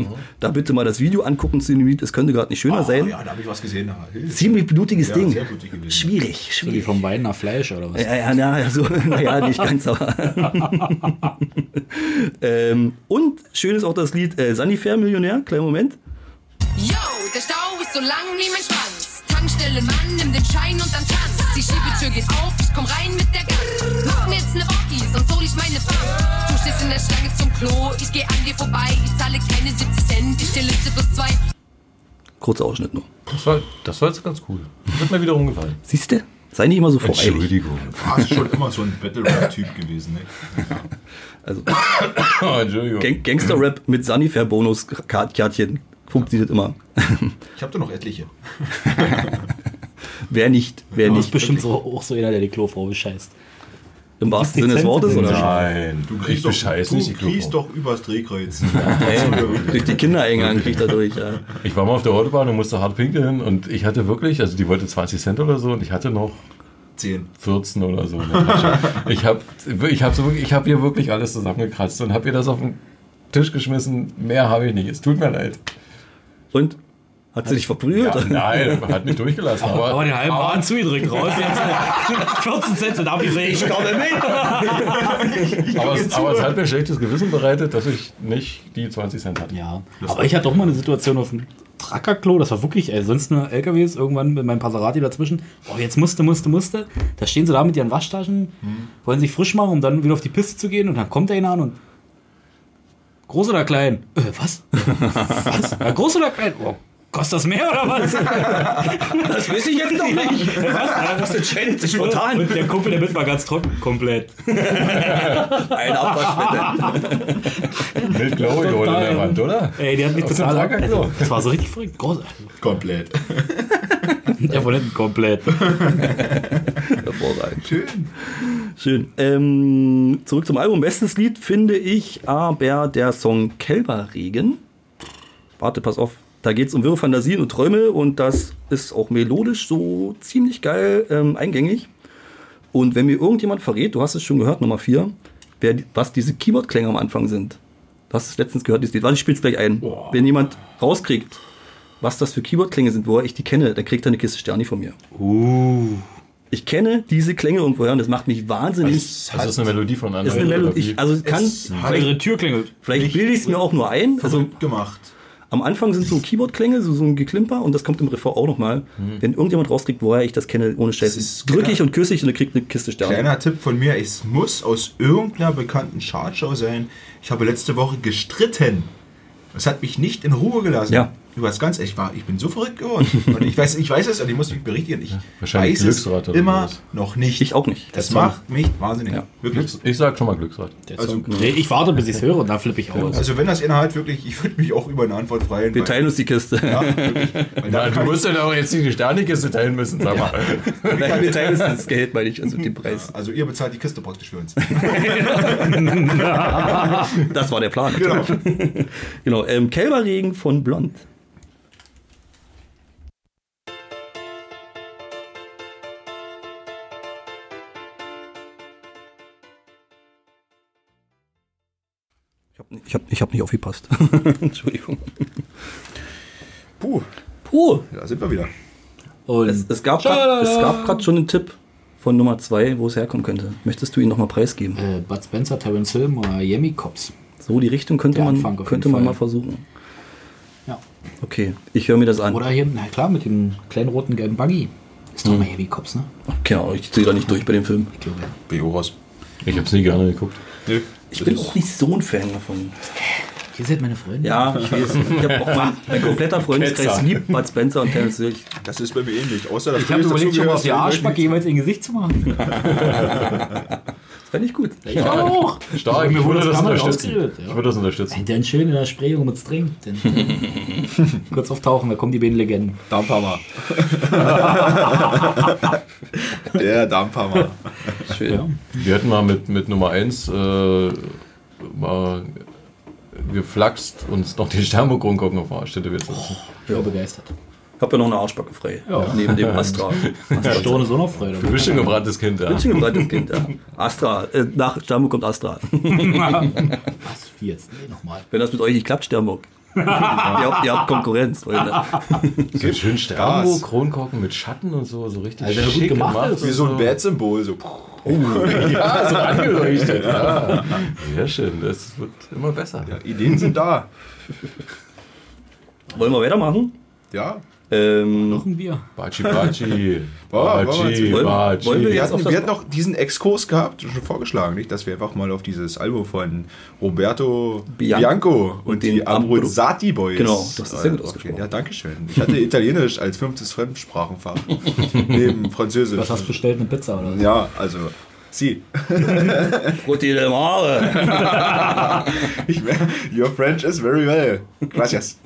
Speaker 2: da bitte mal das Video angucken zu dem Lied, es könnte gerade nicht schöner
Speaker 3: Ah,
Speaker 2: sein.
Speaker 3: ja, da habe ich was gesehen. da. Hilfe.
Speaker 2: Ziemlich blutiges
Speaker 3: Ja,
Speaker 2: Ding.
Speaker 3: sehr blutig gewesen.
Speaker 2: Schwierig, schwierig.
Speaker 1: Die vom Wein nach Fleisch oder was?
Speaker 2: Ja, ja, na, ja, so, naja, nicht ganz, aber. ähm, und schön ist auch das Lied äh, Sanifair Millionär, kleinen Moment.
Speaker 7: Yo, der Stau ist so lang wie mein Schwanz. Tankstelle, Mann, nimm den Schein und dann tanz. Die Schiebetür geht auf, ich komm rein mit der Gang. Mach mir jetzt ne Rocky, sonst hol ich meine Bank. Du stehst in der Schlange zum Klo, ich geh an dir vorbei. Ich zahle keine 70 Cent, ich stelle Liste plus zwei.
Speaker 2: Kurzer Ausschnitt nur.
Speaker 4: Das war, das war jetzt ganz cool. Das hat mir wiederum gefallen.
Speaker 2: Siehst du? Sei nicht immer so voreilig.
Speaker 3: Ah, ist schon immer so ein Battle-Rap-Typ gewesen. Ne?
Speaker 2: Also
Speaker 4: Oh, Entschuldigung.
Speaker 2: Gang Gangster-Rap mit Sanifair-Bonus-Kärtchen funktioniert immer.
Speaker 3: Ich habe da noch etliche.
Speaker 2: Wer nicht, wer
Speaker 1: Das ist
Speaker 2: nicht.
Speaker 1: bestimmt so, auch so einer, der die Klofrau bescheißt.
Speaker 2: Im wahrsten
Speaker 8: die
Speaker 2: Sinne des
Speaker 8: Lizenz
Speaker 2: Wortes,
Speaker 8: in
Speaker 2: oder?
Speaker 4: Nein,
Speaker 3: Du
Speaker 4: ich
Speaker 3: kriegst, doch,
Speaker 4: bescheiß
Speaker 3: du
Speaker 4: nicht die
Speaker 3: kriegst
Speaker 4: Klopo.
Speaker 3: doch übers Drehkreuz.
Speaker 2: Durch die Kinderengern kriegt er durch. Ja.
Speaker 4: Ich war mal auf der Autobahn und musste hart pinkeln und ich hatte wirklich, also die wollte 20 Cent oder so und ich hatte noch
Speaker 3: Zehn.
Speaker 4: 14 oder so. in der Tasche. ich habe ich hab so, wirklich- ich hab hier wirklich alles zusammengekratzt und habe ihr das auf den Tisch geschmissen. Mehr habe ich nicht. Es tut mir leid.
Speaker 2: Und? Hat sie dich verprügelt?
Speaker 4: Ja, nein, hat mich durchgelassen. Aber,
Speaker 8: Aber den halben Bahn zugedrückt raus. Jetzt 14 Cent sind abgesehen. Ich glaube nicht.
Speaker 4: aber, es, aber es hat mir schlechtes Gewissen bereitet, dass ich nicht die 20 Cent hatte.
Speaker 1: Ja, aber ich hatte auch mal eine Situation auf dem Truckerklo, das war wirklich, ey, sonst nur LKWs, irgendwann mit meinem Passerati dazwischen, oh, jetzt musste, musste, musste. Da stehen sie da mit ihren Waschtaschen, wollen sich frisch machen, um dann wieder auf die Piste zu gehen und dann kommt einer an und groß oder klein? Äh, was? was? Ja, groß oder klein? Oh, kostet das mehr oder was?
Speaker 2: Das weiß ich jetzt noch nicht.
Speaker 8: Das entscheidet sich spontan. Und der Kumpel, der mit war ganz trocken. Komplett.
Speaker 2: Eine Abwaschbitte.
Speaker 4: Mit Glory
Speaker 1: Total.
Speaker 4: Hole in der Wand, oder?
Speaker 8: Ey, die hat mich
Speaker 4: Aus dem
Speaker 8: total
Speaker 4: Truckerklo.
Speaker 8: Das war so richtig verrückt. Groß.
Speaker 3: Komplett.
Speaker 8: Der von hinten komplett.
Speaker 2: Hervorragend.
Speaker 3: Schön.
Speaker 2: Schön. Ähm, zurück zum Album. Bestes Lied finde ich aber der Song Kälberregen. Warte, pass auf. Da geht es um wirre Fantasien und Träume und das ist auch melodisch so ziemlich geil ähm, eingängig. Und wenn mir irgendjemand verrät, du hast es schon gehört, Nummer 4, wer, die- was diese Keyboard-Klänge am Anfang sind. Du hast es letztens gehört, dieses Lied. Warte, ich spiel's gleich ein. Wenn jemand rauskriegt, was das für Keyboard-Klänge sind, woher ich die kenne, dann kriegt er eine Kiste Sterni von mir. Ich kenne diese Klänge irgendwoher und das macht mich wahnsinnig. Also
Speaker 4: Das ist Also eine Melodie von einer
Speaker 2: halt Ist eine Melodie.
Speaker 4: Melodie.
Speaker 2: Ich, also es kann,
Speaker 3: Es hat
Speaker 2: vielleicht,
Speaker 8: Ihre Tür klingelt.
Speaker 2: vielleicht bilde ich es mir auch nur ein. Also
Speaker 3: Verrückt gemacht.
Speaker 2: am Anfang sind so Keyboard-Klänge, so, so ein Geklimper und das kommt im Refrain auch nochmal. Wenn irgendjemand rauskriegt, woher ich Mhm. das kenne, ohne Scheiß,
Speaker 3: ist
Speaker 2: drücke
Speaker 3: klar.
Speaker 2: ich und küsse ich und dann kriegt eine Kiste Sterne.
Speaker 3: Kleiner Tipp von mir, es muss aus irgendeiner bekannten Chartshow sein. Ich habe letzte Woche gestritten. Es hat mich nicht in Ruhe gelassen.
Speaker 2: Ja.
Speaker 3: Du hast ganz ehrlich, ich war, ich bin so verrückt geworden. Und ich weiß, ich weiß es und ich muss mich berichtigen. Ich
Speaker 4: wahrscheinlich
Speaker 3: weiß es
Speaker 4: Glücksrad oder
Speaker 3: immer
Speaker 4: sowas.
Speaker 3: noch nicht.
Speaker 2: Ich auch nicht.
Speaker 3: Das
Speaker 2: Der Song.
Speaker 3: macht mich wahnsinnig.
Speaker 2: Ja.
Speaker 3: Wirklich.
Speaker 4: Ich sag schon mal Glücksrad.
Speaker 3: Also,
Speaker 1: Nee, ich warte, bis ich es höre und dann flippe ich aus.
Speaker 3: also wenn das inhalt wirklich, ich würde mich auch über eine Antwort freuen.
Speaker 2: Wir
Speaker 3: weil-
Speaker 2: teilen uns die Kiste.
Speaker 3: Ja, wirklich. Weil
Speaker 4: Ja,
Speaker 3: dann
Speaker 4: Also du
Speaker 3: kann
Speaker 4: musst ja doch jetzt nicht die Sternikiste teilen müssen, sag mal.
Speaker 2: Nein, wir teilen uns das Geld, meine ich, also den Preis.
Speaker 3: ich, also ihr bezahlt die Kiste praktisch für uns.
Speaker 2: Das war der Plan.
Speaker 3: genau.
Speaker 2: Genau, ähm, Kälberregen von Blond. Ich hab nicht- Ich habe ich hab nicht aufgepasst. Entschuldigung.
Speaker 3: Puh,
Speaker 2: Puh,
Speaker 3: da sind wir wieder.
Speaker 1: Und
Speaker 2: es, es gab gerade schon einen Tipp von Nummer 2, wo es herkommen könnte. Möchtest du ihn nochmal preisgeben?
Speaker 1: äh, Bud Spencer, Terence Hill, Miami Cops.
Speaker 2: So die Richtung könnte
Speaker 1: Der
Speaker 2: man,
Speaker 1: Anfang auf jeden
Speaker 2: könnte man
Speaker 1: Fall.
Speaker 2: mal versuchen.
Speaker 1: Ja.
Speaker 2: Okay, ich höre mir das an.
Speaker 1: Oder hier, na klar, mit dem kleinen roten gelben Buggy. Ist doch Miami Cops, ne?
Speaker 2: Genau, ich ziehe da nicht durch bei dem Film.
Speaker 1: Ich glaube, ja.
Speaker 3: BO raus.
Speaker 4: Ich hab's nie gerne geguckt.
Speaker 3: Nö.
Speaker 2: Ich bin auch nicht so ein Fan davon.
Speaker 1: Ihr seid meine Freunde.
Speaker 2: Ja, ich weiß. Ich hab auch mal, mein kompletter Freundeskreis
Speaker 4: Ketzer.
Speaker 2: liebt Bud Spencer und Terence Hill.
Speaker 3: Das ist bei mir ähnlich. Außer dass
Speaker 1: Ich habe überlegt, schon mal auf die Arschbacke jeweils in Gesicht zu machen.
Speaker 2: Das fände ich gut.
Speaker 1: Ich auch.
Speaker 4: Stark,
Speaker 1: Mir
Speaker 4: ich
Speaker 1: wurde das
Speaker 4: würde das
Speaker 1: Kamera
Speaker 4: unterstützen.
Speaker 1: ausgeredet, ja.
Speaker 4: Ich würde das unterstützen.
Speaker 1: Dann schön in der Spree rum und trinken. Dann- Kurz auftauchen, da kommen die beiden Legenden.
Speaker 3: Dampfhammer. Der Dampfhammer.
Speaker 2: Schön.
Speaker 1: Ja.
Speaker 4: Wir hatten mal mit, mit Nummer 1 äh, mal geflaxt, uns noch den Sternburg gucken auf der Arschstätte. wird sitzen.
Speaker 2: Oh,
Speaker 1: Ich war begeistert.
Speaker 2: Ich habe ja noch eine Arschbacke frei. Neben dem Astra.
Speaker 1: Die Stirn ist auch noch frei.
Speaker 4: Ein bisschen gebranntes Kind, ja.
Speaker 2: Bisschen gebreites Kind, ja. Astra. Äh, nach Sternburg kommt Astra.
Speaker 1: Was? Wie jetzt? Nee, nochmal.
Speaker 2: Wenn das mit euch nicht klappt, Sternburg. ihr, habt, ihr habt Konkurrenz, Freunde.
Speaker 4: So schön
Speaker 3: Gas.
Speaker 4: Sternburg, Kronkorken mit Schatten und so, so richtig
Speaker 1: Also, wenn er gut gemacht ist.
Speaker 3: Wie so ein Bad-Symbol. So.
Speaker 4: Ja, so angerichtet. Ja. Sehr schön, das wird immer besser.
Speaker 3: Ideen sind da.
Speaker 2: Wollen wir weitermachen?
Speaker 3: Ja.
Speaker 2: Ähm,
Speaker 1: Noch ein Bier.
Speaker 4: Baci, Baci.
Speaker 3: Boah, boah,
Speaker 4: Baci,
Speaker 2: wollen- wollen wir
Speaker 4: Baci.
Speaker 3: Wir
Speaker 2: Jetzt auf
Speaker 3: hatten,
Speaker 2: das-
Speaker 3: wir hatten noch diesen Exkurs gehabt, schon vorgeschlagen, nicht? Dass wir einfach mal auf dieses Album von Roberto
Speaker 2: Bian-
Speaker 3: Bianco und,
Speaker 2: und
Speaker 3: die
Speaker 2: den
Speaker 3: Abruzzati Boys.
Speaker 2: Genau, du hast es sehr gut
Speaker 3: äh,
Speaker 2: ausgesprochen.
Speaker 3: Ja, danke schön. Ich hatte Italienisch als fünftes Fremdsprachenfach. neben Französisch.
Speaker 1: Was hast du bestellt? Eine Pizza oder was?
Speaker 3: Ja, also, sie.
Speaker 2: Frutti del Mare.
Speaker 3: Ich, mer- your French is very well. Gracias.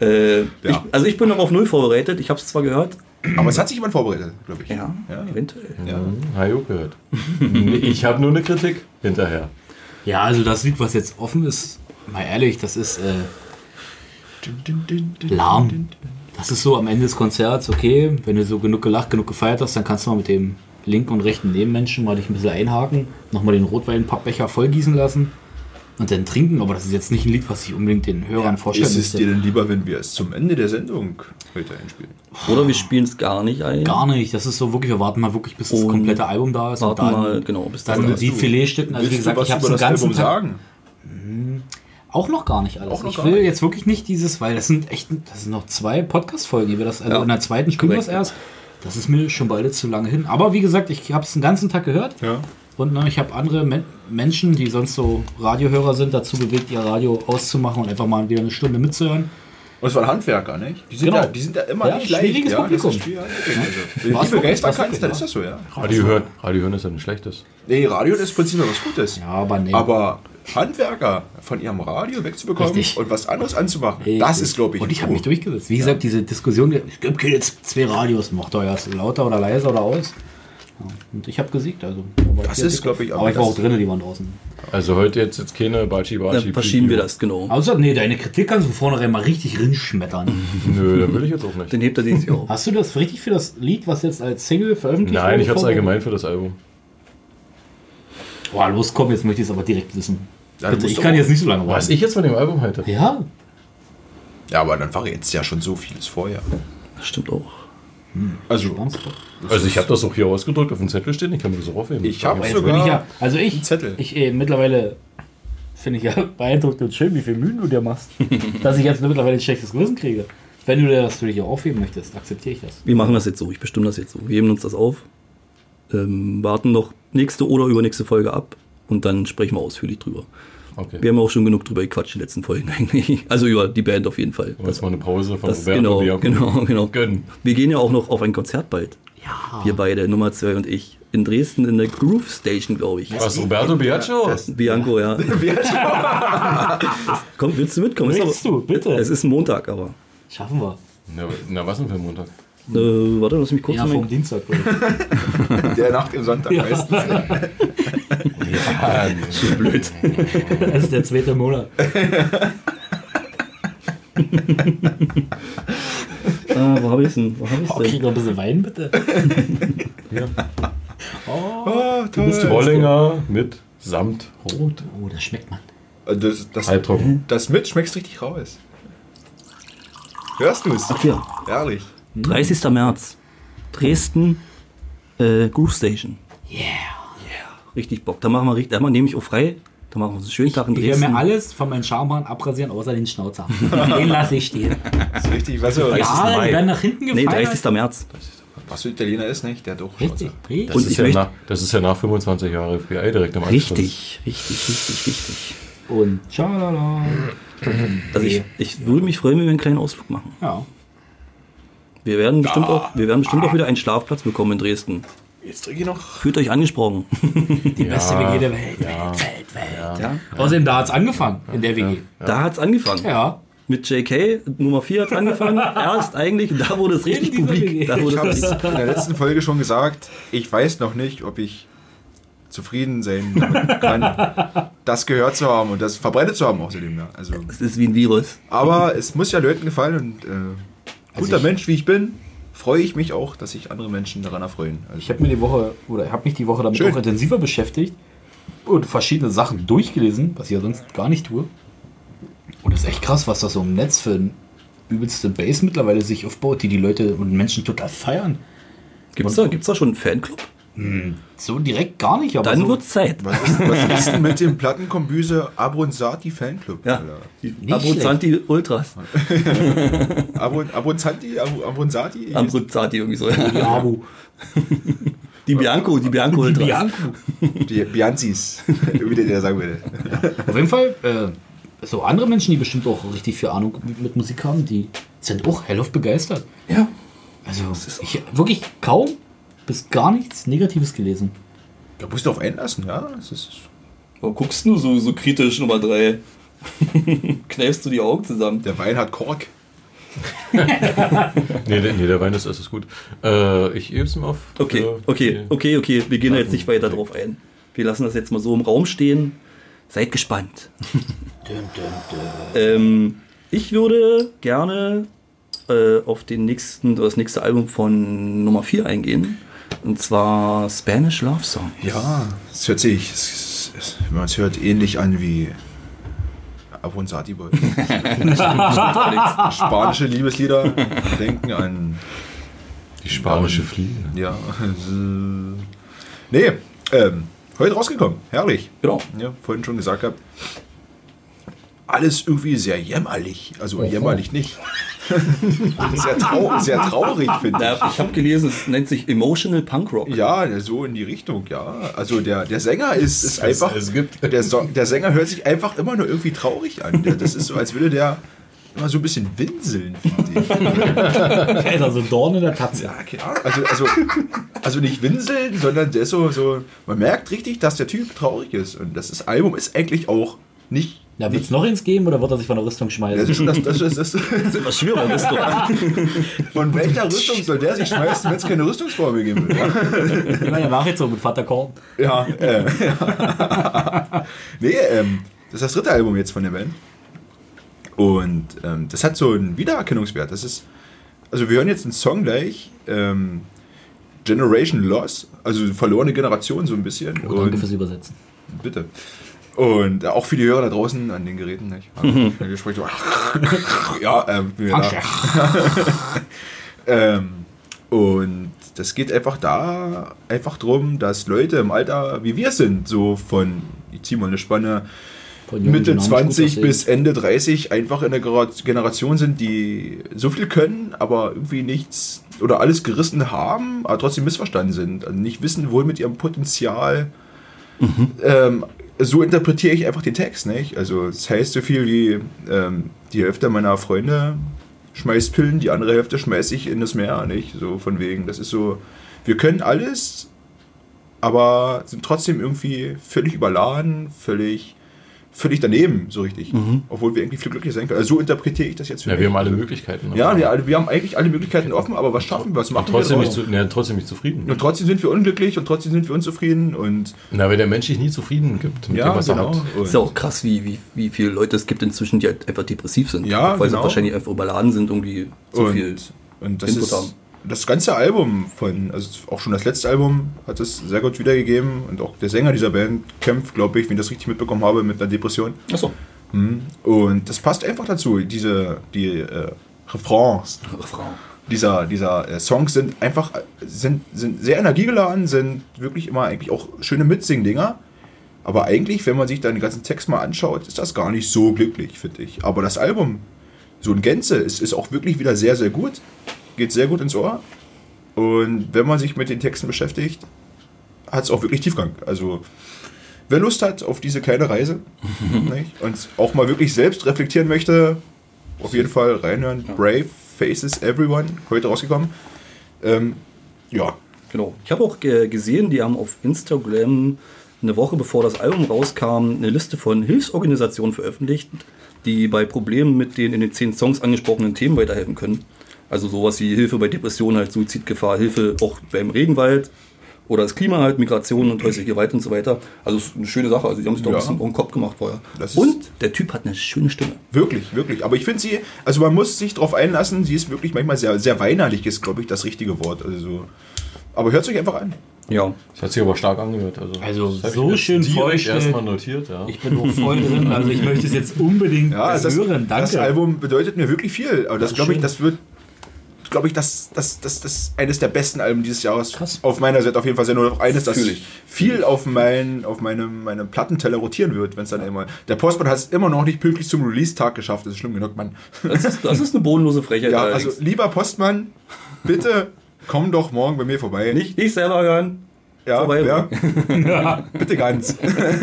Speaker 2: Äh,
Speaker 3: Ja.
Speaker 2: ich, also ich bin noch auf null vorbereitet. Ich habe es zwar gehört.
Speaker 3: Aber es hat sich jemand vorbereitet, glaube ich.
Speaker 2: Ja, eventuell.
Speaker 4: Hajo gehört. Nee, ich habe nur eine Kritik hinterher.
Speaker 1: Ja, also das Lied, was jetzt offen ist, mal ehrlich, das ist äh, lahm. Das ist so am Ende des Konzerts, okay, wenn du so genug gelacht, genug gefeiert hast, dann kannst du mal mit dem linken und rechten Nebenmenschen mal dich ein bisschen einhaken, nochmal den Rotwein-Pappbecher vollgießen lassen und dann trinken. Aber das ist jetzt nicht ein Lied, was ich unbedingt den Hörern vorstellen
Speaker 3: Ist es dir
Speaker 1: müsste.
Speaker 3: denn lieber, wenn wir es zum Ende der Sendung heute einspielen?
Speaker 2: Oder wir spielen es gar nicht ein.
Speaker 1: Gar nicht, das ist so wirklich, wir warten mal wirklich, bis das
Speaker 2: Und
Speaker 1: komplette Album da ist.
Speaker 2: Warten
Speaker 1: und dann,
Speaker 2: mal, genau, bis
Speaker 1: dann
Speaker 2: dann.
Speaker 1: die Filetstücken, also wie
Speaker 3: Willst
Speaker 1: gesagt,
Speaker 3: du
Speaker 1: ich
Speaker 3: was
Speaker 1: habe
Speaker 3: über
Speaker 1: den
Speaker 3: das
Speaker 1: ganzen
Speaker 3: Album
Speaker 1: Tag
Speaker 3: sagen?
Speaker 1: Auch noch gar nicht alles.
Speaker 3: noch
Speaker 1: Ich
Speaker 3: gar
Speaker 1: will
Speaker 3: nicht.
Speaker 1: jetzt wirklich nicht dieses, weil das sind echt, das sind noch zwei Podcast-Folgen, die wir das, also
Speaker 2: Ja,
Speaker 1: in der zweiten spielen wir es
Speaker 2: korrekt.
Speaker 1: erst. Das ist mir schon beide zu lange hin. Aber wie gesagt, ich habe es den ganzen Tag gehört
Speaker 3: Ja.
Speaker 1: und ne, ich habe andere Men Menschen, die sonst so Radiohörer sind, dazu bewegt, ihr Radio auszumachen und einfach mal wieder eine Stunde mitzuhören.
Speaker 3: Und es waren Handwerker, ne? Die sind,
Speaker 1: Genau.
Speaker 3: ja, die sind ja immer
Speaker 1: Ja,
Speaker 3: nicht leicht.
Speaker 1: schwieriges
Speaker 3: ja,
Speaker 1: Publikum.
Speaker 3: Das ist schwierig. Also, wenn
Speaker 1: War's
Speaker 3: du die begeistern
Speaker 1: wirklich,
Speaker 3: kannst, dann
Speaker 1: war's
Speaker 3: ist das so, ja.
Speaker 4: Radio hören, Radio hören ist ja nicht schlechtes.
Speaker 3: Nee, Radio ist prinzipiell was Gutes.
Speaker 1: Ja, aber nee.
Speaker 3: Aber Handwerker von ihrem Radio wegzubekommen
Speaker 1: Richtig.
Speaker 3: und was anderes anzumachen, das ist, glaube ich,
Speaker 1: Und ich habe
Speaker 3: cool.
Speaker 1: mich durchgesetzt. Wie gesagt, diese Diskussion, es gibt jetzt zwei Radios, macht euer erst lauter oder leiser oder aus. Ja, Und ich habe gesiegt, also. Aber
Speaker 3: Das
Speaker 1: ich hab
Speaker 3: ist,
Speaker 1: die-
Speaker 3: glaub ich, aber
Speaker 1: Aber ich war
Speaker 3: das-
Speaker 1: auch drinnen, die waren draußen.
Speaker 4: Also heute jetzt, jetzt keine Bachi Bachi.
Speaker 2: Dann verschieben wir
Speaker 4: Preview.
Speaker 2: das, genau.
Speaker 1: Außer, nee, deine Kritik kannst du von vornherein mal richtig
Speaker 4: Hm.
Speaker 1: rinschmettern.
Speaker 4: Nö, dann will ich jetzt auch nicht.
Speaker 2: Dann hebt er den sich auf.
Speaker 1: Hast du das richtig für das Lied, was jetzt als Single veröffentlicht wurde?
Speaker 4: Nein, ich habe es
Speaker 1: vorbereitet?
Speaker 4: allgemein für das Album.
Speaker 1: Boah, los, komm, jetzt möchte ich es aber direkt wissen.
Speaker 3: Ja, du
Speaker 1: Bitte,
Speaker 3: musst
Speaker 1: ich
Speaker 3: doch-
Speaker 1: kann jetzt nicht so lange
Speaker 4: Was
Speaker 1: warten.
Speaker 4: ich jetzt von dem Album halte?
Speaker 1: Ja,
Speaker 3: Ja, aber dann war jetzt ja schon so vieles vorher.
Speaker 2: Stimmt auch.
Speaker 3: Also,
Speaker 4: Also ich habe das auch hier ausgedrückt auf dem Zettel stehen, ich kann mir das auch aufheben.
Speaker 3: ich habe
Speaker 1: Aber jetzt bin ich
Speaker 3: sogar.
Speaker 1: ja, also ich,
Speaker 3: einen Zettel.
Speaker 1: ich äh, mittlerweile finde ich ja beeindruckt und schön, wie viel Mühen du dir machst, dass ich jetzt mittlerweile ein schlechtes Gewissen kriege. Wenn du dir das für dich auch aufheben möchtest, akzeptiere ich das.
Speaker 2: Wir machen das jetzt so. Ich bestimme das jetzt so. Wir heben uns das auf, ähm, warten noch nächste oder übernächste Folge ab und dann sprechen wir ausführlich drüber.
Speaker 4: Okay.
Speaker 2: Wir haben auch schon genug drüber gequatscht in den letzten Folgen eigentlich. Also über die Band auf jeden Fall.
Speaker 4: Und jetzt mal eine Pause von
Speaker 2: Das,
Speaker 4: Roberto
Speaker 2: genau,
Speaker 4: Bianco.
Speaker 2: genau, genau.
Speaker 4: Gönnen.
Speaker 2: Wir gehen ja auch noch auf ein Konzert bald. Ja. Wir beide, Nummer 2 und ich. In Dresden in der Groove Station, glaube ich.
Speaker 4: Was, Roberto Biagio?
Speaker 2: Bianco, ja. Komm, willst du mitkommen? Ist
Speaker 1: Willst du, Oh, bitte.
Speaker 2: Es ist ein Montag, aber.
Speaker 1: Schaffen wir.
Speaker 4: Na, na, was denn für ein Montag?
Speaker 2: Äh, warte, lass mich kurz.
Speaker 1: Ja,
Speaker 2: mal-
Speaker 1: vom Dienstag. oder?
Speaker 3: Der Nacht im Sonntag
Speaker 1: Ja.
Speaker 3: meistens.
Speaker 4: Ah, nee.
Speaker 2: Blöd.
Speaker 1: Das ist der zweite Monat.
Speaker 2: ah, wo habe ich es denn? Wo habe ich
Speaker 1: Oh,
Speaker 2: denn?
Speaker 1: krieg noch ein bisschen Wein, bitte.
Speaker 3: Ah, toll.
Speaker 4: Wollinger mit Samt Rot.
Speaker 1: Oh, das schmeckt man.
Speaker 3: Also Das, das,
Speaker 4: Halbtrocken.
Speaker 3: das mit schmeckst richtig raus. Hörst du es?
Speaker 2: Ach ja.
Speaker 3: Ehrlich.
Speaker 2: 30. März. Dresden äh, Groove Station.
Speaker 1: Yeah.
Speaker 2: Richtig Bock. Da machen wir richtig, da nehme ich auch frei. Da machen wir uns einen schönen Tag in
Speaker 1: Ich werde mir
Speaker 2: Dresden.
Speaker 1: alles von meinen Schamhaaren abrasieren, außer den Schnauzer. den lasse ich stehen.
Speaker 3: Das ist richtig, weißt du,
Speaker 4: Weiß-
Speaker 1: Ja,
Speaker 4: Mai.
Speaker 1: die werden nach hinten
Speaker 2: Nee,
Speaker 1: gefallen.
Speaker 2: 30. März.
Speaker 3: was für ein Italiener ist, nicht? Der hat auch
Speaker 1: Richtig,
Speaker 3: Schnauze.
Speaker 1: richtig.
Speaker 4: Das,
Speaker 2: Und
Speaker 4: ist
Speaker 2: ich
Speaker 4: ja
Speaker 2: möchte-
Speaker 4: nach, das ist ja nach 25 Jahren FBI direkt am Anschluss.
Speaker 2: Richtig, richtig, richtig, richtig.
Speaker 1: Und tschalala.
Speaker 2: Also ich, ich würde mich freuen, wenn wir einen kleinen Ausflug machen.
Speaker 1: Ja.
Speaker 2: Wir werden bestimmt auch, wir werden bestimmt auch wieder einen Schlafplatz bekommen in Dresden.
Speaker 3: Jetzt trinke ich noch.
Speaker 2: Fühlt euch angesprochen.
Speaker 1: Die beste WG der Welt. Welt, Welt, Welt. Außerdem, da hat es angefangen, in der WG.
Speaker 2: Da hat's angefangen.
Speaker 1: Ja.
Speaker 2: Mit JK, Nummer 4 hat's angefangen. Erst eigentlich, da wurde es richtig
Speaker 1: dieser WG.
Speaker 2: publik. Da wurde
Speaker 3: Ich habe es
Speaker 2: es
Speaker 3: in
Speaker 2: richtig.
Speaker 3: der letzten Folge schon gesagt. Ich weiß noch nicht, ob ich zufrieden sein damit kann, das gehört zu haben und das verbreitet zu haben außerdem. Ja. Also,
Speaker 2: Es ist wie ein Virus.
Speaker 3: aber es muss ja Leuten gefallen und äh, guter
Speaker 1: Also ich-
Speaker 3: Mensch, wie ich bin, freue ich mich auch, dass sich andere Menschen daran erfreuen. Also,
Speaker 1: Ich habe mir die Woche, oder habe mich die Woche damit
Speaker 3: Schön.
Speaker 1: auch intensiver beschäftigt und verschiedene Sachen durchgelesen, was ich ja sonst gar nicht tue. Und es ist echt krass, was das so im Netz für ein übelste Base mittlerweile sich aufbaut, die die Leute und Menschen total feiern.
Speaker 2: Gibt's da, gibt's da schon einen Fanclub?
Speaker 1: So direkt gar nicht, aber
Speaker 2: Dann
Speaker 1: so,
Speaker 2: wird's Zeit.
Speaker 3: was, ist, was ist denn mit dem Plattenkombüse Abronzati Fanclub?
Speaker 2: Ja.
Speaker 3: Alter?
Speaker 1: Nicht
Speaker 2: Abruzzanti Ultras.
Speaker 3: Abron, Abronzanti? Ab- Abronzati?
Speaker 2: Abruzzanti irgendwie so.
Speaker 1: die Abu,
Speaker 2: Die Bianco, die Bianco
Speaker 1: die
Speaker 2: Ultras.
Speaker 1: Bianco.
Speaker 3: Die Bianzis, wie der der sagen würde.
Speaker 1: Auf jeden Fall, äh, so andere Menschen, die bestimmt auch richtig viel Ahnung mit, mit Musik haben, die sind auch hellof begeistert.
Speaker 2: Ja.
Speaker 1: Also ich hab wirklich kaum bis gar nichts Negatives gelesen.
Speaker 3: Da musst du auf einlassen, ja. Das ist
Speaker 2: Warum guckst du so, so kritisch Nummer 3? Kneifst du die Augen zusammen?
Speaker 3: Der Wein hat Kork.
Speaker 4: Nee, der, nee, der Wein ist, ist, ist gut. Äh, ich gebe es ihm auf.
Speaker 2: Okay,
Speaker 3: Also,
Speaker 4: Äh,
Speaker 2: okay,
Speaker 4: die-
Speaker 2: okay, okay. Wir gehen da jetzt nicht weiter
Speaker 4: Okay.
Speaker 2: drauf ein. Wir lassen das jetzt mal so im Raum stehen. Seid gespannt. Ähm, ich würde gerne äh, auf den nächsten, das nächste Album von Nummer 4 eingehen. Und zwar Spanish Love Song.
Speaker 3: Ja, es hört sich, es, es, wenn man es hört, ähnlich an wie Avonsati Boy. Spanische Liebeslieder denken an.
Speaker 4: Die spanische Fliege.
Speaker 3: Ja. Nee, ähm, heute rausgekommen. Herrlich.
Speaker 2: Genau.
Speaker 3: Ja, vorhin schon gesagt habe. Alles irgendwie sehr jämmerlich. Also jämmerlich nicht. sehr, trau sehr traurig, finde ich.
Speaker 2: Ja, ich habe gelesen, es nennt sich Emotional Punk Rock.
Speaker 3: Ja, so in die Richtung, ja. Also der, der Sänger ist, ist
Speaker 4: Es-
Speaker 3: einfach.
Speaker 4: es gibt-
Speaker 3: Der, so der Sänger hört sich einfach immer nur irgendwie traurig an. Der, das ist so, als würde der immer so ein bisschen winseln, finde ich.
Speaker 8: Der ist also ein Dorn in der Tatze.
Speaker 3: Ja, keine Ahnung. Also, also, also nicht winseln, sondern der ist so, so. Man merkt richtig, dass der Typ traurig ist. Und das ist, Album ist eigentlich auch nicht.
Speaker 8: Na, wird es
Speaker 3: nicht
Speaker 8: noch ins geben oder wird er sich von der Rüstung
Speaker 3: das
Speaker 8: schmeißen?
Speaker 3: ist schon das, das, ist, das ist,
Speaker 2: Was schwerer bist du?
Speaker 3: Von welcher Rüstung soll der sich schmeißen, wenn es keine Rüstungsformel geben will?
Speaker 8: Ich meine, mach jetzt so mit Vater Korn.
Speaker 3: Ja, äh, nee, ähm, das ist das dritte Album jetzt von der Band. Und ähm, das hat so einen Wiedererkennungswert. Das ist, also wir hören jetzt einen Song gleich, ähm, Generation Loss, also verlorene Generation so ein bisschen.
Speaker 8: Oh, danke
Speaker 3: Und-
Speaker 8: fürs Übersetzen.
Speaker 3: Bitte. Und äh, auch für die Hörer da draußen an den Geräten, nicht? Also,
Speaker 8: Mhm.
Speaker 3: Ihr sprecht so. ja, ähm, mir da. ähm, und das geht einfach da einfach drum, dass Leute im Alter, wie wir es sind, so von, ich ziehe mal eine Spanne,
Speaker 8: Von jungen,
Speaker 3: Mitte
Speaker 8: dynamisch,
Speaker 3: 20
Speaker 8: gut
Speaker 3: bis Ende 30 einfach in der Gera- Generation sind, die so viel können, aber irgendwie nichts oder alles gerissen haben, aber trotzdem missverstanden sind. Also nicht wissen, wohl mit ihrem Potenzial. Ähm, so interpretiere ich einfach den Text, nicht? Also, es heißt so viel wie: ähm, die Hälfte meiner Freunde schmeißt Pillen, die andere Hälfte schmeiß ich in das Meer, nicht? So von wegen, das ist so, wir können alles, aber sind trotzdem irgendwie völlig überladen, völlig, völlig daneben, so richtig. Obwohl wir irgendwie viel glücklicher sein können. Also so interpretiere ich das jetzt für
Speaker 4: Mhm. Ja,
Speaker 3: mich.
Speaker 4: wir haben alle Möglichkeiten. aber-
Speaker 3: ja, wir, alle- wir haben eigentlich alle Möglichkeiten offen, aber was schaffen wir? Was machen
Speaker 4: Trotzdem
Speaker 3: wir?
Speaker 4: nicht,
Speaker 3: draus?
Speaker 4: zu, ne, trotzdem nicht zufrieden.
Speaker 3: Und trotzdem sind wir unglücklich und trotzdem sind wir unzufrieden und
Speaker 4: Na, weil der Mensch sich nie zufrieden gibt mit
Speaker 3: ja,
Speaker 4: dem, was
Speaker 3: genau.
Speaker 4: er hat.
Speaker 3: Und
Speaker 2: Ist ja auch krass, wie, wie, wie viele Leute es gibt inzwischen, die halt einfach depressiv sind.
Speaker 3: Ja,
Speaker 2: weil sie
Speaker 3: genau.
Speaker 2: wahrscheinlich einfach überladen sind, irgendwie zu
Speaker 3: und,
Speaker 2: viel.
Speaker 3: Und das
Speaker 2: Input
Speaker 3: ist
Speaker 2: haben.
Speaker 3: das ganze Album von, also auch schon das letzte Album hat es sehr gut wiedergegeben und auch der Sänger dieser Band kämpft, glaube ich, wenn ich das richtig mitbekommen habe, mit einer Depression.
Speaker 2: Achso.
Speaker 3: Und das passt einfach dazu. Diese die äh, Refrains
Speaker 2: Frau.
Speaker 3: dieser dieser äh, Songs sind einfach äh, sind, sind sehr energiegeladen, sind wirklich immer eigentlich auch schöne Mitsing-Dinger. Aber eigentlich, wenn man sich dann den ganzen Text mal anschaut, ist das gar nicht so glücklich, finde ich. Aber das Album, so in Gänze, ist, ist auch wirklich wieder sehr, sehr gut. Geht sehr gut ins Ohr. Und wenn man sich mit den Texten beschäftigt, hat es auch wirklich Tiefgang. Also, wer Lust hat auf diese kleine Reise nicht, und auch mal wirklich selbst reflektieren möchte, auf jeden Fall reinhören. Brave Faces Everyone, heute rausgekommen. Ähm, ja,
Speaker 2: Genau. Ich habe auch äh, gesehen, die haben auf Instagram eine Woche bevor das Album rauskam, eine Liste von Hilfsorganisationen veröffentlicht, die bei Problemen mit den in den zehn Songs angesprochenen Themen weiterhelfen können. Also sowas wie Hilfe bei Depressionen, halt Suizidgefahr, Hilfe auch beim Regenwald oder das Klima halt, Migration und häusliche Gewalt und so weiter. Also es ist eine schöne Sache. Also die haben sich da
Speaker 3: Ja.
Speaker 2: ein bisschen um den Kopf gemacht vorher.
Speaker 3: Das ist-
Speaker 2: Und der Typ hat eine schöne Stimme.
Speaker 3: Wirklich, wirklich. Aber ich finde sie, also man muss sich drauf einlassen, sie ist wirklich manchmal sehr, sehr weinerlich, ist, glaube ich, das richtige Wort. Also, so. aber hört euch einfach an.
Speaker 2: Ja.
Speaker 4: Das hat sich aber stark angehört. Also,
Speaker 8: Also
Speaker 4: das hab ich
Speaker 8: so
Speaker 4: mir
Speaker 8: schön
Speaker 4: direkt
Speaker 8: vorgestellt.
Speaker 4: erstmal notiert. Ja.
Speaker 8: Ich bin auch voll drin, also ich möchte es jetzt unbedingt
Speaker 3: das,
Speaker 8: hören. Danke.
Speaker 3: das Album bedeutet mir wirklich viel. Aber das, glaube ich,
Speaker 8: schön.
Speaker 3: das wird, glaube ich, das, das, das, das eines der besten Alben dieses Jahres.
Speaker 8: Krass.
Speaker 3: Auf meiner Seite auf jeden Fall sehr nur noch eines, das
Speaker 2: Fühl ich.
Speaker 3: viel auf, mein, auf meinem, meinem Plattenteller rotieren wird, wenn es dann einmal. Der Postmann hat es immer noch nicht pünktlich zum Release-Tag geschafft. Das ist schlimm genug, Mann.
Speaker 2: Das ist, das ist eine bodenlose Frechheit.
Speaker 3: Ja, also,
Speaker 2: allerdings.
Speaker 3: lieber Postmann, bitte komm doch morgen bei mir vorbei.
Speaker 2: nicht, nicht selber hören.
Speaker 3: Ja,
Speaker 2: vorbei.
Speaker 3: ja. Bitte ganz.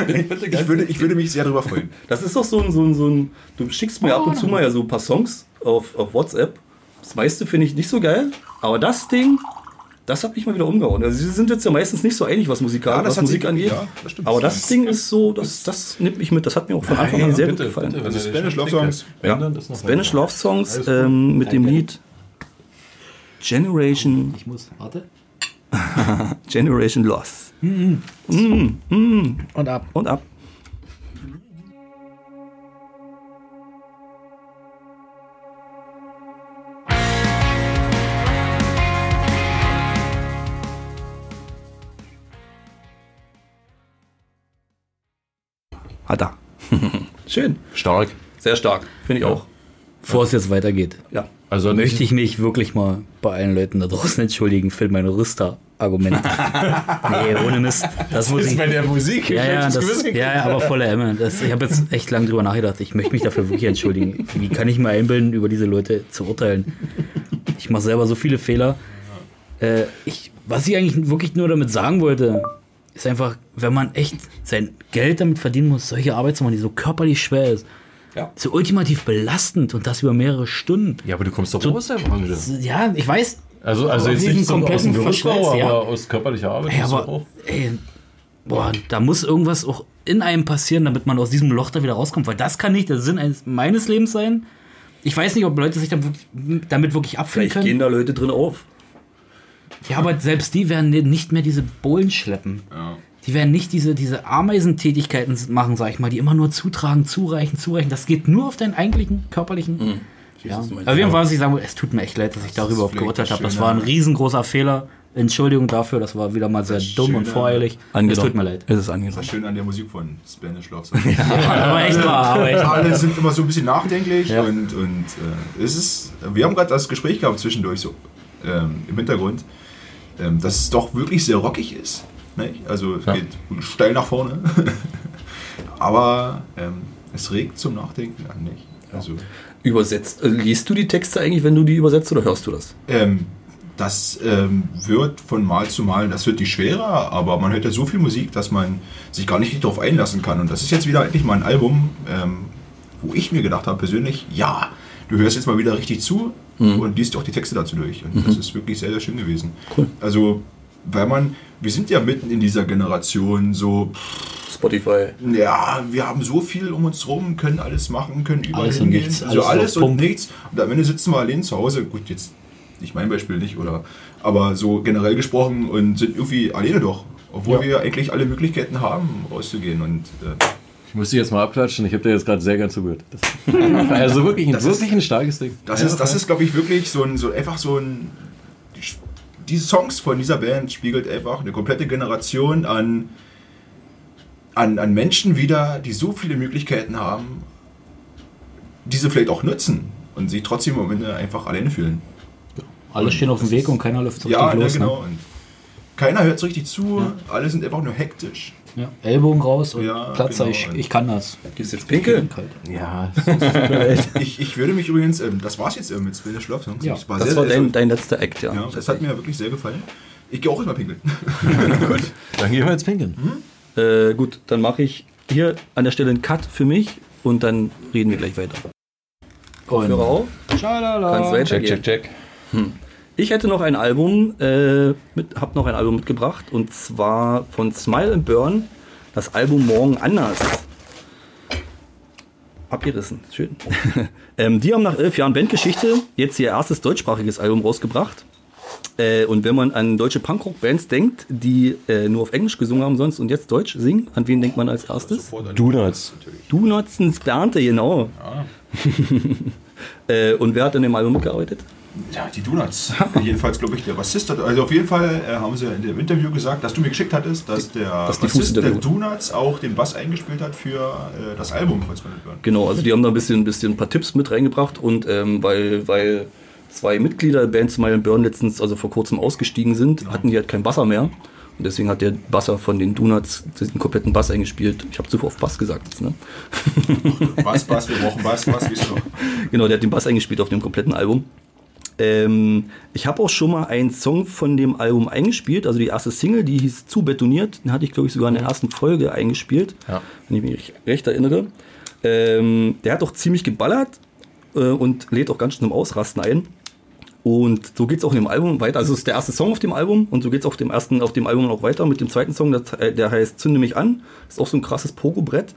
Speaker 3: Ich würde, ich würde mich sehr darüber freuen.
Speaker 2: Das ist doch so ein, so ein, so ein du schickst mir ab und zu mal ja so ein paar Songs auf, auf WhatsApp. Das meiste finde ich nicht so geil, aber das Ding, Das hat mich mal wieder umgehauen. Also, sie sind jetzt ja meistens nicht so einig, was, Musikal,
Speaker 3: Ja, das
Speaker 2: was
Speaker 3: hat
Speaker 2: Musik
Speaker 3: sie-
Speaker 2: angeht.
Speaker 3: ja, das stimmt.
Speaker 2: Aber das Ding ist so, das, das nimmt mich mit. Das hat mir auch von Anfang an sehr gut gefallen.
Speaker 4: wenn ihr
Speaker 3: Spanish
Speaker 4: den
Speaker 3: Love
Speaker 4: Schnitt
Speaker 3: Songs.
Speaker 4: kennt. Wenn, dann Also ist noch
Speaker 2: Spanish
Speaker 4: weiter.
Speaker 2: Love Songs
Speaker 4: Alles gut.
Speaker 2: ähm, mit dem Lied
Speaker 4: Oh,
Speaker 2: Generation,
Speaker 1: Ich muss. Warte.
Speaker 2: Generation Loss.
Speaker 1: Und ab.
Speaker 2: Und ab. Hat er. Schön.
Speaker 4: Stark.
Speaker 2: Sehr stark, finde ich auch.
Speaker 1: Bevor es jetzt weitergeht,
Speaker 2: Ja.
Speaker 4: Also
Speaker 1: möchte ich mich wirklich mal bei allen Leuten da draußen entschuldigen für meine Rüster-Argumente. nee, ohne Mist. Das muss ich.
Speaker 4: der Musik.
Speaker 1: Ja, ja, das, ja, ja, aber voller Emme. Das, ich habe jetzt echt lange drüber nachgedacht. Ich möchte mich dafür wirklich entschuldigen. Wie kann ich mir einbilden, über diese Leute zu urteilen? Ich mache selber so viele Fehler. Äh, ich, was ich eigentlich wirklich nur damit sagen wollte, ist einfach, wenn man echt sein Geld damit verdienen muss, solche Arbeit zu machen, die so körperlich schwer ist,
Speaker 2: Ja.
Speaker 1: so ultimativ belastend und das über mehrere Stunden.
Speaker 4: ja, aber du kommst doch aus der Branche.
Speaker 1: Ja, ich weiß.
Speaker 4: Also, also
Speaker 1: Aber
Speaker 4: jetzt
Speaker 1: diesen
Speaker 4: nicht so aus dem
Speaker 1: kompletten
Speaker 4: Berufsbau,
Speaker 1: Verschleiß,
Speaker 4: aber
Speaker 1: ja.
Speaker 4: aus körperlicher Arbeit.
Speaker 1: Ja,
Speaker 4: ist doch
Speaker 1: aber ey, boah, da muss irgendwas auch in einem passieren, damit man aus diesem Loch da wieder rauskommt, weil das kann nicht der Sinn eines, meines Lebens sein. Ich weiß nicht, ob Leute sich damit wirklich, damit wirklich abfinden
Speaker 2: Vielleicht gehen
Speaker 1: können.
Speaker 2: da Leute drin auf.
Speaker 1: Ja, aber selbst die werden nicht mehr diese Bohlen schleppen.
Speaker 3: Ja.
Speaker 1: Die werden nicht diese, diese Ameisentätigkeiten machen, sag ich mal, die immer nur zutragen, zureichen, zureichen. Das geht nur auf deinen eigentlichen körperlichen.
Speaker 3: Mhm.
Speaker 1: Ja.
Speaker 2: du meinst.
Speaker 1: Auf jeden Fall, was ich sagen wollte, es tut mir echt leid, dass ich darüber
Speaker 3: vielleicht
Speaker 1: geurteilt habe. Das
Speaker 3: schöner-
Speaker 1: war ein riesengroßer Fehler. Entschuldigung dafür, das war wieder mal sehr dumm und
Speaker 3: schöner-
Speaker 1: voreilig. Es tut mir leid.
Speaker 2: Es ist angenommen.
Speaker 3: Das Schöne an der Musik von Spanish Love Songs.
Speaker 1: Aber echt mal, aber echt mal.
Speaker 3: Alle sind immer so ein bisschen nachdenklich
Speaker 1: Ja.
Speaker 3: und, und äh, es ist, wir haben gerade das Gespräch gehabt zwischendurch so ähm, im Hintergrund, ähm, dass es doch wirklich sehr rockig ist. Ne? Also es
Speaker 4: Ja.
Speaker 3: geht steil nach vorne. Aber ähm, es regt zum Nachdenken an, nicht? Also,
Speaker 2: Übersetzt. äh, Liest du die Texte eigentlich, wenn du die übersetzt oder hörst du das?
Speaker 3: ähm, das ähm, wird von Mal zu Mal, das wird nicht schwerer, aber man hört ja so viel Musik, dass man sich gar nicht darauf einlassen kann. Und das ist jetzt wieder endlich mal ein Album, ähm, wo ich mir gedacht habe persönlich, ja, du hörst jetzt mal wieder richtig zu und liest auch die Texte dazu durch. Und das ist wirklich sehr, sehr schön gewesen.
Speaker 2: Cool.
Speaker 3: Also, weil man, wir sind ja mitten in dieser Generation so, pff,
Speaker 2: Spotify.
Speaker 3: ja, wir haben so viel um uns rum, können alles machen, können überall
Speaker 1: Alles und
Speaker 3: hingehen.
Speaker 1: nichts,
Speaker 3: also
Speaker 1: alles
Speaker 3: alles
Speaker 1: auf
Speaker 3: und
Speaker 1: Pump.
Speaker 3: nichts. Und am Ende sitzen wir allein zu Hause. Gut, jetzt nicht mein Beispiel nicht, oder? Aber so generell gesprochen und sind irgendwie alleine doch. Obwohl wir eigentlich alle Möglichkeiten haben, rauszugehen. Und äh,
Speaker 4: Ich muss dich jetzt mal abklatschen. Ich habe dir jetzt gerade sehr gern zugehört. Das also wirklich, ein, wirklich ein starkes Ding.
Speaker 3: das ist, das ist glaube ich, wirklich so ein, so einfach so ein. Die Songs von dieser Band spiegelt einfach eine komplette Generation an, an, an Menschen wieder, die so viele Möglichkeiten haben, diese vielleicht auch nutzen und sich trotzdem am Ende einfach alleine fühlen.
Speaker 1: Alle stehen auf dem Weg und keiner läuft so
Speaker 3: ja,
Speaker 1: richtig
Speaker 3: ne,
Speaker 1: los.
Speaker 3: genau. Und keiner hört so richtig zu, alle sind einfach nur hektisch.
Speaker 1: Ne? Ja, Ellbogen raus und
Speaker 3: Ja,
Speaker 1: Platz,
Speaker 3: genau.
Speaker 1: ich, ich kann das.
Speaker 2: Ist jetzt Pinkel?
Speaker 1: Kalt.
Speaker 9: Ja,
Speaker 3: Ich, ich würde mich übrigens, ähm, das war's jetzt ähm, mit Spanish Love Songs.
Speaker 1: Ja,
Speaker 3: das war,
Speaker 2: Das
Speaker 3: sehr,
Speaker 2: war
Speaker 3: also,
Speaker 2: dein, dein letzter Act, ja.
Speaker 3: ja, das hat mir wirklich sehr gefallen. Ich gehe auch immer pinkeln.
Speaker 4: Dann gehen wir jetzt pinkeln.
Speaker 2: Äh, gut, dann mache ich hier an der Stelle einen Cut für mich und dann reden wir gleich weiter. Kopfhörer auf. Kannst weitergehen. Hm.
Speaker 4: Check, check, check.
Speaker 2: Ich hätte noch ein Album, äh, mit, hab noch ein Album mitgebracht und zwar von Smile and Burn, das Album Morgen anders. Abgerissen, schön. ähm, die haben nach elf Jahren Bandgeschichte jetzt ihr erstes deutschsprachiges Album rausgebracht. Äh, und wenn man an deutsche Punkrock-Bands denkt, die äh, nur auf Englisch gesungen haben sonst und jetzt Deutsch singen, an wen denkt man als erstes?
Speaker 4: Donuts.
Speaker 2: Donutsens Bernte, genau. äh, und wer hat an dem Album mitgearbeitet?
Speaker 3: Ja, die Donuts. Jedenfalls glaube ich, der Bassist hat, also auf jeden Fall äh, haben sie in dem Interview gesagt, dass du mir geschickt hattest, dass der
Speaker 2: Das
Speaker 3: Bassist der
Speaker 2: Diffus-Interview.
Speaker 3: Donuts auch den Bass eingespielt hat für äh, das Album von Spanish Burn.
Speaker 2: Genau, also die haben da ein bisschen, ein bisschen ein paar Tipps mit reingebracht und ähm, weil, weil zwei Mitglieder der Band Smile and Burn letztens, also vor kurzem ausgestiegen sind, hatten die halt kein Basser mehr. Und deswegen hat der Basser von den Donuts den kompletten Bass eingespielt. Ich habe zuvor auf Bass gesagt jetzt, ne?
Speaker 3: Bass, Bass, wir brauchen Bass, Bass, wie noch?
Speaker 2: Genau, der hat den Bass eingespielt auf dem kompletten Album. Ähm, ich habe auch schon mal einen Song von dem Album eingespielt, also die erste Single, die hieß Zu betoniert. Den hatte ich, glaube ich, sogar in der ersten Folge eingespielt,
Speaker 4: Ja.
Speaker 2: wenn ich mich recht erinnere. Ähm, der hat auch ziemlich geballert äh, und lädt auch ganz schön zum Ausrasten ein. Und so geht es auch in dem Album weiter. Also es ist der erste Song auf dem Album und so geht es auf dem ersten, auf dem Album auch weiter mit dem zweiten Song, das, äh, der heißt Zünde mich an. Ist auch so ein krasses Pogo-Brett.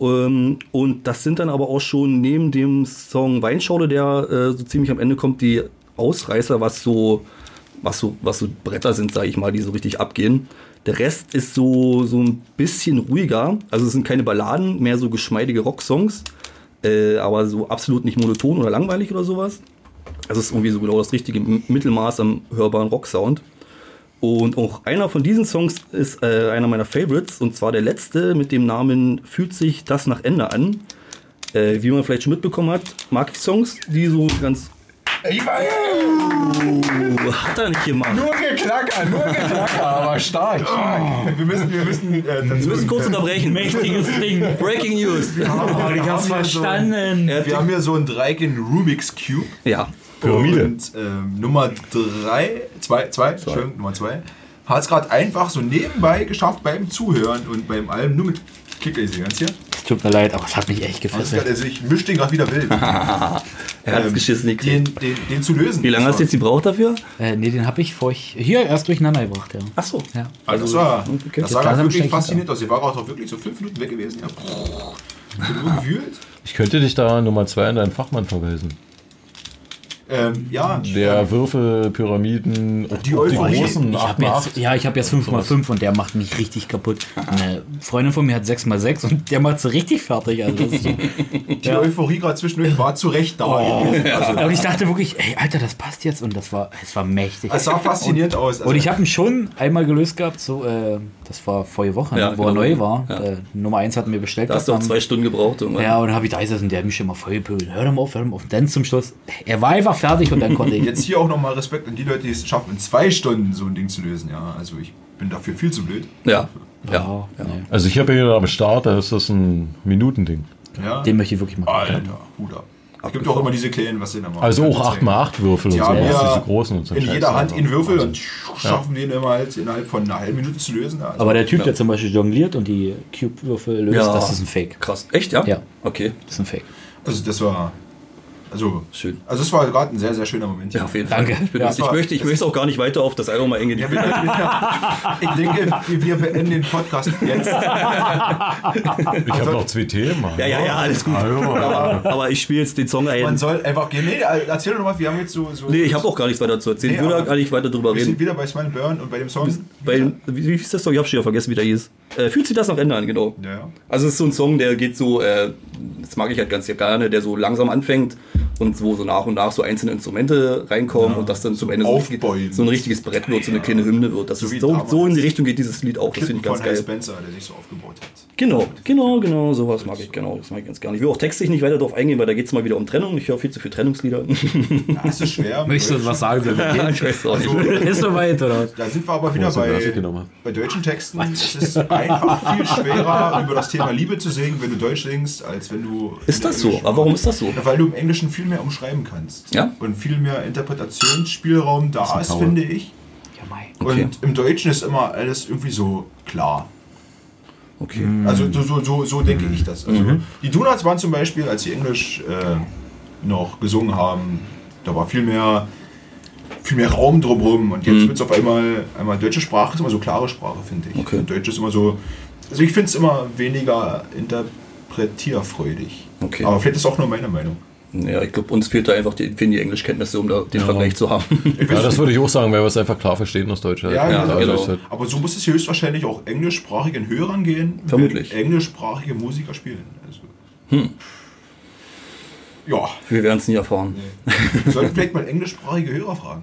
Speaker 2: Ähm, und das sind dann aber auch schon neben dem Song Weinschorle, der äh, so ziemlich am Ende kommt, die Ausreißer, was so, was so, was so Bretter sind, sage ich mal, die so richtig abgehen. Der Rest ist so, so ein bisschen ruhiger. Also es sind keine Balladen, mehr so geschmeidige Rocksongs, äh, aber so absolut nicht monoton oder langweilig oder sowas. Also es ist irgendwie so genau das richtige M- Mittelmaß am hörbaren Rocksound. Und auch einer von diesen Songs ist äh, einer meiner Favorites, und zwar der letzte mit dem Namen Fühlt sich das nach Ende an. Äh, wie man vielleicht schon mitbekommen hat, mag ich Songs, die so ganz. Oh, hat er nicht gemacht.
Speaker 3: Nur geklacker, nur geklacker, aber stark. Oh. Wir müssen, wir müssen äh, dazu.
Speaker 2: Wir müssen kurz Ah, unterbrechen.
Speaker 8: Mächtiges Ding.
Speaker 2: Breaking News.
Speaker 8: Oh, ich hab's verstanden.
Speaker 3: Wir haben hier so einen Dreieck in Rubik's Cube.
Speaker 2: Ja.
Speaker 4: Pyramide.
Speaker 3: Und ähm, Nummer 3, 2, 2, Entschuldigung, Nummer 2, hat es gerade einfach so nebenbei geschafft beim Zuhören und beim Allem, nur mit Klicker ist die ganz hier.
Speaker 1: Tut mir leid, aber es hat mich echt
Speaker 3: Das ist
Speaker 1: gefesselt.
Speaker 3: grad, also ich mische den gerade wieder wild. Ähm,
Speaker 2: Er hat's geschissen
Speaker 3: den,
Speaker 2: gekriegt.
Speaker 3: den, den zu lösen.
Speaker 2: Wie lange hast du jetzt gebraucht dafür?
Speaker 1: Äh, nee, den habe ich vor ich hier erst durcheinander gebracht, ja.
Speaker 2: Ach so.
Speaker 1: ja.
Speaker 3: Also, das war,
Speaker 2: Okay.
Speaker 3: das
Speaker 1: Jetzt
Speaker 3: sah grad
Speaker 1: langsam
Speaker 3: wirklich
Speaker 1: stechen
Speaker 3: faszinierend aus. Ihr war auch wirklich so fünf Minuten weg gewesen. Ja. Ich bin nur gewühlt.
Speaker 4: Ich könnte dich da Nummer 2 an deinen Fachmann verweisen.
Speaker 3: Ähm, ja,
Speaker 4: Der Würfel, Pyramiden, auch
Speaker 3: Die Euphorie.
Speaker 1: Ich hab jetzt, ja, ich habe jetzt 5x5 und der macht mich richtig kaputt. Eine Freundin von mir hat 6x6 und der macht sie richtig fertig. Also das ist so.
Speaker 3: die Euphorie gerade zwischendurch war zu Recht da.
Speaker 2: Oh. Also-
Speaker 1: Und ich dachte wirklich, ey, Alter, das passt jetzt. Und das war, es war mächtig.
Speaker 3: Es sah faszinierend aus. Also,
Speaker 1: Und ich habe ihn schon einmal gelöst gehabt, so, äh, das war vor der Woche,
Speaker 2: Ja,
Speaker 1: ne, wo er
Speaker 2: genau.
Speaker 1: neu war.
Speaker 2: Ja.
Speaker 1: Äh, Nummer 1 hatten wir bestellt.
Speaker 2: Da hast du auch
Speaker 1: gestern.
Speaker 2: zwei Stunden gebraucht. Irgendwann.
Speaker 1: Ähm, Ja, und dann habe ich da gesessen, der hat mich immer voll gepöbelt. Hör doch mal auf, hör doch mal auf. Und dann zum Schluss, er war einfach fertig und dann konnte ich.
Speaker 3: Jetzt hier auch nochmal Respekt an die Leute, die es schaffen, in zwei Stunden so ein Ding zu lösen. Ja, also ich bin dafür viel zu blöd.
Speaker 2: Ja. ja.
Speaker 1: Ja, nee.
Speaker 4: Also ich habe hier am Start, da ist das ein Minutending.
Speaker 3: Ja.
Speaker 1: Den möchte ich wirklich machen.
Speaker 3: Alter, Hut ab. Es gibt auch immer diese kleinen, was sie dann machen.
Speaker 4: Also auch 8x8 Würfel
Speaker 3: Die
Speaker 4: und so,
Speaker 3: haben
Speaker 4: was,
Speaker 3: ja
Speaker 4: diese großen und so. Also
Speaker 3: in
Speaker 4: Scheiß.
Speaker 3: jeder Hand in Würfel und
Speaker 4: Wahnsinn.
Speaker 3: schaffen den immer halt innerhalb von einer halben Minute zu lösen. Also
Speaker 1: Aber der Typ, der zum Beispiel jongliert und die Cube-Würfel löst,
Speaker 2: Ja.
Speaker 1: das ist ein Fake.
Speaker 2: Krass. Echt, ja?
Speaker 1: Ja.
Speaker 2: Okay.
Speaker 1: Das ist ein Fake.
Speaker 3: Also das war. Also.
Speaker 2: Schön.
Speaker 3: Also es war gerade ein sehr, sehr schöner Moment.
Speaker 2: Ja, auf jeden Fall.
Speaker 1: Danke.
Speaker 2: Ich, bin,
Speaker 1: Ja,
Speaker 2: ich, möchte, ich möchte auch gar nicht weiter auf das Album eingehen.
Speaker 3: Ja, wir- wir- ich denke, wir- wir beenden den Podcast jetzt.
Speaker 4: Ich
Speaker 3: also
Speaker 4: habe noch zwei Themen. Mann.
Speaker 2: Ja, ja, ja, alles gut.
Speaker 4: Ah, hör mal.
Speaker 2: Aber ich spiele jetzt den Song
Speaker 3: Man
Speaker 2: ein.
Speaker 3: soll einfach gehen. Nee, erzähl doch mal, wir haben jetzt so. so
Speaker 2: Nee, ich habe auch gar nichts weiter zu erzählen. Ich
Speaker 3: Nee,
Speaker 2: würde
Speaker 3: aber-
Speaker 2: gar nicht weiter drüber
Speaker 3: Wir sind
Speaker 2: reden.
Speaker 3: wieder bei Smile Burn und bei dem Song.
Speaker 2: Weil, wie, wie ist der Song? Ich habe schon wieder vergessen, wie der hieß. Äh, fühlt sich das nach Ende an, genau.
Speaker 3: Ja, ja.
Speaker 2: Also es ist so ein Song, der geht so, äh, das mag ich halt ganz gerne, der so langsam anfängt und wo so nach und nach so einzelne Instrumente reinkommen und das dann zum Ende so,
Speaker 3: Aufbäumend.
Speaker 2: so ein richtiges Brett wird, so eine kleine Hymne wird. Das ist so,
Speaker 3: damals.
Speaker 2: so in die Richtung geht dieses Lied auch. Das finde
Speaker 3: Klippen
Speaker 2: ich ganz
Speaker 3: von Hal
Speaker 2: geil.
Speaker 3: Spencer, der sich so aufgebaut hat.
Speaker 2: Genau, genau, genau, sowas mag ich, genau, das mag ich ganz gerne. Ich will auch textlich nicht weiter drauf eingehen, weil da geht es mal wieder um Trennung. Ich höre viel zu viel Trennungslieder.
Speaker 3: Ja, Das ist schwer.
Speaker 1: Möchtest du was sagen? Silvia?
Speaker 2: ich weiß auch
Speaker 3: Also,
Speaker 2: nicht.
Speaker 1: ist soweit, oder?
Speaker 3: Da sind wir aber wieder
Speaker 4: Große Nase
Speaker 3: bei,
Speaker 4: genommen.
Speaker 3: bei deutschen Texten. Es ist einfach viel schwerer, über das Thema Liebe zu singen, wenn du Deutsch singst, als wenn du.
Speaker 2: Ist das so? Aber warum ist das so?
Speaker 3: Ja, Weil du im Englischen viel mehr umschreiben kannst.
Speaker 2: Ja.
Speaker 3: Und viel mehr Interpretationsspielraum da ist,
Speaker 4: Power.
Speaker 3: finde ich.
Speaker 1: Ja, mei.
Speaker 2: Okay.
Speaker 3: Und im Deutschen ist immer alles irgendwie so klar.
Speaker 2: Okay.
Speaker 3: Also so, so, so, so denke ich das. Also, Die Donuts waren zum Beispiel, als sie Englisch äh, noch gesungen haben, da war viel mehr, viel mehr Raum drumherum. Und jetzt wird es auf einmal, einmal deutsche Sprache ist immer so klare Sprache, finde ich.
Speaker 2: Okay.
Speaker 3: Und Deutsch ist immer so, also ich finde es immer weniger interpretierfreudig.
Speaker 2: Okay.
Speaker 3: Aber vielleicht ist auch nur meine Meinung.
Speaker 2: Ja, ich glaube, uns fehlt da einfach die, fehlen die Englischkenntnisse, um da den Vergleich zu haben.
Speaker 3: Ich
Speaker 4: Ja,
Speaker 3: weiß
Speaker 4: das
Speaker 3: nicht.
Speaker 4: würde ich auch sagen, weil wir es einfach klar verstehen aus Deutsch. halt.
Speaker 3: Ja, ja,
Speaker 4: also
Speaker 2: genau.
Speaker 4: ist halt-
Speaker 3: aber so muss es höchstwahrscheinlich auch englischsprachigen Hörern gehen, wenn
Speaker 2: Vermutlich.
Speaker 3: englischsprachige Musiker spielen. Also, Ja,
Speaker 2: Wir werden es nie erfahren.
Speaker 3: Wir Sollten vielleicht mal englischsprachige Hörer fragen.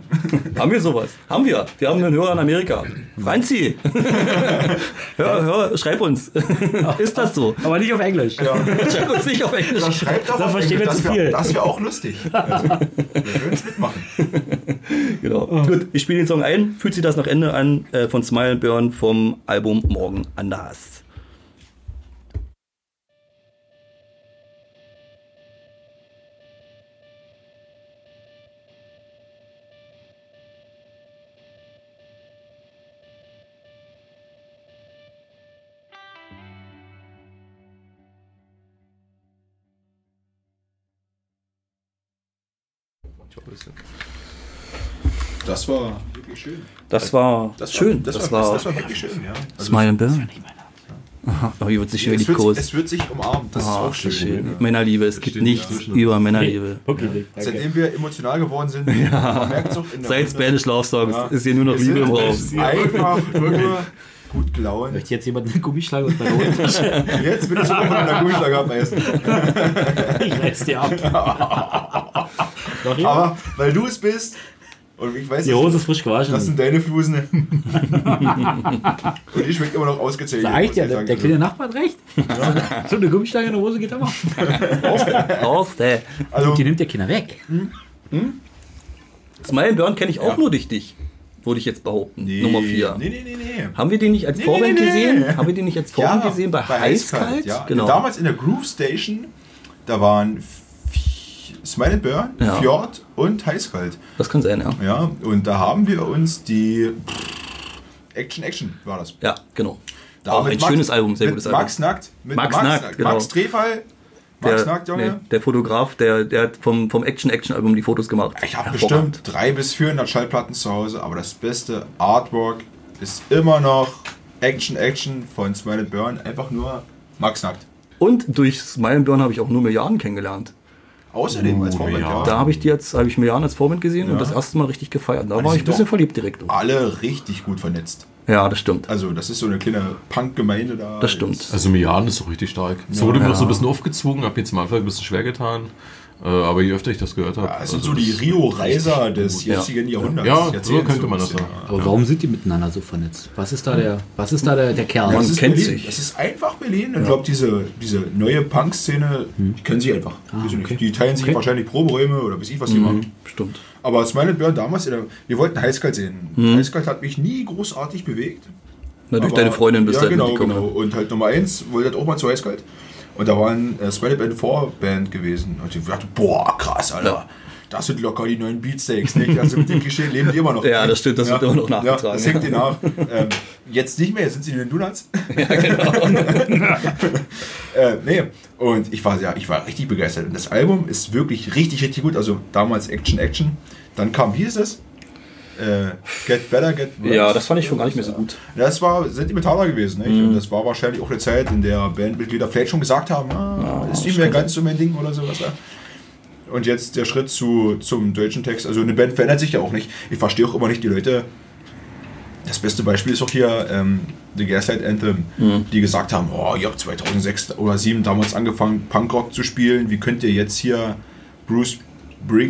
Speaker 2: Haben wir sowas? Haben wir. Wir haben einen Hörer in Amerika. Franzi! hör, hör, schreib uns. Ist das so?
Speaker 1: Aber nicht auf Englisch.
Speaker 2: Schreib uns nicht auf
Speaker 3: Oder
Speaker 2: Englisch.
Speaker 3: schreibt doch
Speaker 1: Da
Speaker 3: auf
Speaker 1: verstehen wir
Speaker 3: Englisch,
Speaker 1: zu
Speaker 3: das
Speaker 1: viel.
Speaker 3: Wär, das wäre auch lustig. Also, wir würden es mitmachen.
Speaker 2: Genau. Gut, ich spiele den Song ein. Fühlt sich das nach Ende an äh, von Smile and Burn vom Album Morgen anders.
Speaker 3: Das war wirklich schön.
Speaker 2: Das war
Speaker 3: Das war-
Speaker 2: schön.
Speaker 3: Das, war, das war wirklich schön, ja. Also
Speaker 2: Smile and Burn. Aha, aber hier wird sich
Speaker 3: es,
Speaker 2: wirklich
Speaker 3: wird,
Speaker 2: groß.
Speaker 3: es wird sich umarmt. Das ist
Speaker 2: Ah,
Speaker 3: auch schön.
Speaker 2: schön. Männerliebe, es gibt
Speaker 4: steht
Speaker 2: nichts
Speaker 4: dazwischen.
Speaker 2: über Männerliebe.
Speaker 8: Wirklich.
Speaker 3: Seitdem wir emotional geworden sind, ja. merkt es auch in der
Speaker 2: Seit
Speaker 3: Runde.
Speaker 2: Spanish Love Songs
Speaker 3: Ja.
Speaker 2: ist hier nur noch
Speaker 3: Wir sind
Speaker 2: Liebe im Raum.
Speaker 3: Einfach nur gut gelaunt.
Speaker 1: Möchte jetzt jemand einen Gummischlag aus meiner Hose?
Speaker 3: Jetzt bin ich schon von einer Gummischlange abessen.
Speaker 8: Ich reiß dir ab.
Speaker 3: Aber weil du es bist und ich weiß
Speaker 8: Die Hose ist frisch gewaschen.
Speaker 3: das sind deine Flusen. und die schmeckt immer noch ausgezählt.
Speaker 1: Reicht
Speaker 3: muss ich
Speaker 1: ja, der,
Speaker 3: sagen.
Speaker 1: der kleine Nachbar hat recht. So eine Gummischlange in der Hose geht immer.
Speaker 2: Auf der.
Speaker 3: also,
Speaker 1: Die nimmt der Kinder weg.
Speaker 2: Smile and Burn kenne ich auch nur durch dich, würde ich jetzt behaupten.
Speaker 3: nee,
Speaker 2: Nummer 4.
Speaker 3: Nee, nee, nee, nee.
Speaker 2: Haben wir den nicht als
Speaker 3: Nee,
Speaker 2: Vorband
Speaker 3: nee, nee.
Speaker 2: gesehen? Haben wir den nicht als Vorband gesehen bei, Heißkalt?
Speaker 3: Ja.
Speaker 2: Genau.
Speaker 3: Damals in der Groove Station, da waren F- Smile and Burn,
Speaker 2: Ja.
Speaker 3: Fjord und Heißkalt.
Speaker 2: Das kann sein, ja.
Speaker 3: Ja, und da haben wir uns die pff, Action Action war das.
Speaker 2: Ja, genau.
Speaker 3: Da
Speaker 2: auch
Speaker 3: mit
Speaker 2: ein
Speaker 3: Max-
Speaker 2: schönes Album, sehr
Speaker 3: mit
Speaker 2: gutes
Speaker 3: Max
Speaker 2: Album.
Speaker 3: Nackt, mit
Speaker 2: Max
Speaker 3: Max, Max,
Speaker 2: Nackt,
Speaker 3: Nackt,
Speaker 2: genau.
Speaker 3: Max Trefall, Max Nackt, Junge.
Speaker 2: nee, der Fotograf, der, der hat vom, vom Action-Action-Album die Fotos gemacht.
Speaker 3: Ich habe
Speaker 2: Hervorragend.
Speaker 3: bestimmt drei bis 400 Schallplatten zu Hause, aber das beste Artwork ist immer noch Action Action von Smile and Burn, einfach nur Max Nackt.
Speaker 2: Und durch Smile and Burn habe ich auch nur Milliarden kennengelernt.
Speaker 3: Außerdem als Vorbild,
Speaker 4: ja.
Speaker 3: ja.
Speaker 2: Oh, Da habe ich die jetzt, habe ich Milliarden als Vorbild gesehen und das erste Mal richtig gefeiert. Da war
Speaker 3: die
Speaker 2: ich ein
Speaker 3: sind
Speaker 2: bisschen
Speaker 3: doch-
Speaker 2: verliebt direkt. auch.
Speaker 3: alle richtig gut vernetzt.
Speaker 2: Ja, das stimmt.
Speaker 3: Also das ist so eine kleine Punk-Gemeinde da.
Speaker 2: Das stimmt.
Speaker 4: Also Milliarden ist doch richtig stark. Es wurde mir auch so ein bisschen aufgezwungen, hab jetzt am Anfang ein bisschen schwer getan. Äh, aber je öfter ich das gehört habe.
Speaker 3: Ja,
Speaker 2: Also
Speaker 3: Das sind so die Rio-Reiser des jetzigen Jahrhunderts.
Speaker 4: Ja, so
Speaker 3: Jahrzehnts
Speaker 4: könnte
Speaker 3: ein
Speaker 4: man das
Speaker 3: bisschen,
Speaker 4: sagen.
Speaker 3: ja.
Speaker 1: Aber warum sind die miteinander so vernetzt? Was ist da der, was ist da der, der Kerl?
Speaker 3: Ja,
Speaker 2: Man
Speaker 3: es ist
Speaker 2: kennt
Speaker 3: Berlin.
Speaker 2: sich.
Speaker 3: Es ist einfach Berlin. Ich glaube, diese, diese neue Punk-Szene,
Speaker 2: Hm.
Speaker 3: die kennen sich einfach.
Speaker 2: Ah,
Speaker 3: Weiß ich nicht. Die teilen sich wahrscheinlich Proberäume oder weiß ich, was die
Speaker 2: Mhm.
Speaker 3: machen.
Speaker 2: Stimmt.
Speaker 3: Aber Smile and Burn damals, in der- wir wollten Heißkalt sehen. Heißkalt hat mich nie großartig bewegt.
Speaker 2: Na, Ne, durch
Speaker 3: aber-
Speaker 2: deine Freundin bist du
Speaker 3: ja,
Speaker 2: halt
Speaker 3: genau,
Speaker 2: mitgekommen.
Speaker 3: genau. Und halt Nummer eins wollte halt auch mal zu Heißkalt. Und da war ein äh, Smile and Burn Vorband gewesen. Und ich dachte, boah, krass, Alter.
Speaker 2: Ja.
Speaker 3: Das sind locker die neuen Beatsteaks. Nicht? Also mit dem Klischee leben die immer noch.
Speaker 2: Ja, das stimmt, das wird immer noch nachgetragen.
Speaker 3: Ja, das hängt dir nach. Ähm, jetzt nicht mehr, jetzt sind sie in den Donuts.
Speaker 2: genau.
Speaker 3: Äh, nee, und ich war, ja, ich war richtig begeistert. Und das Album ist wirklich richtig, richtig gut. Also damals Action, Action. Dann kam, wie ist es? Äh, get Better, Get Worse.
Speaker 2: ne? Ja, das fand ich schon gar nicht mehr so gut.
Speaker 3: Das war sentimentaler gewesen. Nicht? Und das war wahrscheinlich auch eine Zeit, in der Bandmitglieder vielleicht schon gesagt haben, ah, ist nicht mehr ganz so mein Ding oder sowas. Ja. Und jetzt der Schritt zu, zum deutschen Text. Also eine Band verändert sich ja auch nicht. Ich verstehe auch immer nicht die Leute. Das beste Beispiel ist auch hier ähm, The Gaslight Anthem, die gesagt haben, oh, ihr habt 2006 oder 2007 damals angefangen, Punkrock zu spielen. Wie könnt ihr jetzt hier Bruce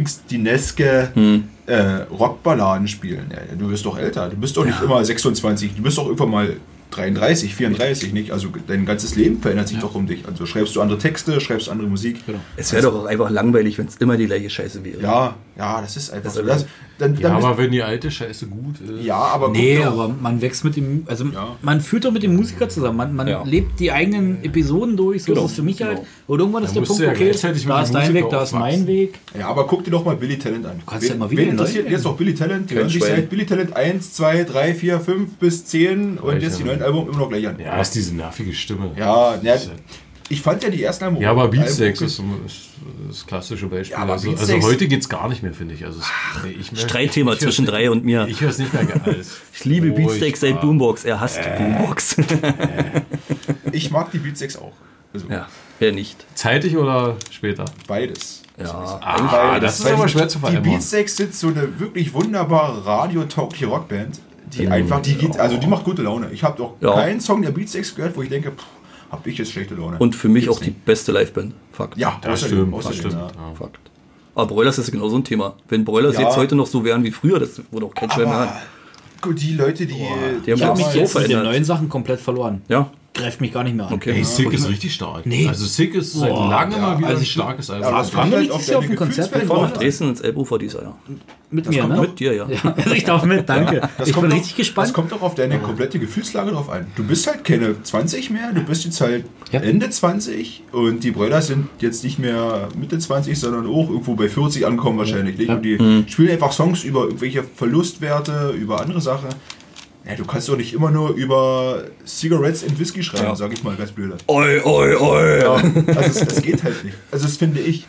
Speaker 3: Springsteen-eske äh, Rockballaden spielen? Ja, du wirst doch älter. Du bist doch nicht immer 26. Du bist doch irgendwann mal 33, 34, nicht? Also dein ganzes Leben verändert sich doch um dich. Also schreibst du andere Texte, schreibst andere Musik.
Speaker 2: Es wäre doch auch einfach langweilig, wenn es immer die gleiche Scheiße wäre.
Speaker 3: Ja, ja, das ist einfach so.
Speaker 2: ist-
Speaker 3: Das, dann, dann
Speaker 4: Ja,
Speaker 3: bist-
Speaker 4: aber wenn die alte Scheiße gut ist.
Speaker 3: ja, aber guck
Speaker 1: Nee,
Speaker 3: doch-
Speaker 1: aber man wächst mit dem, also
Speaker 3: Ja.
Speaker 1: man führt doch mit dem Musiker zusammen. Man, man
Speaker 2: Ja.
Speaker 1: lebt die eigenen Episoden durch, so
Speaker 2: Genau,
Speaker 1: ist es für mich
Speaker 2: genau.
Speaker 1: halt. Und irgendwann ist der
Speaker 4: musst
Speaker 1: Punkt,
Speaker 4: du ja
Speaker 1: okay,
Speaker 4: gleichzeitig mit
Speaker 1: da
Speaker 4: dem
Speaker 1: ist dein
Speaker 4: Musiker
Speaker 1: Weg, da ist mein
Speaker 4: aufwachsen.
Speaker 1: Weg.
Speaker 3: Ja, aber guck dir doch mal Billy Talent an.
Speaker 1: kannst ja immer wieder
Speaker 3: wen interessiert
Speaker 1: neu
Speaker 3: jetzt noch Billy Talent? Die hören sich
Speaker 2: Schwein.
Speaker 3: seit Billy Talent 1, 2, 3, 4, 5 bis 10 und jetzt die neuen Alben immer noch gleich an.
Speaker 4: Ja, ist diese nervige Stimme.
Speaker 3: Ja, na, ich fand ja die ersten Alben.
Speaker 4: Ja, aber Beatsteaks
Speaker 3: Alben-
Speaker 4: ist, ist das klassische Beispiel.
Speaker 3: Ja, aber
Speaker 4: also, also
Speaker 3: Beatsteaks-
Speaker 4: heute geht es gar nicht mehr, finde ich. Also, es- nee, ich merk-
Speaker 2: Streitthema
Speaker 4: ich hör's
Speaker 2: zwischen
Speaker 4: nicht-
Speaker 2: Genau. drei und mir.
Speaker 4: Ich höre es nicht mehr ge- als.
Speaker 2: Ich liebe Beatsteaks seit
Speaker 4: furchtbar.
Speaker 2: Boombox. Er hasst Boombox.
Speaker 3: Ich mag die Beatsteaks auch. Also
Speaker 2: ja, wer nicht?
Speaker 4: Zeitig oder später?
Speaker 3: beides.
Speaker 2: Ja.
Speaker 4: Ah, das ist aber schwer zu
Speaker 3: Die
Speaker 4: vereinbaren.
Speaker 3: Beatsteaks sind so eine wirklich wunderbare radiotaugliche Rockband, die einfach, die geht, also die macht gute Laune. Ich habe doch
Speaker 2: Ja.
Speaker 3: keinen Song der Beatsteaks gehört, wo ich denke, pff, hab ich jetzt schlechte Laune.
Speaker 2: Und für mich auch die beste Liveband. Fakt.
Speaker 3: ja,
Speaker 4: Das
Speaker 3: außerdem,
Speaker 4: stimmt, das
Speaker 3: außerdem,
Speaker 4: stimmt.
Speaker 3: ja.
Speaker 4: Ja.
Speaker 2: Fakt. Aber Broilers ist genau so ein Thema. Wenn Broilers
Speaker 3: Ja.
Speaker 2: jetzt heute noch so wären wie früher, das wurde auch kein Schwein mehr an.
Speaker 3: Gut, die Leute, die.
Speaker 2: Die haben
Speaker 1: Ich habe
Speaker 2: wirklich
Speaker 1: mich
Speaker 2: so
Speaker 1: jetzt mit den
Speaker 2: verändert.
Speaker 1: neuen Sachen komplett verloren.
Speaker 2: Ja,
Speaker 1: Greift mich gar nicht mehr an.
Speaker 2: okay.
Speaker 4: Ey, Sick ist richtig stark.
Speaker 1: Nee.
Speaker 4: Also Sick ist seit
Speaker 1: Boah,
Speaker 4: langem mal wieder
Speaker 1: Also
Speaker 4: ein
Speaker 1: ich-
Speaker 4: starkes Album.
Speaker 3: aber das
Speaker 1: Waren
Speaker 3: kommt
Speaker 1: wir
Speaker 3: halt
Speaker 1: nicht
Speaker 3: auf
Speaker 1: dieses Jahr auf
Speaker 3: deine
Speaker 1: dem Konzert
Speaker 3: Gefühlswelt
Speaker 2: Von
Speaker 1: Vorne
Speaker 3: drauf
Speaker 2: nach
Speaker 1: dran.
Speaker 3: an.
Speaker 2: Dresden ins Elbufer dieser Jahr.
Speaker 1: Mit mir, ne?
Speaker 2: Mit dir, ja.
Speaker 1: Ja, also ich darf mit, danke.
Speaker 3: Das
Speaker 1: ich
Speaker 3: kommt
Speaker 1: bin
Speaker 3: doch-
Speaker 1: richtig gespannt.
Speaker 3: Das kommt doch auf deine komplette Gefühlslage drauf an. Du bist halt keine 20 mehr, du bist jetzt halt
Speaker 1: Ja.
Speaker 3: Ende 20 und die Brüder sind jetzt nicht mehr Mitte 20, sondern auch irgendwo bei 40 ankommen wahrscheinlich. Nicht? Und die spielen einfach Songs über irgendwelche Verlustwerte, über andere Sachen. Ja, du kannst doch nicht immer nur über Cigarettes und Whisky schreiben, sag ich mal ganz blöd.
Speaker 2: Oi, oi, oi.
Speaker 3: Also es, es geht halt nicht. Also das finde ich.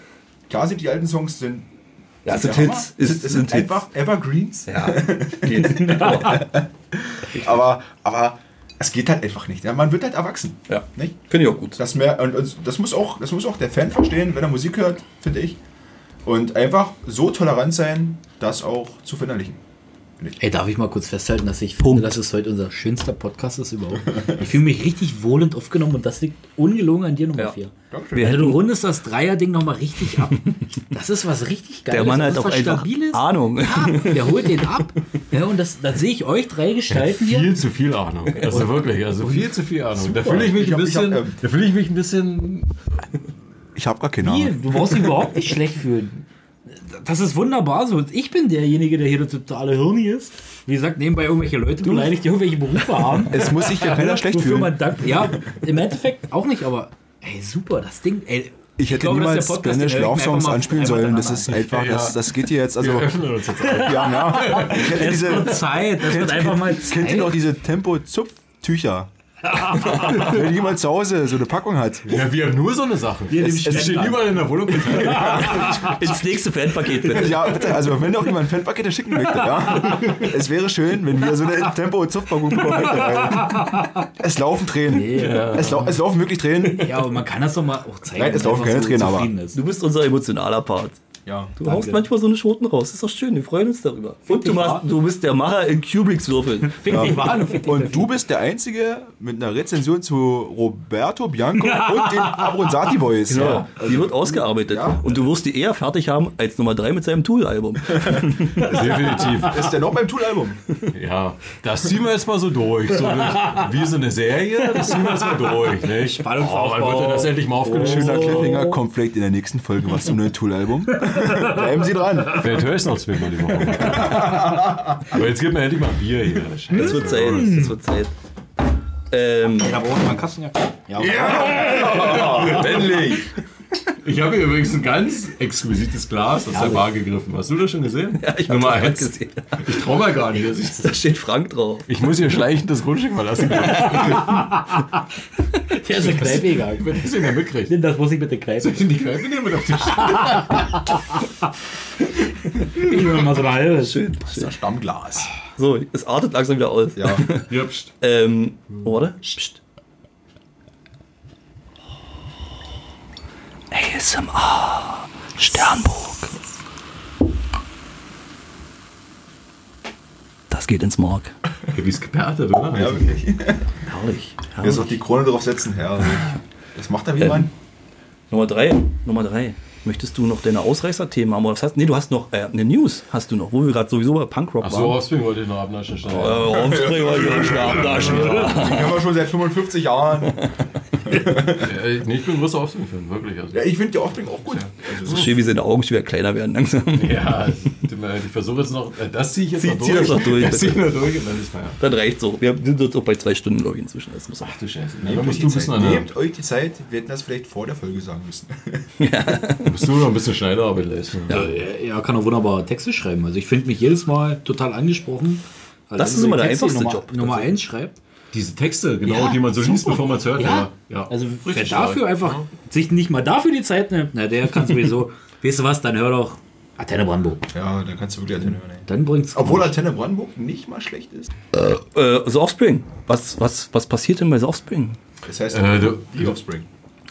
Speaker 3: Klar sind die alten Songs sind
Speaker 2: Ja, es sind Hits. Es
Speaker 3: Es sind
Speaker 2: sind Hits.
Speaker 3: einfach Evergreens,
Speaker 2: Ja, geht.
Speaker 3: aber, aber es geht halt einfach nicht. Ja, man wird halt erwachsen.
Speaker 2: Ja.
Speaker 3: Nicht?
Speaker 2: Finde ich auch gut.
Speaker 3: Das, mehr, und- und das, muss auch, das muss auch der Fan verstehen, wenn er Musik hört, finde ich. Und einfach so tolerant sein, das auch zu verinnerlichen.
Speaker 1: Ey, darf ich mal kurz festhalten, dass ich finde, dass es heute unser schönster Podcast ist überhaupt. Ich fühle mich richtig wohlend aufgenommen und das liegt ungelogen an dir, Nummer
Speaker 2: Ja.
Speaker 1: 4.
Speaker 3: Dankeschön.
Speaker 2: Wir
Speaker 1: Also du
Speaker 2: hätten-
Speaker 1: rundest das Dreier-Ding nochmal richtig ab. Das ist was richtig Geiles.
Speaker 2: Der Mann
Speaker 1: das
Speaker 2: hat
Speaker 1: ist
Speaker 2: auch
Speaker 1: was
Speaker 2: einfach
Speaker 1: Stabiles.
Speaker 2: Ahnung.
Speaker 1: Ja, der holt den ab. Ja, und das, dann sehe ich euch drei Gestalten hier.
Speaker 4: Viel zu viel Ahnung. Also wirklich, also viel zu viel Ahnung. Da fühle ich mich
Speaker 3: Ich
Speaker 4: ein
Speaker 3: hab- ich hab,
Speaker 4: bisschen,
Speaker 3: ähm,
Speaker 4: da fühle ich mich ein bisschen
Speaker 3: Ich habe gar keine
Speaker 1: Hier, du brauchst dich überhaupt nicht schlecht fühlen. Das ist wunderbar so. Ich bin derjenige, der hier der totale Hirni ist. Wie gesagt, nebenbei irgendwelche Leute beleidigt, die irgendwelche Berufe haben.
Speaker 3: Es muss sich ja keiner schlecht
Speaker 1: Wofür
Speaker 3: fühlen.
Speaker 1: man dankt. Ja, im Endeffekt auch nicht, aber ey, super, das Ding, ey.
Speaker 9: Ich hätte
Speaker 1: glaube, dass der
Speaker 9: niemals
Speaker 1: Podcast, den
Speaker 9: Spanish
Speaker 1: höre ich mir
Speaker 9: Love Songs
Speaker 1: einfach mal
Speaker 9: anspielen
Speaker 1: einfach
Speaker 9: sollen.
Speaker 1: danach
Speaker 9: Das ist
Speaker 1: an.
Speaker 9: einfach,
Speaker 4: Ja.
Speaker 9: das, das geht hier jetzt. Also,
Speaker 4: öffnen uns jetzt.
Speaker 9: ja, ja. Ich hätte
Speaker 1: Es
Speaker 9: diese,
Speaker 1: wird Zeit, das wird einfach mal
Speaker 9: kennt ihr noch
Speaker 1: Zeit.
Speaker 9: diese Tempo-Zupftücher? Wenn jemand zu Hause so eine Packung hat.
Speaker 4: Ja, wir haben nur so eine Sache. Wir
Speaker 1: nehmen
Speaker 4: stehen
Speaker 1: Spender.
Speaker 4: überall in der Wohnung.
Speaker 2: Ins nächste Fanpaket bitte.
Speaker 9: Ja, bitte, also wenn auch jemand Fanpakete schicken möchte, ja. Es wäre schön, wenn wir so eine Tempo-Zupfpackung bekommen hätten. weil Es laufen Tränen. Es, lau es laufen wirklich Tränen.
Speaker 1: Ja, aber man kann das doch mal auch zeigen.
Speaker 9: Nein, es
Speaker 1: dass
Speaker 9: laufen
Speaker 1: man
Speaker 9: keine
Speaker 1: so
Speaker 9: Tränen, aber-
Speaker 1: zufrieden ist.
Speaker 2: Du bist unser emotionaler Part.
Speaker 3: Ja.
Speaker 2: Du haust manchmal so eine Schoten raus. Ist doch schön, wir freuen uns darüber. Und du, machst, du bist der Macher in Kubricks Würfeln.
Speaker 1: Fick dich mal an, fick dich
Speaker 9: Und du bist der Einzige mit einer Rezension zu Roberto Bianco und den Abronzati Boys.
Speaker 2: Ja, die wird ausgearbeitet.
Speaker 9: Ja.
Speaker 2: Und du wirst die eher fertig haben als Nummer 3 mit seinem Tool-Album.
Speaker 4: Definitiv.
Speaker 9: Ist der noch beim Tool-Album?
Speaker 4: Ja, das ziehen wir jetzt mal so durch. So eine, wie so eine Serie, das ziehen wir jetzt mal durch. Nicht?
Speaker 1: Spannungsaufbau.
Speaker 4: Oh, wann wird denn das endlich mal
Speaker 3: Oh.
Speaker 4: aufgelöst?
Speaker 9: Schöner Cliffhanger kommt vielleicht in der nächsten Folge was zum neuen Tool-Album. Bleiben Sie dran.
Speaker 4: Vielleicht höre ich es noch zweimal die Woche. Aber jetzt gib mir endlich mal ein Bier hier.
Speaker 2: Das wird Zeit. Das wird Zeit. Ähm,
Speaker 8: Ich habe auch mal einen Kastenjacke.
Speaker 4: Männlich! Ich habe hier übrigens ein ganz exquisites Glas aus der Bar gegriffen. Hast du das schon gesehen?
Speaker 2: ja, ich habe
Speaker 4: Nummer
Speaker 2: das gerade
Speaker 4: eins.
Speaker 2: gesehen.
Speaker 4: Ich traue mir gar nicht. dass ich-
Speaker 2: Da steht Frank drauf.
Speaker 4: Ich muss hier schleichend das Grundstück verlassen.
Speaker 1: Der ist eine Kneipe
Speaker 4: Ich
Speaker 1: gegangen.
Speaker 4: bin das denn mitkriegt.
Speaker 1: Das muss ich mit der Kneipe.
Speaker 4: Ich in die Kneipe nehmen mit auf den Tisch.
Speaker 1: Ich will mal so eine halbe.
Speaker 2: Schön.
Speaker 3: Das Stammglas.
Speaker 2: So, es artet langsam wieder aus.
Speaker 3: Ja.
Speaker 4: Jübst.
Speaker 2: Ähm, oh, warte. Psst. ASMR Sternburg. Das geht ins Mark.
Speaker 4: Wie es geperrtet, oder?
Speaker 3: Ja, wirklich.
Speaker 2: Herrlich.
Speaker 3: Jetzt
Speaker 2: herrlich.
Speaker 3: auch die Krone drauf setzen, Herr. Das macht
Speaker 9: Äh,
Speaker 3: er wie man.
Speaker 2: Nummer drei. Nummer drei. Möchtest du noch deine Ausreißer-Themen haben? Oder was hast, nee, du hast noch äh, eine News, hast du noch, wo wir gerade sowieso bei Punkrock
Speaker 4: Ach
Speaker 2: waren.
Speaker 4: so, Offspring wollte ich noch abnaschen. Stand.
Speaker 2: Äh, Aufdrehen wir hier schon ab, da schon wieder.
Speaker 3: Den kennen wir schon seit 55 Jahren.
Speaker 4: Äh, nee, ich bin ein großer Offspring-Fan, wirklich. Also.
Speaker 3: Ja, ich finde die Offspring auch gut. Also
Speaker 2: So schön, wie seine Augen schon wieder kleiner werden langsam.
Speaker 4: Ja, tut mir leid, ich versuche jetzt noch. äh, Das ziehe ich jetzt
Speaker 2: Zieh-
Speaker 4: noch durch.
Speaker 2: zieh das noch durch,
Speaker 4: Das ziehe ich
Speaker 2: bitte.
Speaker 4: noch durch und dann ist naja.
Speaker 2: Dann reicht's auch. Wir sind jetzt auch bei zwei Stunden, glaube ich, inzwischen. Das muss auch.
Speaker 4: Ach du Scheiße.
Speaker 3: Nehmt
Speaker 4: Dann
Speaker 3: euch
Speaker 4: musst
Speaker 3: die
Speaker 4: du, ein
Speaker 3: Zeit.
Speaker 4: bisschen an
Speaker 3: Nehmt euch die Zeit, wir hätten das vielleicht vor der Folge sagen müssen.
Speaker 4: der, musst du noch ein bisschen Schneiderarbeit leisten.
Speaker 1: Er kann auch wunderbar Texte schreiben. Also ich finde mich jedes Mal total angesprochen.
Speaker 2: Das ist immer der einfachste
Speaker 1: Nummer,
Speaker 2: Job.
Speaker 1: Nummer 1 schreibt.
Speaker 4: Diese Texte, genau,
Speaker 1: Ja,
Speaker 4: die man so liest,
Speaker 1: super.
Speaker 4: bevor man es hört.
Speaker 1: Ja.
Speaker 4: ja.
Speaker 1: Also wer
Speaker 4: Richtig
Speaker 1: dafür
Speaker 4: stark.
Speaker 1: einfach sich nicht mal dafür die Zeit nimmt, na der kann sowieso. weißt du was, dann hör doch Athene Brandenburg.
Speaker 3: Ja, dann kannst du wirklich Antenne hören. ey.
Speaker 1: Dann bringt's.
Speaker 3: Obwohl Antenne Brandenburg nicht mal schlecht ist.
Speaker 2: Äh, The Offspring. Was, was, was passiert denn bei The Offspring?
Speaker 3: Das heißt,
Speaker 4: Äh, du-
Speaker 3: die Offspring.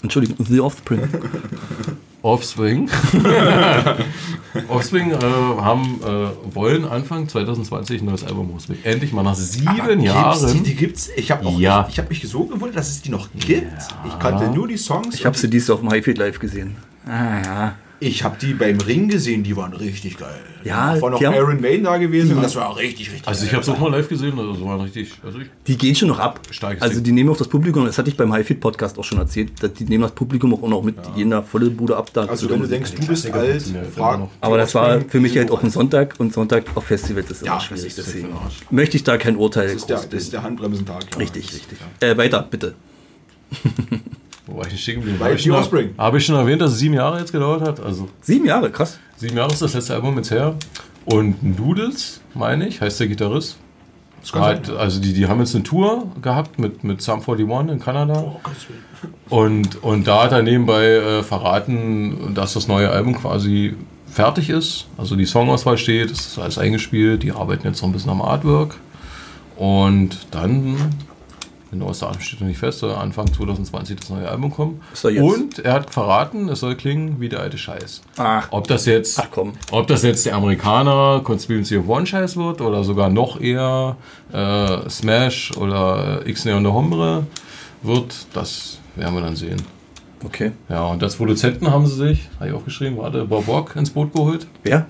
Speaker 2: Entschuldigung, The Offspring.
Speaker 4: Offspring. Offspring äh, haben, äh, wollen Anfang 2020 ein neues Album rausbringen. Endlich mal nach sieben
Speaker 3: Gibt's die,
Speaker 4: Jahren.
Speaker 3: die gibt's. Ich habe
Speaker 4: Ja.
Speaker 3: ich hab mich so gewundert, dass es die noch gibt. Ich kannte nur die Songs.
Speaker 2: Ich habe sie dies Jahr auf dem Highfield Live gesehen. Ah ja.
Speaker 3: Ich habe die beim Ring gesehen, die waren richtig geil.
Speaker 2: Ja,
Speaker 3: da war noch
Speaker 2: die haben-
Speaker 3: Aaron Maiden da gewesen und das war richtig, richtig
Speaker 4: Also ich
Speaker 3: geil.
Speaker 4: habe es auch mal live gesehen, also so war richtig. Also ich,
Speaker 2: Die gehen schon noch ab.
Speaker 4: Starkes
Speaker 2: also
Speaker 4: Ding.
Speaker 2: die nehmen auch das Publikum, das hatte ich beim Highfield Podcast auch schon erzählt, dass die nehmen das Publikum auch noch mit, die gehen da volle Bude ab. Da
Speaker 3: Also wenn du denkst, du bist alt,
Speaker 4: funktioniert
Speaker 3: frag.
Speaker 4: immer äh, noch.
Speaker 2: aber das war für mich halt auch ein Sonntag und Sonntag auf Festivals ist
Speaker 3: Ja,
Speaker 2: immer schwierig.
Speaker 3: das ist
Speaker 2: Deswegen möchte ich da kein Urteil
Speaker 3: Das ist der,
Speaker 2: groß
Speaker 3: das ist der Handbremsentag. Ja.
Speaker 2: Richtig, richtig. Äh, weiter, bitte.
Speaker 4: Wo war ich denn stehen geblieben?
Speaker 3: Bei
Speaker 4: Habe ich,
Speaker 3: The
Speaker 4: schon-
Speaker 3: Offspring.
Speaker 4: hab ich schon erwähnt, dass es sieben Jahre jetzt gedauert hat? Also
Speaker 2: Sieben Jahre, krass.
Speaker 4: sieben Jahre ist das letzte Album jetzt her. Und Noodles, meine ich, heißt der Gitarrist.
Speaker 3: Das kann
Speaker 4: Hat,
Speaker 3: sein.
Speaker 4: also die, die haben jetzt eine Tour gehabt mit, mit Sum 41 in
Speaker 3: Oh,
Speaker 4: Kanada. Und, und da hat er nebenbei äh, verraten, dass das neue Album quasi fertig ist. Also die Songauswahl steht, es ist alles eingespielt, die arbeiten jetzt noch ein bisschen am Artwork. Und dann, genaues Datum steht noch nicht fest, soll Anfang 2020 das neue Album kommen.
Speaker 2: er jetzt?
Speaker 4: Und er hat verraten, es soll klingen wie der alte Scheiß.
Speaker 2: Ach.
Speaker 4: Ob das jetzt,
Speaker 2: Ach komm.
Speaker 4: Ob das jetzt der Amerikaner Conspiracy of One Scheiß wird oder sogar noch eher äh, Smash oder X Neon de Hombre wird, das werden wir dann sehen.
Speaker 2: Okay.
Speaker 4: Ja, und als Produzenten haben sie sich, habe ich aufgeschrieben, warte, Bob Rock ins Boot geholt.
Speaker 2: Wer?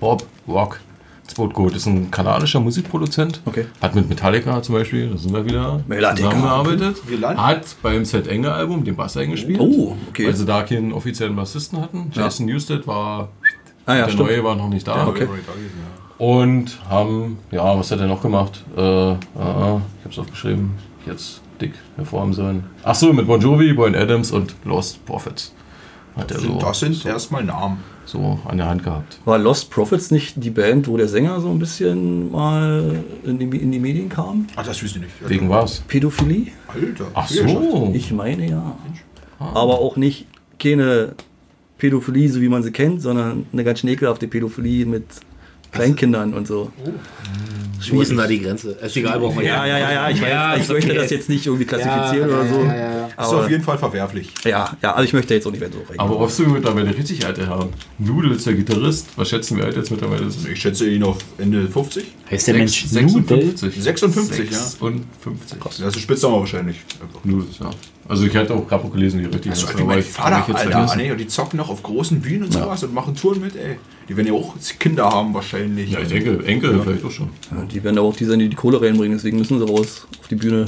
Speaker 4: Bob Rock ins Boot geholt. Ist ein kanadischer Musikproduzent.
Speaker 2: Okay.
Speaker 4: Hat mit Metallica zum Beispiel, da sind wir wieder,
Speaker 2: Metallica.
Speaker 4: zusammengearbeitet.
Speaker 9: Wir landen.
Speaker 4: Hat beim Set Enger Album den Bass eingespielt.
Speaker 2: Oh, okay.
Speaker 4: Weil sie da keinen offiziellen Bassisten hatten. Jason Newsted war,
Speaker 2: Ah ja,
Speaker 4: der
Speaker 2: stimmt.
Speaker 4: Neue war noch nicht da.
Speaker 2: Okay.
Speaker 4: Und haben, ja, was hat er noch gemacht? Äh, äh, ich hab's aufgeschrieben, jetzt dick hervorhaben sollen. Ach so, mit Bon Jovi, Brian Adams und Lost Prophets. Hat er so,
Speaker 3: Das sind erstmal Namen.
Speaker 4: so an der Hand gehabt.
Speaker 2: War Lost Prophets nicht die Band, wo der Sänger so ein bisschen mal in die, in die Medien kam?
Speaker 3: Ah, das wissen ich nicht.
Speaker 4: Wegen was?
Speaker 2: Pädophilie?
Speaker 3: Alter.
Speaker 4: Ach so.
Speaker 2: Ich meine ja. Aber auch nicht keine Pädophilie, so wie man sie kennt, sondern eine ganz schön ekelhafte Pädophilie mit Kleinkindern und so.
Speaker 10: Wo ist denn da die Grenze? Ist egal, warum wir
Speaker 2: Ja, ja, ja, ja, ich weiß,
Speaker 8: Ja,
Speaker 2: ich
Speaker 8: ist
Speaker 2: möchte
Speaker 8: okay.
Speaker 2: das jetzt nicht irgendwie klassifizieren oder so. Ja, ja,
Speaker 3: Das ist auf jeden Fall verwerflich.
Speaker 2: ja, also ich möchte jetzt auch nicht mehr so reingehen.
Speaker 4: Aber Offsu mittlerweile richtig alte Herren. Nudels, der Gitarrist, was schätzen wir alt jetzt mittlerweile? Das ist
Speaker 3: Ich schätze ihn auf Ende 50.
Speaker 1: Heißt der Mensch Nudel?
Speaker 4: 56.
Speaker 3: 56, ja.
Speaker 4: 56.
Speaker 3: Das ist ein Spitzname wahrscheinlich.
Speaker 4: Nudels, ja. Also ich hatte auch gerade auch gelesen, die richtig
Speaker 3: Das ist
Speaker 4: heißen,
Speaker 3: wie
Speaker 4: aber
Speaker 3: Also, mein
Speaker 4: ich- hab
Speaker 3: Vater,
Speaker 4: ich jetzt
Speaker 3: Alter.
Speaker 4: vergessen.
Speaker 3: Nee, und die zocken noch auf großen Bühnen und sowas und machen Touren mit, ey. Die werden ja auch Kinder haben wahrscheinlich.
Speaker 4: Ja, ich denke, Enkel vielleicht auch schon.
Speaker 2: Und die werden aber auch die sein, die die Kohle reinbringen, deswegen müssen sie raus auf die Bühne.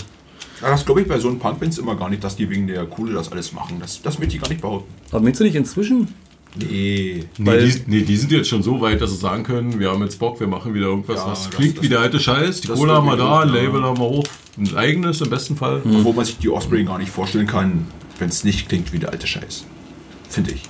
Speaker 3: Ja, das glaube ich bei so einen Punkbands immer gar nicht, dass die wegen der Kohle das alles machen. Das, das möchte ich gar nicht behaupten.
Speaker 2: Aber meinst du nicht inzwischen?
Speaker 3: Nee.
Speaker 4: Nee die, nee, die sind jetzt schon so weit, dass sie sagen können, wir haben jetzt Bock, wir machen wieder irgendwas,
Speaker 3: Ja,
Speaker 4: was
Speaker 3: das-
Speaker 4: klingt
Speaker 3: das-
Speaker 4: wie der alte Scheiß. Die
Speaker 3: das
Speaker 4: Cola haben wir
Speaker 3: wirklich
Speaker 4: da, ein
Speaker 3: gut, ja. Mhm.
Speaker 4: Label haben wir hoch, ein eigenes im besten Fall.
Speaker 3: Obwohl man sich die Offspring gar nicht vorstellen kann, wenn es nicht klingt wie der alte Scheiß. Finde ich.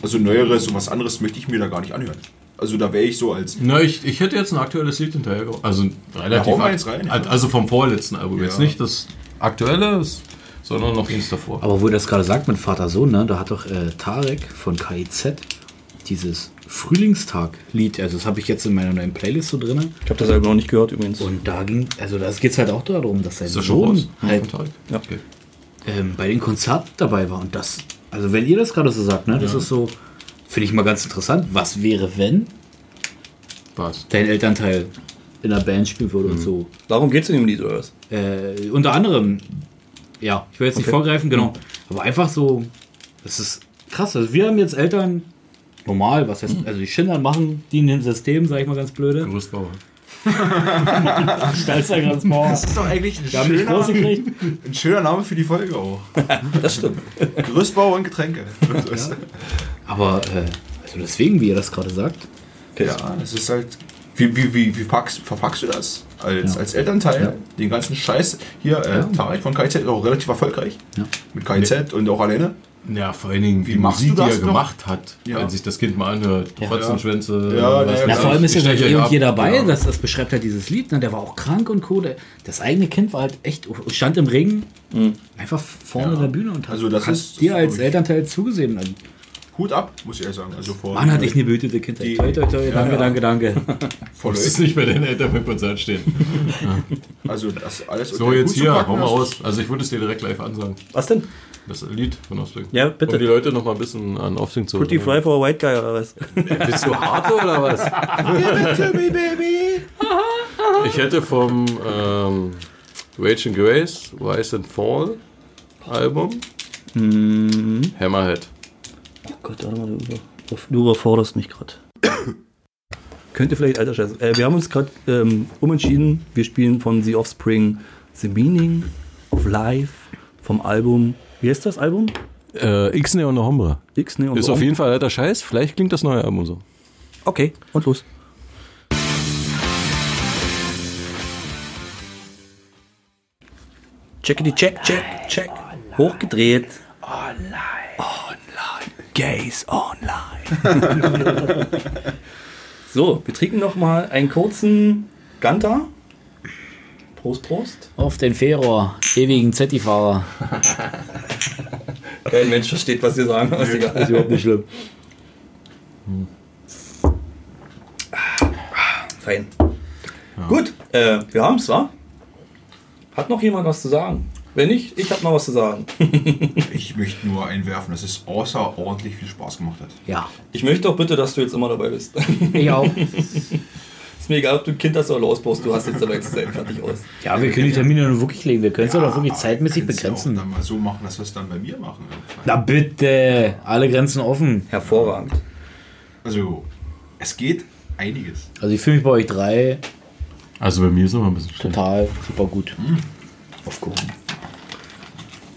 Speaker 3: Also Neueres und was anderes möchte ich mir da gar nicht anhören. Also da wäre ich so als.
Speaker 4: Na, ich, ich hätte jetzt ein aktuelles Lied hinterher, also ein relativ
Speaker 3: Ja, hau mal
Speaker 4: ak-
Speaker 3: jetzt rein, ja.
Speaker 4: also vom vorletzten Album, jetzt
Speaker 3: Ja.
Speaker 4: nicht das aktuelle, s- sondern noch eins davor.
Speaker 10: Aber wo ihr das gerade sagt mit Vater Sohn, ne, da hat doch äh, Tarek von KIZ dieses Frühlingstag-Lied, also das habe ich jetzt in meiner neuen Playlist so drin.
Speaker 2: Ich habe das Album noch nicht gehört übrigens.
Speaker 10: Und da ging, also das geht's halt auch darum, dass sein
Speaker 4: das
Speaker 10: Sohn halt
Speaker 4: Vom Tag?
Speaker 2: Ja.
Speaker 4: Okay.
Speaker 10: ähm, bei den Konzerten dabei war. Und das, also wenn ihr das gerade so sagt, ne, das ist so, finde ich mal ganz interessant. Was wäre, wenn
Speaker 4: Was?
Speaker 10: dein Elternteil in einer Band spielen würde und so?
Speaker 2: Darum geht's um in dem Lied, oder was?
Speaker 10: Äh, unter anderem, ja, ich will jetzt nicht vorgreifen,
Speaker 1: Mhm.
Speaker 10: genau. Aber einfach so, das ist krass. Also wir haben jetzt Eltern normal, was
Speaker 1: Mhm.
Speaker 10: heißt, also die Schindler machen die in dem System, sag ich mal ganz blöde.
Speaker 4: Gerüstbauer.
Speaker 10: Stellst du ganz morgen.
Speaker 3: Das ist doch eigentlich ein
Speaker 10: Wir haben nicht groß gekriegt.
Speaker 3: Ein schöner Name für die Folge auch. Das stimmt. Gerüstbau und Getränke. Das ist,
Speaker 10: Aber äh, also deswegen, wie ihr das gerade sagt,
Speaker 3: ja, das ist halt. Wie, wie, wie, wie packst, verpackst du das? Als, als Elternteil, den ganzen Scheiß. Hier, äh, Tarek von KZ ist auch relativ erfolgreich. Mit KZ und auch alleine.
Speaker 4: Ja, vor allen Dingen
Speaker 3: Wie
Speaker 4: die
Speaker 3: machst
Speaker 4: Musik,
Speaker 3: du
Speaker 4: die
Speaker 3: das
Speaker 4: er
Speaker 3: noch?
Speaker 4: gemacht hat,
Speaker 3: Ja.
Speaker 4: wenn sich das Kind mal anhört. Fratzenschwänze.
Speaker 3: Ja, ja, genau.
Speaker 4: was weiß
Speaker 10: Na,
Speaker 3: Ja,
Speaker 10: vor allem
Speaker 4: Also ich.
Speaker 10: ist ja
Speaker 4: Ich
Speaker 10: seit
Speaker 4: steche
Speaker 10: eh
Speaker 4: euch
Speaker 10: und
Speaker 4: ab.
Speaker 10: je dabei,
Speaker 4: Ja.
Speaker 10: das, das beschreibt ja dieses Lied, ne? der war auch krank und Co. Der, das eigene Kind war halt echt, stand im Ring, einfach vorne
Speaker 3: Ja.
Speaker 10: der Bühne und hat,
Speaker 3: Also das
Speaker 10: hat
Speaker 3: ist-
Speaker 10: dir
Speaker 3: das
Speaker 10: als
Speaker 3: ist-
Speaker 10: Elternteil zugesehen. Also,
Speaker 3: Hut ab, muss ich ehrlich sagen. Also vor,
Speaker 10: Mann, hatte ich eine behütete Kindheit.
Speaker 3: Die-
Speaker 10: toi, toi, toi,
Speaker 3: Ja,
Speaker 10: danke,
Speaker 3: ja.
Speaker 10: danke, danke.
Speaker 3: vor
Speaker 4: Das ist
Speaker 3: Leuten.
Speaker 4: nicht bei den Eltern beim Konzert stehen.
Speaker 3: Also das alles
Speaker 4: So,
Speaker 3: unter den
Speaker 4: jetzt
Speaker 3: Hut zu
Speaker 4: hier,
Speaker 3: packen,
Speaker 4: hau mal
Speaker 3: das-
Speaker 4: raus. Also ich würde es dir direkt live ansagen.
Speaker 2: Was denn?
Speaker 4: Das Lied von Offspring.
Speaker 2: Ja, bitte.
Speaker 4: Um die Leute noch mal ein bisschen an Offspring zu
Speaker 2: Pretty Fly
Speaker 4: erinnern.
Speaker 2: for a White Guy oder was?
Speaker 4: Bist du harte oder was? Ich hätte vom ähm, Rage and Grace, Rise and Fall Album
Speaker 10: Mhm.
Speaker 4: Hammerhead.
Speaker 2: Gott, warte mal, du, über, du überforderst mich gerade. Könnte vielleicht alter Scheiß. Äh, wir haben uns gerade ähm, umentschieden. Wir spielen von The Offspring The Meaning of Life vom Album. Wie heißt das Album?
Speaker 4: Äh, X-Neon und Hombre.
Speaker 2: X, ne? Und
Speaker 4: Ist
Speaker 2: so.
Speaker 4: auf jeden Fall alter Scheiß. Vielleicht klingt das neue Album so.
Speaker 2: Okay, und los. Check die check, check, check. Hochgedreht. Online. Online. Gays online. so, wir trinken noch mal einen kurzen Ganta. Prost, Prost.
Speaker 1: Auf den Fährer, ewigen Zetti-Fahrer.
Speaker 2: Kein Mensch versteht, was wir sagen. aber ist egal. Hm.
Speaker 1: Ist überhaupt nicht schlimm.
Speaker 2: Fein. Gut, äh, wir haben's, wa? Hat noch jemand was zu sagen? Wenn nicht, ich habe noch was zu sagen.
Speaker 3: Ich möchte nur einwerfen, dass es außerordentlich viel Spaß gemacht hat.
Speaker 2: Ja. Ich möchte doch bitte, dass du jetzt immer dabei bist.
Speaker 10: Ich auch.
Speaker 2: Ist mir egal, ob du ein Kind hast oder losbaust, du hast jetzt dabei zu sein, fertig aus.
Speaker 10: Ja, wir können die Termine nur wirklich legen. Wir können es ja, doch wirklich
Speaker 3: aber
Speaker 10: zeitmäßig
Speaker 3: kannst ja auch
Speaker 10: begrenzen. ne?
Speaker 3: Dann mal so machen, dass wir es dann bei mir machen.
Speaker 10: Na bitte, alle Grenzen offen.
Speaker 2: Hervorragend.
Speaker 3: Also, es geht einiges.
Speaker 10: Also ich fühle mich bei euch drei
Speaker 4: Also bei mir ist immer ein bisschen schlecht.
Speaker 10: total super gut. Aufgehoben.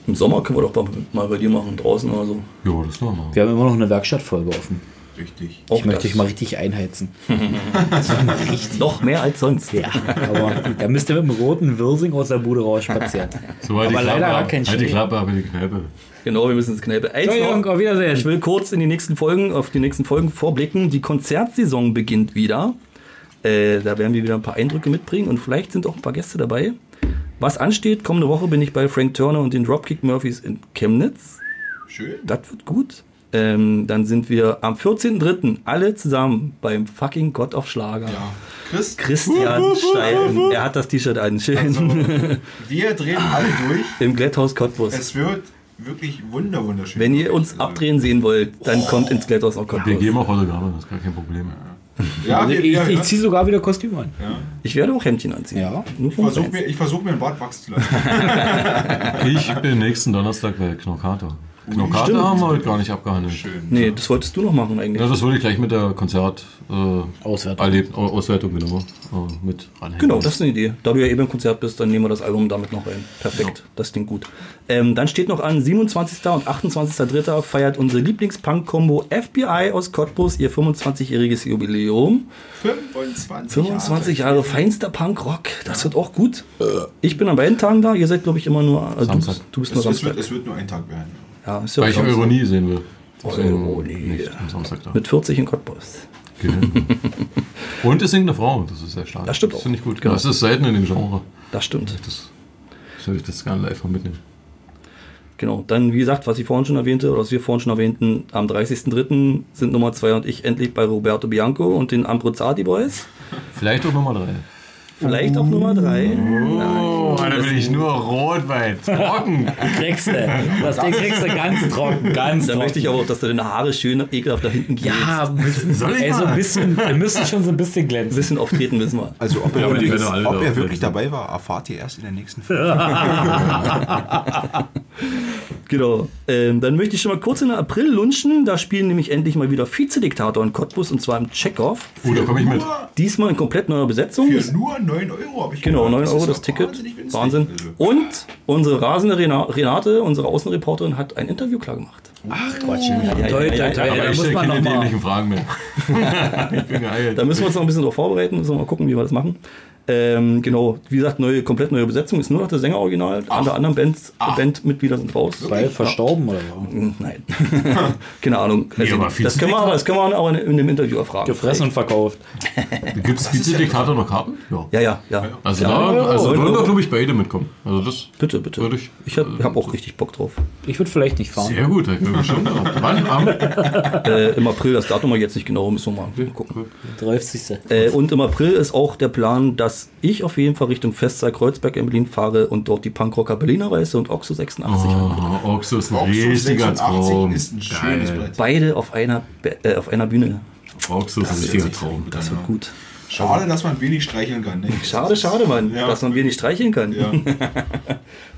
Speaker 2: Im Sommer können wir doch mal- mal bei dir machen, draußen oder so.
Speaker 4: Ja, das machen wir.
Speaker 10: Wir haben immer noch eine Werkstattfolge offen.
Speaker 3: Richtig.
Speaker 10: Ich
Speaker 2: Auch
Speaker 10: möchte
Speaker 2: das.
Speaker 10: dich mal richtig einheizen.
Speaker 2: Noch mehr als sonst.
Speaker 10: Ja, aber da müsst ihr mit dem roten Wirsing aus der Bude raus spazieren.
Speaker 4: So, halt
Speaker 10: Aber
Speaker 4: die
Speaker 10: leider
Speaker 4: Klappe, ab.
Speaker 10: kein
Speaker 4: Halt die
Speaker 10: Schnee.
Speaker 4: Klappe, aber die Kneipe.
Speaker 2: Genau, wir müssen ins Kneipe. Eins
Speaker 10: So, Jung,
Speaker 2: noch.
Speaker 10: auf
Speaker 2: Ich
Speaker 10: Wiedersehen.
Speaker 2: will kurz in die nächsten Folgen, auf die nächsten Folgen vorblicken. Die Konzertsaison beginnt wieder. Äh, da werden wir wieder ein paar Eindrücke mitbringen und vielleicht sind auch ein paar Gäste dabei. Was ansteht, kommende Woche bin ich bei Frank Turner und den Dropkick Murphys in Chemnitz.
Speaker 3: Schön.
Speaker 2: Das wird gut. Ähm, dann sind wir am 14.03. alle zusammen beim fucking Gott auf Schlager.
Speaker 3: Ja. Chris,
Speaker 2: Christian Steifen, er hat das T-Shirt an. Schön.
Speaker 3: Also, wir drehen alle durch.
Speaker 2: Im Glätthaus Cottbus.
Speaker 3: Es wird wirklich wunder wunderschön.
Speaker 2: Wenn ihr uns
Speaker 3: Also,
Speaker 2: abdrehen sehen wollt,
Speaker 3: Oh.
Speaker 2: dann kommt ins Glätthaus auch
Speaker 4: Wir
Speaker 2: Cottbus.
Speaker 4: geben auch Autogramme, das ist gar kein Problem.
Speaker 3: Ja, wir,
Speaker 10: Ich,
Speaker 3: wir,
Speaker 10: ich ziehe sogar wieder Kostüm an.
Speaker 2: Ich werde auch Hemdchen anziehen.
Speaker 10: Ja.
Speaker 2: Nur
Speaker 3: ich versuche
Speaker 2: eins.
Speaker 3: mir, ich versuch mir einen Bart wachsen zu lassen.
Speaker 4: Ich bin nächsten Donnerstag bei Knockater. Knockater haben wir heute gar nicht abgehandelt.
Speaker 3: Schön.
Speaker 2: Nee, das wolltest du noch machen eigentlich.
Speaker 4: Ja, das würde ich gleich mit der Konzert äh,
Speaker 10: Auswertung.
Speaker 4: erleben, Au- Auswertung genau, äh, mit ranhängen.
Speaker 2: Genau, das ist eine Idee. Da du ja eben im Konzert bist, dann nehmen wir das Album damit noch rein. Perfekt,
Speaker 4: Genau.
Speaker 2: das klingt gut. Ähm, dann steht noch an, 27. und 28.03. feiert unsere Lieblings-Punk-Kombo FBI aus Cottbus ihr 25-jähriges Jubiläum.
Speaker 3: 25,
Speaker 2: 25 Jahre feinster Punk-Rock, das wird auch gut. Ich bin an beiden Tagen da, ihr seid glaube ich immer nur... Also du,
Speaker 4: Äh. Samstag.
Speaker 2: bist- du bist nur
Speaker 3: Es, es,
Speaker 2: Samstag.
Speaker 3: wird, es wird nur ein Tag werden.
Speaker 2: Ja, ist ja
Speaker 4: Weil ich
Speaker 2: Samstag.
Speaker 4: Euronie sehen will.
Speaker 2: Euronie.
Speaker 4: Nicht am Samstag da.
Speaker 2: Mit 40 in Cottbus.
Speaker 4: Genau. Und es singt eine Frau, das ist sehr stark.
Speaker 2: Das stimmt
Speaker 4: Das
Speaker 2: auch.
Speaker 4: finde ich gut. Das ist selten in dem Genre.
Speaker 2: Das stimmt.
Speaker 4: Das soll ich das gerne live mal mitnehmen.
Speaker 2: Genau, dann wie gesagt, was ich vorhin schon erwähnte, oder was wir vorhin schon erwähnten, am 30.03. sind Nummer 2 und ich endlich bei Roberto Bianco und den Ambrozzati Boys.
Speaker 4: Vielleicht auch Nummer drei.
Speaker 2: Vielleicht auch Nummer 3.
Speaker 3: Mhm.
Speaker 4: Oh, da will ich nur Rotwein. Trocken.
Speaker 10: Kriegst du. Das Ding kriegst du ganz trocken. Ganz
Speaker 2: Da
Speaker 10: trocken.
Speaker 2: möchte ich aber auch, dass du deine Haare schön ekelhaft nach hinten gehst.
Speaker 10: ja, Ah, müssen, ey, so ein bisschen, wir müssen schon so ein bisschen
Speaker 2: Ein
Speaker 10: glänzen.
Speaker 2: bisschen auftreten müssen wir.
Speaker 9: Also ob er,
Speaker 4: Ja, aber die
Speaker 9: wirklich,
Speaker 4: werden alle
Speaker 9: ob
Speaker 4: da
Speaker 9: er
Speaker 4: auch
Speaker 9: wirklich
Speaker 4: werden.
Speaker 9: dabei war, erfahrt ihr erst in der nächsten Folge.
Speaker 2: Genau. Ähm, dann möchte ich schon mal kurz in den April lunchen. Da spielen nämlich endlich mal wieder Vizediktator in Cottbus und zwar im Checkoff.
Speaker 4: Oh, da komme ich mit.
Speaker 2: Diesmal in komplett neuer Besetzung.
Speaker 3: Für nur 9 Euro habe ich
Speaker 2: Genau,
Speaker 3: gehört.
Speaker 2: 9
Speaker 3: ist
Speaker 2: Euro
Speaker 3: ja
Speaker 2: das Ticket.
Speaker 3: wahnsinnig günstig.
Speaker 2: Wahnsinn.
Speaker 3: Also,
Speaker 2: Und unsere rasende Rena- Renate, unsere Außenreporterin, hat ein Interview klar gemacht.
Speaker 10: Ach Quatsch. Ja,
Speaker 2: ja,
Speaker 10: ja,
Speaker 2: ja,
Speaker 4: Aber
Speaker 10: da
Speaker 4: ich
Speaker 10: muss
Speaker 4: stelle
Speaker 10: man
Speaker 4: keine
Speaker 10: noch mal.
Speaker 4: dämlichen Fragen mehr. ich bin geil.
Speaker 2: Da müssen wir uns noch ein bisschen drauf vorbereiten, müssen wir mal gucken, wie wir das machen. Ähm, genau, wie gesagt, neue, komplett neue Besetzung ist nur noch der Sänger original. Alle anderen Bands, Bandmitglieder sind raus.
Speaker 10: Weil verstorben oder was?
Speaker 2: Hm, Nein. Keine Ahnung. Also,
Speaker 4: aber viel
Speaker 2: das, können wir, aber- das können wir aber in, in dem Interview erfragen.
Speaker 10: Gefressen und verkauft.
Speaker 4: Gibt es Vizediktator noch Karten?
Speaker 2: Ja, ja, ja. genau.
Speaker 4: Also da also würden wir, glaube ich, beide mitkommen. Also das
Speaker 2: Bitte, bitte.
Speaker 4: Würde ich-
Speaker 2: ich habe hab auch richtig Bock drauf.
Speaker 10: Ich würde vielleicht nicht fahren.
Speaker 4: sehr gut. Ich bin schon Wann? Am?
Speaker 2: Äh, Im April, das Datum wir jetzt nicht genau, müssen wir mal gucken.
Speaker 10: 30.
Speaker 2: Äh, und im April ist auch der Plan, dass ich auf jeden Fall Richtung Festsaal Kreuzberg in Berlin fahre und dort die Punkrocker Berliner Reise und Oxo 86 angucke.
Speaker 4: Oh, Oxo ist ein
Speaker 3: Oxo
Speaker 4: richtiger
Speaker 3: 86
Speaker 4: Traum.
Speaker 3: ist ein schönes
Speaker 4: Geil.
Speaker 3: Brett.
Speaker 2: Beide auf einer, Be- äh, auf einer Bühne.
Speaker 4: Oxo ist ein richtiger Traum.
Speaker 2: Das wird gut.
Speaker 3: Schade, dass man wenig streicheln kann. Ne?
Speaker 2: Schade, schade, Mann,
Speaker 3: Ja.
Speaker 2: dass man wir nicht streicheln kann.
Speaker 3: Ja.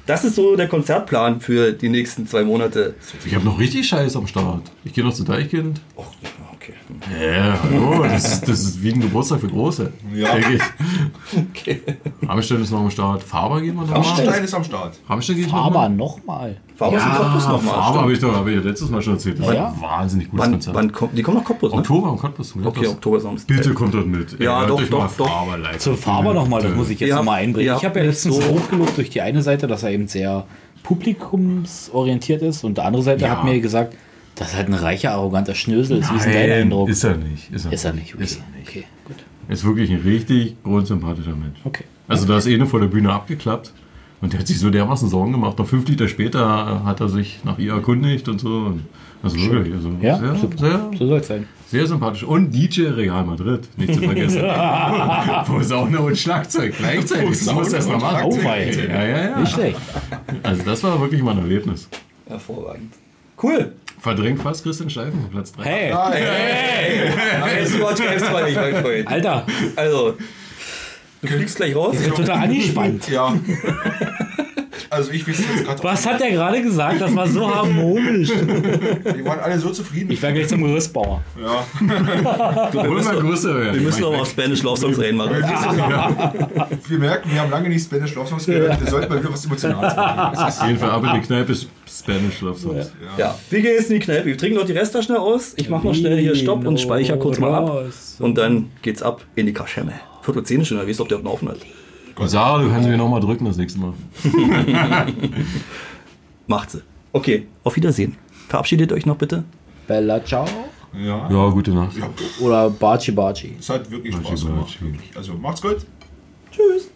Speaker 2: Das ist so der Konzertplan für die nächsten zwei Monate.
Speaker 4: Ich habe noch richtig Scheiß am Start. Ich gehe noch zu Deichkind.
Speaker 2: Och, okay.
Speaker 4: Ja, hallo, das ist, das ist wie ein Geburtstag für Große.
Speaker 3: Ja.
Speaker 4: Denke ich.
Speaker 2: okay.
Speaker 4: Rammstein ist noch am Start. Faber gehen wir noch mal.
Speaker 3: Rammstein ist am Start.
Speaker 4: Rammstein gehe ich noch mal. Ah,
Speaker 10: Aber nochmal.
Speaker 2: Fahr aus dem Cottbus nochmal.
Speaker 4: Faber habe ich doch hab ich ja letztes Mal schon erzählt. Das war
Speaker 10: Ja.
Speaker 4: ein wahnsinnig gutes
Speaker 2: Wann,
Speaker 4: Konzert.
Speaker 2: wann kommt, die kommen nach Cottbus, ne?
Speaker 4: Oktober am Cottbus.
Speaker 2: Okay, Oktober sonst.
Speaker 4: Bitte kommt dort mit.
Speaker 2: Ja,
Speaker 4: Ey,
Speaker 2: doch,
Speaker 4: hört euch
Speaker 2: doch,
Speaker 4: mal
Speaker 2: doch.
Speaker 4: Faber live.
Speaker 10: Zur Faber nochmal, das muss ich jetzt
Speaker 2: Ihr habt-
Speaker 10: nochmal einbringen.
Speaker 2: ihr
Speaker 10: Ich habe
Speaker 2: habt
Speaker 10: ja
Speaker 2: nicht
Speaker 10: letztens
Speaker 2: so-
Speaker 10: hochgelobt durch die eine Seite, dass er eben sehr publikumsorientiert ist und der andere Seite
Speaker 4: Ja.
Speaker 10: hat mir gesagt, das ist halt ein reicher, arroganter Schnösel. Ist. Wie ist denn dein
Speaker 4: Nein,
Speaker 10: Eindruck?
Speaker 4: Ist er nicht. Ist er,
Speaker 10: Ist er nicht, okay.
Speaker 4: Ist, er nicht.
Speaker 10: okay, gut.
Speaker 4: ist wirklich ein richtig grundsympathischer Mensch.
Speaker 10: Okay.
Speaker 4: Also da ist eine vor der Bühne abgeklappt und der hat sich so dermaßen Sorgen gemacht. Noch fünf Liter später äh, hat er sich nach ihr erkundigt und so. Und Also wirklich, also
Speaker 1: Ja,
Speaker 4: sehr,
Speaker 1: super.
Speaker 4: sehr,
Speaker 1: So soll es sein.
Speaker 4: sehr sympathisch. Und DJ Real Madrid, nicht zu vergessen. Posaune und Schlagzeug gleichzeitig. Das muss erst mal machen.
Speaker 1: Oh, wei.
Speaker 4: ja, ja, ja.
Speaker 1: Nicht schlecht.
Speaker 4: Also das war wirklich mal ein Erlebnis.
Speaker 2: Hervorragend. Cool.
Speaker 4: Verdrängt fast Christian Steifen von Platz 3.
Speaker 1: Hey,
Speaker 2: Also, warte, ich hab's mal nicht, mein Freund.
Speaker 1: Alter,
Speaker 2: Also, du fliegst gleich raus.
Speaker 1: ich bin total angespannt.
Speaker 3: Ja. Also ich weiß jetzt gerade,
Speaker 1: Was hat der gerade gesagt? Das war so harmonisch.
Speaker 3: die waren alle so zufrieden.
Speaker 1: Ich werde gleich zum Gerüstbauer.
Speaker 3: ja.
Speaker 4: Hol mal Grüße.
Speaker 2: Wir müssen aber auf Spanish Love Songs reinmachen.
Speaker 3: Wir merken, wir haben lange nicht Spanish Love Songs gehört. Wir sollten mal wieder was Emotionales machen. Das ist-
Speaker 4: Auf jeden Fall ab in die Kneipe ist Spanish Love Songs.
Speaker 2: Ah. Ja, wir gehen jetzt in die Kneipe. Wir trinken noch die Restflaschen aus. Ich mache noch schnell hier Stopp und speichere kurz mal ab. Und dann geht's ab in die Kaschemme. Viertel zehn schon, da weißt du, ob der unten offen hat.
Speaker 4: Sarah, du kannst mir nochmal drücken das nächste Mal.
Speaker 2: Macht sie. Okay, auf Wiedersehen. Verabschiedet euch noch bitte.
Speaker 1: Bella Ciao
Speaker 3: Ja.
Speaker 4: Ja, gute Nacht.
Speaker 1: oder Baci Baci.
Speaker 3: Es hat wirklich Spaß
Speaker 4: Batschi,
Speaker 3: gemacht.
Speaker 4: Batschi.
Speaker 3: wirklich. Also macht's gut.
Speaker 2: Tschüss.